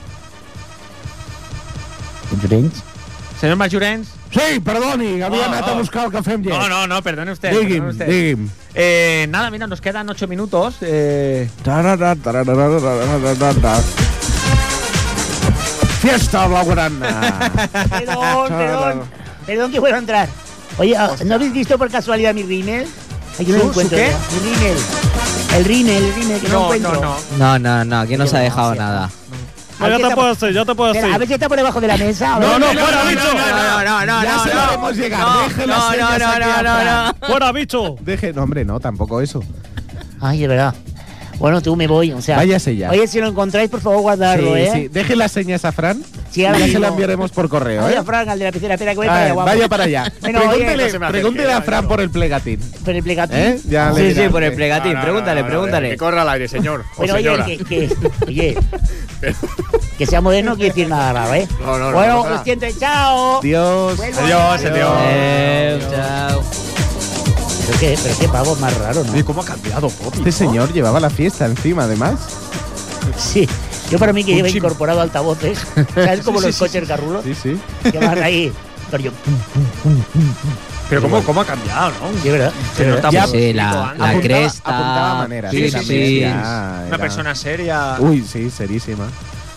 Speaker 2: Señor Masjurens.
Speaker 6: Sí, perdoni, havia
Speaker 2: Oh,
Speaker 6: anat
Speaker 2: oh.
Speaker 6: a buscar el cafè amb llet.
Speaker 2: No, no, no, perdone usted.
Speaker 6: Digui'm,
Speaker 2: perdone usted.
Speaker 6: digui'm.
Speaker 2: Eh, nada, mira, nos quedan ocho minutos. Eh,
Speaker 6: Tarara, tarara, tarara, tarara. Fiesta blaugrana.
Speaker 1: Perdón, perdón. Perdón que vuelvo a entrar. Oye, ah, ¿no habéis visto por casualidad mi rímel? Ay, yo no
Speaker 2: ¿Su-
Speaker 1: lo encuentro
Speaker 2: su qué?
Speaker 1: ya. Mi rímel. El rímel, el rímel, que no,
Speaker 2: No,
Speaker 1: encuentro.
Speaker 2: no, no.
Speaker 4: (laughs) No, no, no, aquí no se ha
Speaker 1: Llevo
Speaker 4: dejado
Speaker 1: demasiado.
Speaker 4: nada.
Speaker 9: No,
Speaker 1: Aquí
Speaker 9: ya te
Speaker 1: está-
Speaker 9: puedo decir, ya te puedo
Speaker 1: Espera, a ver
Speaker 9: decir.
Speaker 1: si está por debajo de la mesa. a ver.
Speaker 9: No, no, fuera, bicho.
Speaker 5: no, no,
Speaker 3: Ya
Speaker 5: no,
Speaker 3: se
Speaker 5: no.
Speaker 3: lo haremos llegar.
Speaker 5: No,
Speaker 3: Deje
Speaker 5: no,
Speaker 3: las
Speaker 5: no,
Speaker 3: señas
Speaker 5: no,
Speaker 3: aquí
Speaker 5: no, no,
Speaker 3: atrás.
Speaker 9: Fuera, bicho.
Speaker 5: Deje, no, hombre, no, tampoco eso.
Speaker 1: Ay, de verdad. Bueno, tú me voy, o sea.
Speaker 5: Váyase ya.
Speaker 1: Oye, si lo encontráis, por favor, guardarlo,
Speaker 5: Sí,
Speaker 1: ¿eh?
Speaker 5: sí, Deje las señas a Fran.
Speaker 1: Sí,
Speaker 5: Ya
Speaker 1: ahora
Speaker 5: se
Speaker 1: mismo.
Speaker 5: la enviaremos por correo, ¿eh?
Speaker 1: Oye, Fran, al de la piscina, espera que voy
Speaker 5: Ah,
Speaker 1: para allá, guapo.
Speaker 5: vaya para allá.
Speaker 1: Bueno, oye,
Speaker 5: pregúntele
Speaker 1: no
Speaker 2: se me acerque,
Speaker 5: pregúntele a
Speaker 2: ya,
Speaker 5: Fran
Speaker 2: eso.
Speaker 5: por el plegatín.
Speaker 1: (laughs) Pero el plegatín.
Speaker 5: ¿Eh? Ya le
Speaker 4: Sí, sí,
Speaker 5: dirás.
Speaker 4: por el plegatín.
Speaker 2: No, no, no,
Speaker 4: Pregúntale,
Speaker 2: no,
Speaker 4: pregúntale.
Speaker 2: Que corra al aire, señor. o
Speaker 1: Bueno, oye,
Speaker 2: señora.
Speaker 1: que, que- oye, que sea moderno no quiere decir nada raro, ¿eh?
Speaker 8: No, no, no,
Speaker 1: bueno,
Speaker 8: no, no.
Speaker 1: lo siento, chao.
Speaker 5: Dios.
Speaker 1: Vuelvo a-
Speaker 2: Adiós, adiós.
Speaker 4: Eh, chao.
Speaker 1: Pero qué, pero qué pavo más raro, ¿no?
Speaker 2: (laughs) Oye, ¿cómo ha cambiado, Poppy?
Speaker 5: Este señor llevaba la fiesta encima, además.
Speaker 1: Sí. Yo para mí que
Speaker 2: Un
Speaker 1: lleva
Speaker 2: chim-
Speaker 1: incorporado altavoces. ¿Sabes como los coches garrulos?
Speaker 5: Sí, sí.
Speaker 1: Que van ahí. Pero yo,
Speaker 2: Pero cómo, cómo ha cambiado, ¿no?
Speaker 1: de verdad.
Speaker 2: Se nota
Speaker 5: Ya,
Speaker 2: mucho,
Speaker 4: sí,
Speaker 2: chico,
Speaker 4: la,
Speaker 2: anda.
Speaker 4: la
Speaker 5: Apuntaba-
Speaker 4: cresta.
Speaker 5: apuntaba maneras,
Speaker 4: Sí,
Speaker 5: sí,
Speaker 4: sí,
Speaker 5: también,
Speaker 4: sí.
Speaker 5: ya,
Speaker 2: Una
Speaker 5: era-
Speaker 2: persona seria.
Speaker 5: Uy, sí, serísima.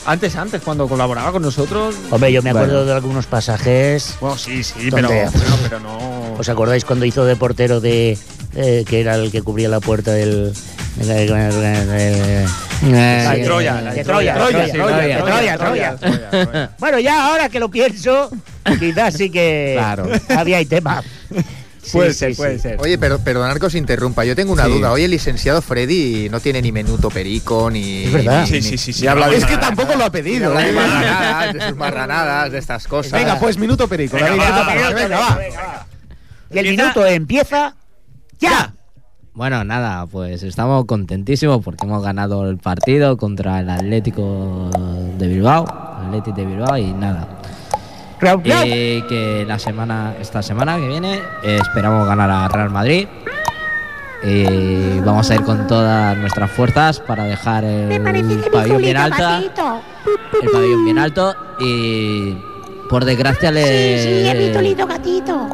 Speaker 2: Antes, antes, cuando colaboraba con nosotros.
Speaker 1: Hombre, yo me acuerdo
Speaker 5: Bueno.
Speaker 1: de algunos pasajes.
Speaker 2: Bueno, sí, sí, pero,
Speaker 1: Tontea.
Speaker 2: bueno, pero no.
Speaker 1: ¿Os acordáis cuando hizo de portero de. eh, que era el que cubría la puerta del. del- del- del- del-
Speaker 4: Eh,
Speaker 2: La
Speaker 1: sí,
Speaker 2: de Troya, la
Speaker 1: de Troya, Troya,
Speaker 2: sí,
Speaker 1: Troya,
Speaker 2: la de
Speaker 1: Troya, Troya.
Speaker 2: Troya, Troya.
Speaker 1: Bueno, ya ahora que lo pienso, quizás sí que
Speaker 5: Claro.
Speaker 1: había ahí tema. Sí,
Speaker 2: Puede
Speaker 1: sí,
Speaker 2: ser,
Speaker 1: sí.
Speaker 2: puede ser.
Speaker 8: Oye, pero perdonad que os interrumpa. Yo tengo una
Speaker 5: Sí.
Speaker 8: duda. Hoy el licenciado Freddy no tiene ni menuto perico, ni.
Speaker 1: Es verdad.
Speaker 8: ni-
Speaker 2: Sí,
Speaker 8: ni-
Speaker 2: sí, sí, sí.
Speaker 8: ni habla de-
Speaker 5: Es que tampoco lo ha pedido.
Speaker 8: habla de
Speaker 5: ¿eh?
Speaker 8: marranadas, de sus marranadas, de estas cosas.
Speaker 5: Venga, pues minuto perico.
Speaker 2: Venga,
Speaker 5: David,
Speaker 2: va,
Speaker 5: ¿qué te
Speaker 2: va,
Speaker 5: parece?
Speaker 2: minuto,
Speaker 5: Venga,
Speaker 2: venga,
Speaker 5: va.
Speaker 1: Y el
Speaker 2: Empieza-
Speaker 1: minuto empieza. ¡Ya!
Speaker 4: Bueno, nada, pues estamos contentísimos porque hemos ganado el partido contra el Atlético de Bilbao, Atlético de Bilbao y nada.
Speaker 9: Eh,
Speaker 1: Round, round.
Speaker 4: Y que la semana, esta semana que viene, eh, esperamos ganar a Real Madrid. Y vamos a ir con todas nuestras fuerzas para dejar el pabellón bien alta, el pabellón bien alto y por desgracia le,
Speaker 10: gatito.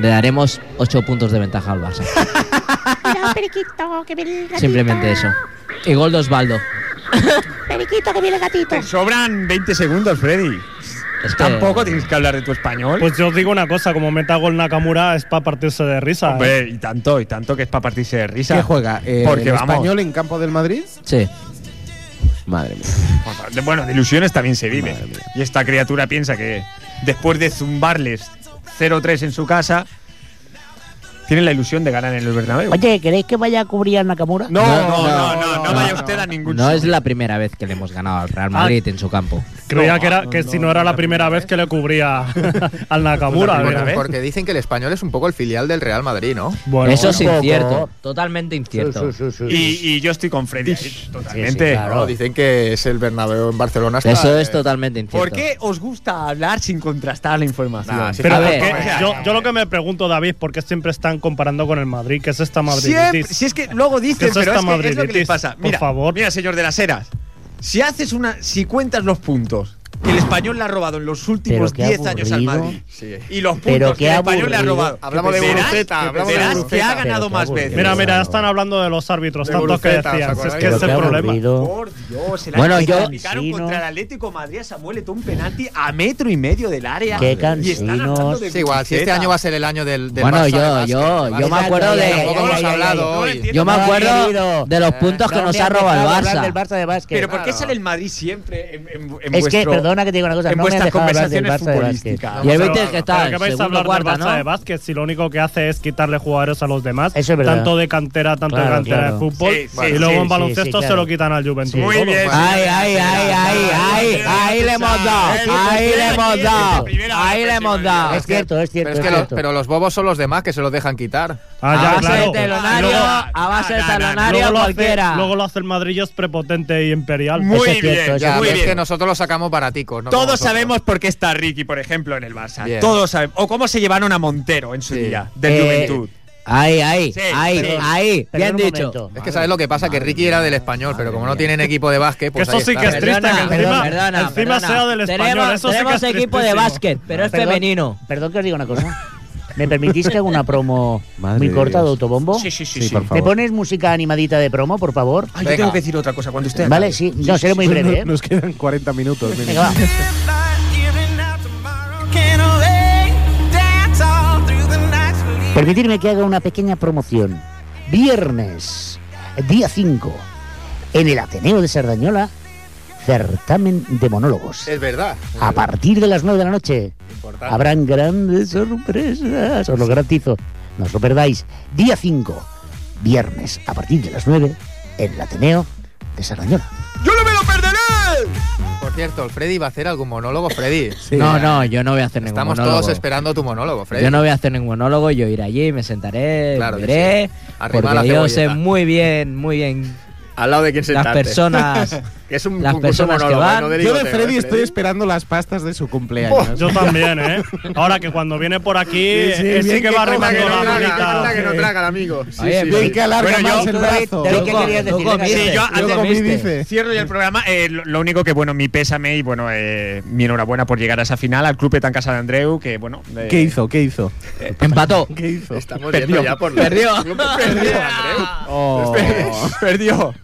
Speaker 4: le daremos 8 puntos de ventaja al Barça.
Speaker 10: Mira, (laughs) periquito, que viene el gatito.
Speaker 4: Simplemente eso. Y gol de Osvaldo.
Speaker 10: Periquito, que viene el gatito.
Speaker 2: Te sobran 20 segundos, Freddy.
Speaker 4: Es que-
Speaker 2: Tampoco tienes que hablar de tu español.
Speaker 9: Pues yo os digo una cosa, como meta gol Nakamura es para partirse de risa. ¿eh?
Speaker 2: Hombre, y tanto, y tanto que es para partirse de risa.
Speaker 5: ¿Qué juega? Eh,
Speaker 2: Porque
Speaker 5: ¿el
Speaker 2: vamos.
Speaker 5: español en campo del Madrid?
Speaker 4: Sí.
Speaker 5: Madre mía.
Speaker 2: Pues, De- Bueno, de ilusiones también se vive.
Speaker 5: Madre mía.
Speaker 2: Y esta criatura piensa que después de zumbarles 0-3 en su casa, tienen la ilusión de ganar en el Bernabéu.
Speaker 1: Oye, ¿queréis que vaya a cubrir a Nakamura?
Speaker 2: no, no, no, no, no,
Speaker 5: no,
Speaker 2: vaya
Speaker 5: no.
Speaker 2: usted a ningún Ah.
Speaker 4: No es
Speaker 2: sitio.
Speaker 4: la primera vez que le hemos ganado al Real Madrid en su campo.
Speaker 9: Creía
Speaker 2: No,
Speaker 9: que, era, que si no era la primera vez que le
Speaker 2: (laughs)
Speaker 9: cubría al Nakamura.
Speaker 2: Pues la
Speaker 9: mira.
Speaker 2: primera
Speaker 8: Porque dicen que el español es un poco el filial del Real Madrid, ¿no?
Speaker 9: Bueno,
Speaker 4: Eso es
Speaker 1: un poco.
Speaker 4: incierto. Totalmente incierto.
Speaker 1: Sí, sí, sí, sí.
Speaker 2: Y, y yo estoy con Freddy, totalmente.
Speaker 1: sí, claro.
Speaker 8: No, dicen que es el Bernabéu en Barcelona. hasta- eh,
Speaker 4: Eso es totalmente incierto.
Speaker 2: ¿Por qué os gusta hablar sin contrastar la información?
Speaker 8: Nah, sí,
Speaker 9: Pero
Speaker 4: A
Speaker 9: ¿por
Speaker 4: ver,
Speaker 9: qué?
Speaker 4: a ver,
Speaker 9: yo, yo lo que me pregunto, David, ¿por qué siempre están comparando con el Madrid? ¿Qué es esta Madrid?
Speaker 2: Siempre, si es que luego dicen,
Speaker 9: Eso
Speaker 2: pero
Speaker 9: está
Speaker 2: es, que es lo que
Speaker 9: madriditis,
Speaker 2: les pasa.
Speaker 9: por
Speaker 2: Mira,
Speaker 9: favor.
Speaker 2: mira, señor de las Heras, si haces una, si cuentas los puntos que el español le ha robado en los últimos
Speaker 1: Pero qué
Speaker 2: 10 años al
Speaker 1: aburrido.
Speaker 2: Madrid
Speaker 8: Sí.
Speaker 2: y los puntos
Speaker 1: Pero
Speaker 2: que
Speaker 1: qué
Speaker 2: el español le ha
Speaker 1: aburrido.
Speaker 2: robado,
Speaker 8: Hablamos de
Speaker 2: verás,
Speaker 8: Guruceta, hablamos de
Speaker 2: verás que ha
Speaker 8: Guruceta.
Speaker 2: ganado
Speaker 1: Pero qué
Speaker 2: más
Speaker 1: aburrido.
Speaker 2: veces.
Speaker 9: Mira, mira,
Speaker 1: Claro.
Speaker 9: están hablando de los árbitros,
Speaker 8: De
Speaker 9: tanto que
Speaker 8: Guruceta, ¿os
Speaker 9: decían. Es
Speaker 8: acordáis?
Speaker 9: que
Speaker 1: Pero
Speaker 9: es
Speaker 1: qué
Speaker 9: el problema.
Speaker 1: aburrido.
Speaker 2: Por Dios, el
Speaker 4: Bueno,
Speaker 2: año
Speaker 4: yo-
Speaker 2: que aplicaron
Speaker 1: Cansino.
Speaker 2: contra el Atlético de Madrid a Samuel Etumpelati penalti a metro y medio del área.
Speaker 1: Qué
Speaker 2: y están hablando
Speaker 1: cansinos.
Speaker 2: de
Speaker 8: Sí, igual, si este
Speaker 2: Guruceta.
Speaker 8: año va a ser el año del, del
Speaker 4: Bueno,
Speaker 8: Barça de
Speaker 4: yo-
Speaker 8: básquet,
Speaker 4: yo-
Speaker 8: de
Speaker 4: yo me
Speaker 8: básquet.
Speaker 4: acuerdo de-
Speaker 8: Tampoco hemos
Speaker 1: Ay, ay,
Speaker 8: hablado
Speaker 2: ay.
Speaker 1: ay,
Speaker 8: hoy.
Speaker 2: No lo entiendo.
Speaker 4: Yo me
Speaker 1: No,
Speaker 4: acuerdo
Speaker 1: querido. Eh,
Speaker 4: de los puntos que
Speaker 1: Ah, No
Speaker 4: nos
Speaker 1: me
Speaker 4: ha robado
Speaker 1: dejado
Speaker 4: el
Speaker 1: hablar del
Speaker 4: Barça.
Speaker 1: Barça de básquet.
Speaker 2: Pero ¿por qué
Speaker 8: Claro.
Speaker 2: sale el Madrid siempre en, en- en
Speaker 1: es que,
Speaker 2: vuestro-
Speaker 1: perdona que te digo una cosa,
Speaker 2: en
Speaker 1: no me han
Speaker 2: vuestras
Speaker 1: dejado hablar
Speaker 2: conversaciones
Speaker 1: del Barça de básquet.
Speaker 2: futbolísticas.
Speaker 4: Y el
Speaker 8: Pero-
Speaker 4: 20 que está
Speaker 9: ¿Pero qué
Speaker 4: en
Speaker 9: vais a hablar
Speaker 4: segundo
Speaker 9: del
Speaker 4: cuarta,
Speaker 9: Barça de
Speaker 4: ¿no?
Speaker 9: básquet si lo único que hace es quitarle jugadores a los demás?
Speaker 1: Eso es verdad.
Speaker 9: Tanto de cantera, tanto de
Speaker 1: Claro,
Speaker 9: cantera
Speaker 1: claro.
Speaker 9: de fútbol.
Speaker 2: Sí, sí,
Speaker 9: y luego
Speaker 2: sí,
Speaker 9: en
Speaker 1: sí,
Speaker 9: baloncesto
Speaker 1: sí, claro.
Speaker 9: se lo quitan al Juventud.
Speaker 2: Muy
Speaker 9: todo.
Speaker 2: bien.
Speaker 4: Ay, ay, ay, ay, ay, ahí le hemos dado, ahí le hemos dado, ahí le hemos dado.
Speaker 1: Es cierto, es
Speaker 8: Pero
Speaker 1: cierto.
Speaker 8: Ah, es que
Speaker 1: es
Speaker 8: los,
Speaker 1: cierto.
Speaker 8: pero los bobos son los demás que se los dejan quitar.
Speaker 9: Ah, ya,
Speaker 4: A base de
Speaker 9: claro.
Speaker 4: telonario,
Speaker 9: Luego-
Speaker 4: a base de
Speaker 2: Ah, no, no, no,
Speaker 9: luego
Speaker 4: telonario
Speaker 9: lo hace-
Speaker 4: cualquiera.
Speaker 9: Luego lo hace el Madrid y es prepotente y imperial.
Speaker 2: Muy
Speaker 1: es cierto,
Speaker 2: bien,
Speaker 1: eso
Speaker 8: Ya,
Speaker 2: muy
Speaker 8: pero es
Speaker 2: bien.
Speaker 8: que nosotros los sacamos baraticos. ¿no? Como
Speaker 2: Todos
Speaker 8: vosotros.
Speaker 2: sabemos por qué está Ricky, por ejemplo, en el Barça.
Speaker 8: Bien.
Speaker 2: Todos sabemos. O cómo se llevaron a Montero en su
Speaker 8: Sí.
Speaker 2: día, del
Speaker 4: Eh,
Speaker 2: Juventud.
Speaker 4: Ahí, ahí,
Speaker 2: Sí,
Speaker 4: ahí,
Speaker 2: perdón.
Speaker 4: ahí, bien
Speaker 1: Perdón un
Speaker 4: dicho.
Speaker 1: momento.
Speaker 8: Es que sabes lo que pasa, que Ricky era del español, pero como no tienen equipo de básquet,
Speaker 9: Que
Speaker 8: pues
Speaker 9: eso
Speaker 8: ahí
Speaker 9: sí
Speaker 8: está.
Speaker 9: que es triste,
Speaker 4: Perdona,
Speaker 9: que encima,
Speaker 4: perdona,
Speaker 9: encima
Speaker 4: perdona.
Speaker 9: sea del español.
Speaker 4: Tenemos,
Speaker 9: eso sí que
Speaker 4: tenemos
Speaker 9: es
Speaker 4: equipo de
Speaker 9: tristísimo.
Speaker 4: básquet, pero es
Speaker 1: Perdón-
Speaker 4: femenino.
Speaker 1: Perdón que os diga una cosa. (laughs) ¿Me permitís que haga una (laughs) promo
Speaker 5: Madre
Speaker 1: muy
Speaker 5: de
Speaker 1: corta de
Speaker 5: Dios.
Speaker 1: autobombo?
Speaker 2: sí,
Speaker 5: Sí, por
Speaker 1: ¿Me
Speaker 5: favor.
Speaker 1: pones música animadita de promo, por favor?
Speaker 2: Ah, yo
Speaker 8: Venga.
Speaker 2: tengo que decir otra cosa cuando usted.
Speaker 1: Vale, sí. No, seré
Speaker 5: (laughs)
Speaker 1: muy breve, ¿eh?
Speaker 5: Nos quedan 40 minutos. mínimo.
Speaker 1: Venga, va.
Speaker 11: Dance all through the
Speaker 1: Permitirme que haga una pequeña promoción. Viernes, día 5, en el Ateneo de Sardañola, certamen de monólogos.
Speaker 8: Es verdad.
Speaker 4: Ah,
Speaker 1: A partir de las 9 de la noche
Speaker 8: Importante.
Speaker 1: habrán grandes sorpresas, os lo garantizo. No os lo perdáis. Día 5, viernes, a partir de las 9, en el Ateneo de Sardañola.
Speaker 8: Por cierto, el Freddy va a hacer algún monólogo, Freddy.
Speaker 4: No, no, yo no voy a hacer ningún
Speaker 8: Estamos
Speaker 4: monólogo.
Speaker 8: todos esperando tu monólogo, Freddy.
Speaker 4: Yo no voy a hacer ningún monólogo, yo iré allí, me sentaré,
Speaker 8: Claro que
Speaker 4: veré,
Speaker 8: sí. Arrimar la
Speaker 4: porque yo sé
Speaker 8: cebolleta.
Speaker 4: muy bien, muy
Speaker 8: (laughs)
Speaker 4: bien
Speaker 8: Al lado de quien se
Speaker 4: las personas.
Speaker 8: (laughs) Es un
Speaker 4: las
Speaker 8: concurso
Speaker 4: personas que
Speaker 8: monólogo,
Speaker 4: van.
Speaker 8: no de
Speaker 5: Yo de
Speaker 8: ligoteo, ¿eh,
Speaker 5: Freddy estoy esperando las pastas de su cumpleaños.
Speaker 9: Yo también, ¿eh? Ahora que cuando viene por aquí, él sí que va
Speaker 8: Anda que
Speaker 9: arrimando
Speaker 8: no
Speaker 9: la
Speaker 8: traga, anda
Speaker 9: manita.
Speaker 8: que no traga el amigo. Sí,
Speaker 4: Oye,
Speaker 8: sí,
Speaker 4: pero-
Speaker 8: sí.
Speaker 5: Bien que alarga
Speaker 2: Bueno,
Speaker 5: más
Speaker 2: yo-
Speaker 5: el brazo.
Speaker 1: David, ¿qué querías decir?
Speaker 4: Tú
Speaker 1: Venga,
Speaker 4: comiste,
Speaker 1: sí,
Speaker 2: yo
Speaker 4: tú
Speaker 2: antes-
Speaker 4: comiste.
Speaker 5: dice.
Speaker 2: Cierro ya el programa. Eh, lo, lo único que, bueno, mi pésame y, bueno, eh, mi enhorabuena por llegar a esa final al Club Petanca San Andreu, que, bueno. eh,
Speaker 5: ¿Qué hizo? ¿Qué hizo?
Speaker 4: Empató.
Speaker 5: ¿Qué hizo?
Speaker 8: Estamos
Speaker 2: Perdió.
Speaker 8: yendo ya por
Speaker 4: Perdió.
Speaker 8: Perdió, Andreu.
Speaker 5: Oh.
Speaker 2: eh, (laughs) Perdió.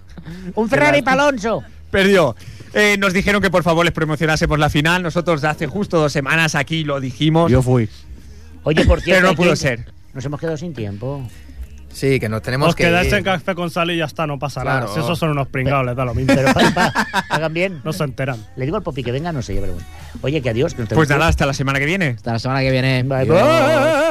Speaker 1: Un Ferrari para Alonso.
Speaker 2: Perdió. Eh, nos dijeron que por favor les promocionásemos la final. Nosotros hace justo dos semanas aquí lo dijimos.
Speaker 5: Yo fui.
Speaker 1: Oye, por cierto,
Speaker 2: Pero no
Speaker 1: hay que-
Speaker 2: pudo ser.
Speaker 1: Nos hemos quedado sin tiempo.
Speaker 8: Sí, que nos tenemos
Speaker 9: Os
Speaker 8: que
Speaker 9: quedáis en
Speaker 8: ir.
Speaker 9: café con sal y ya está, no pasa
Speaker 8: Claro.
Speaker 9: nada. Si esos son unos pringables, da lo mismo.
Speaker 1: Pero pa, pa, hagan bien.
Speaker 9: No se enteran.
Speaker 1: Le digo al Popi que venga, no sé, ya veremos. Oye, que adiós. Que nos tenemos
Speaker 2: Pues
Speaker 1: que ir.
Speaker 2: nada, hasta la semana que viene.
Speaker 4: Hasta la semana que viene.
Speaker 1: Bye,
Speaker 4: Adiós.
Speaker 1: bye.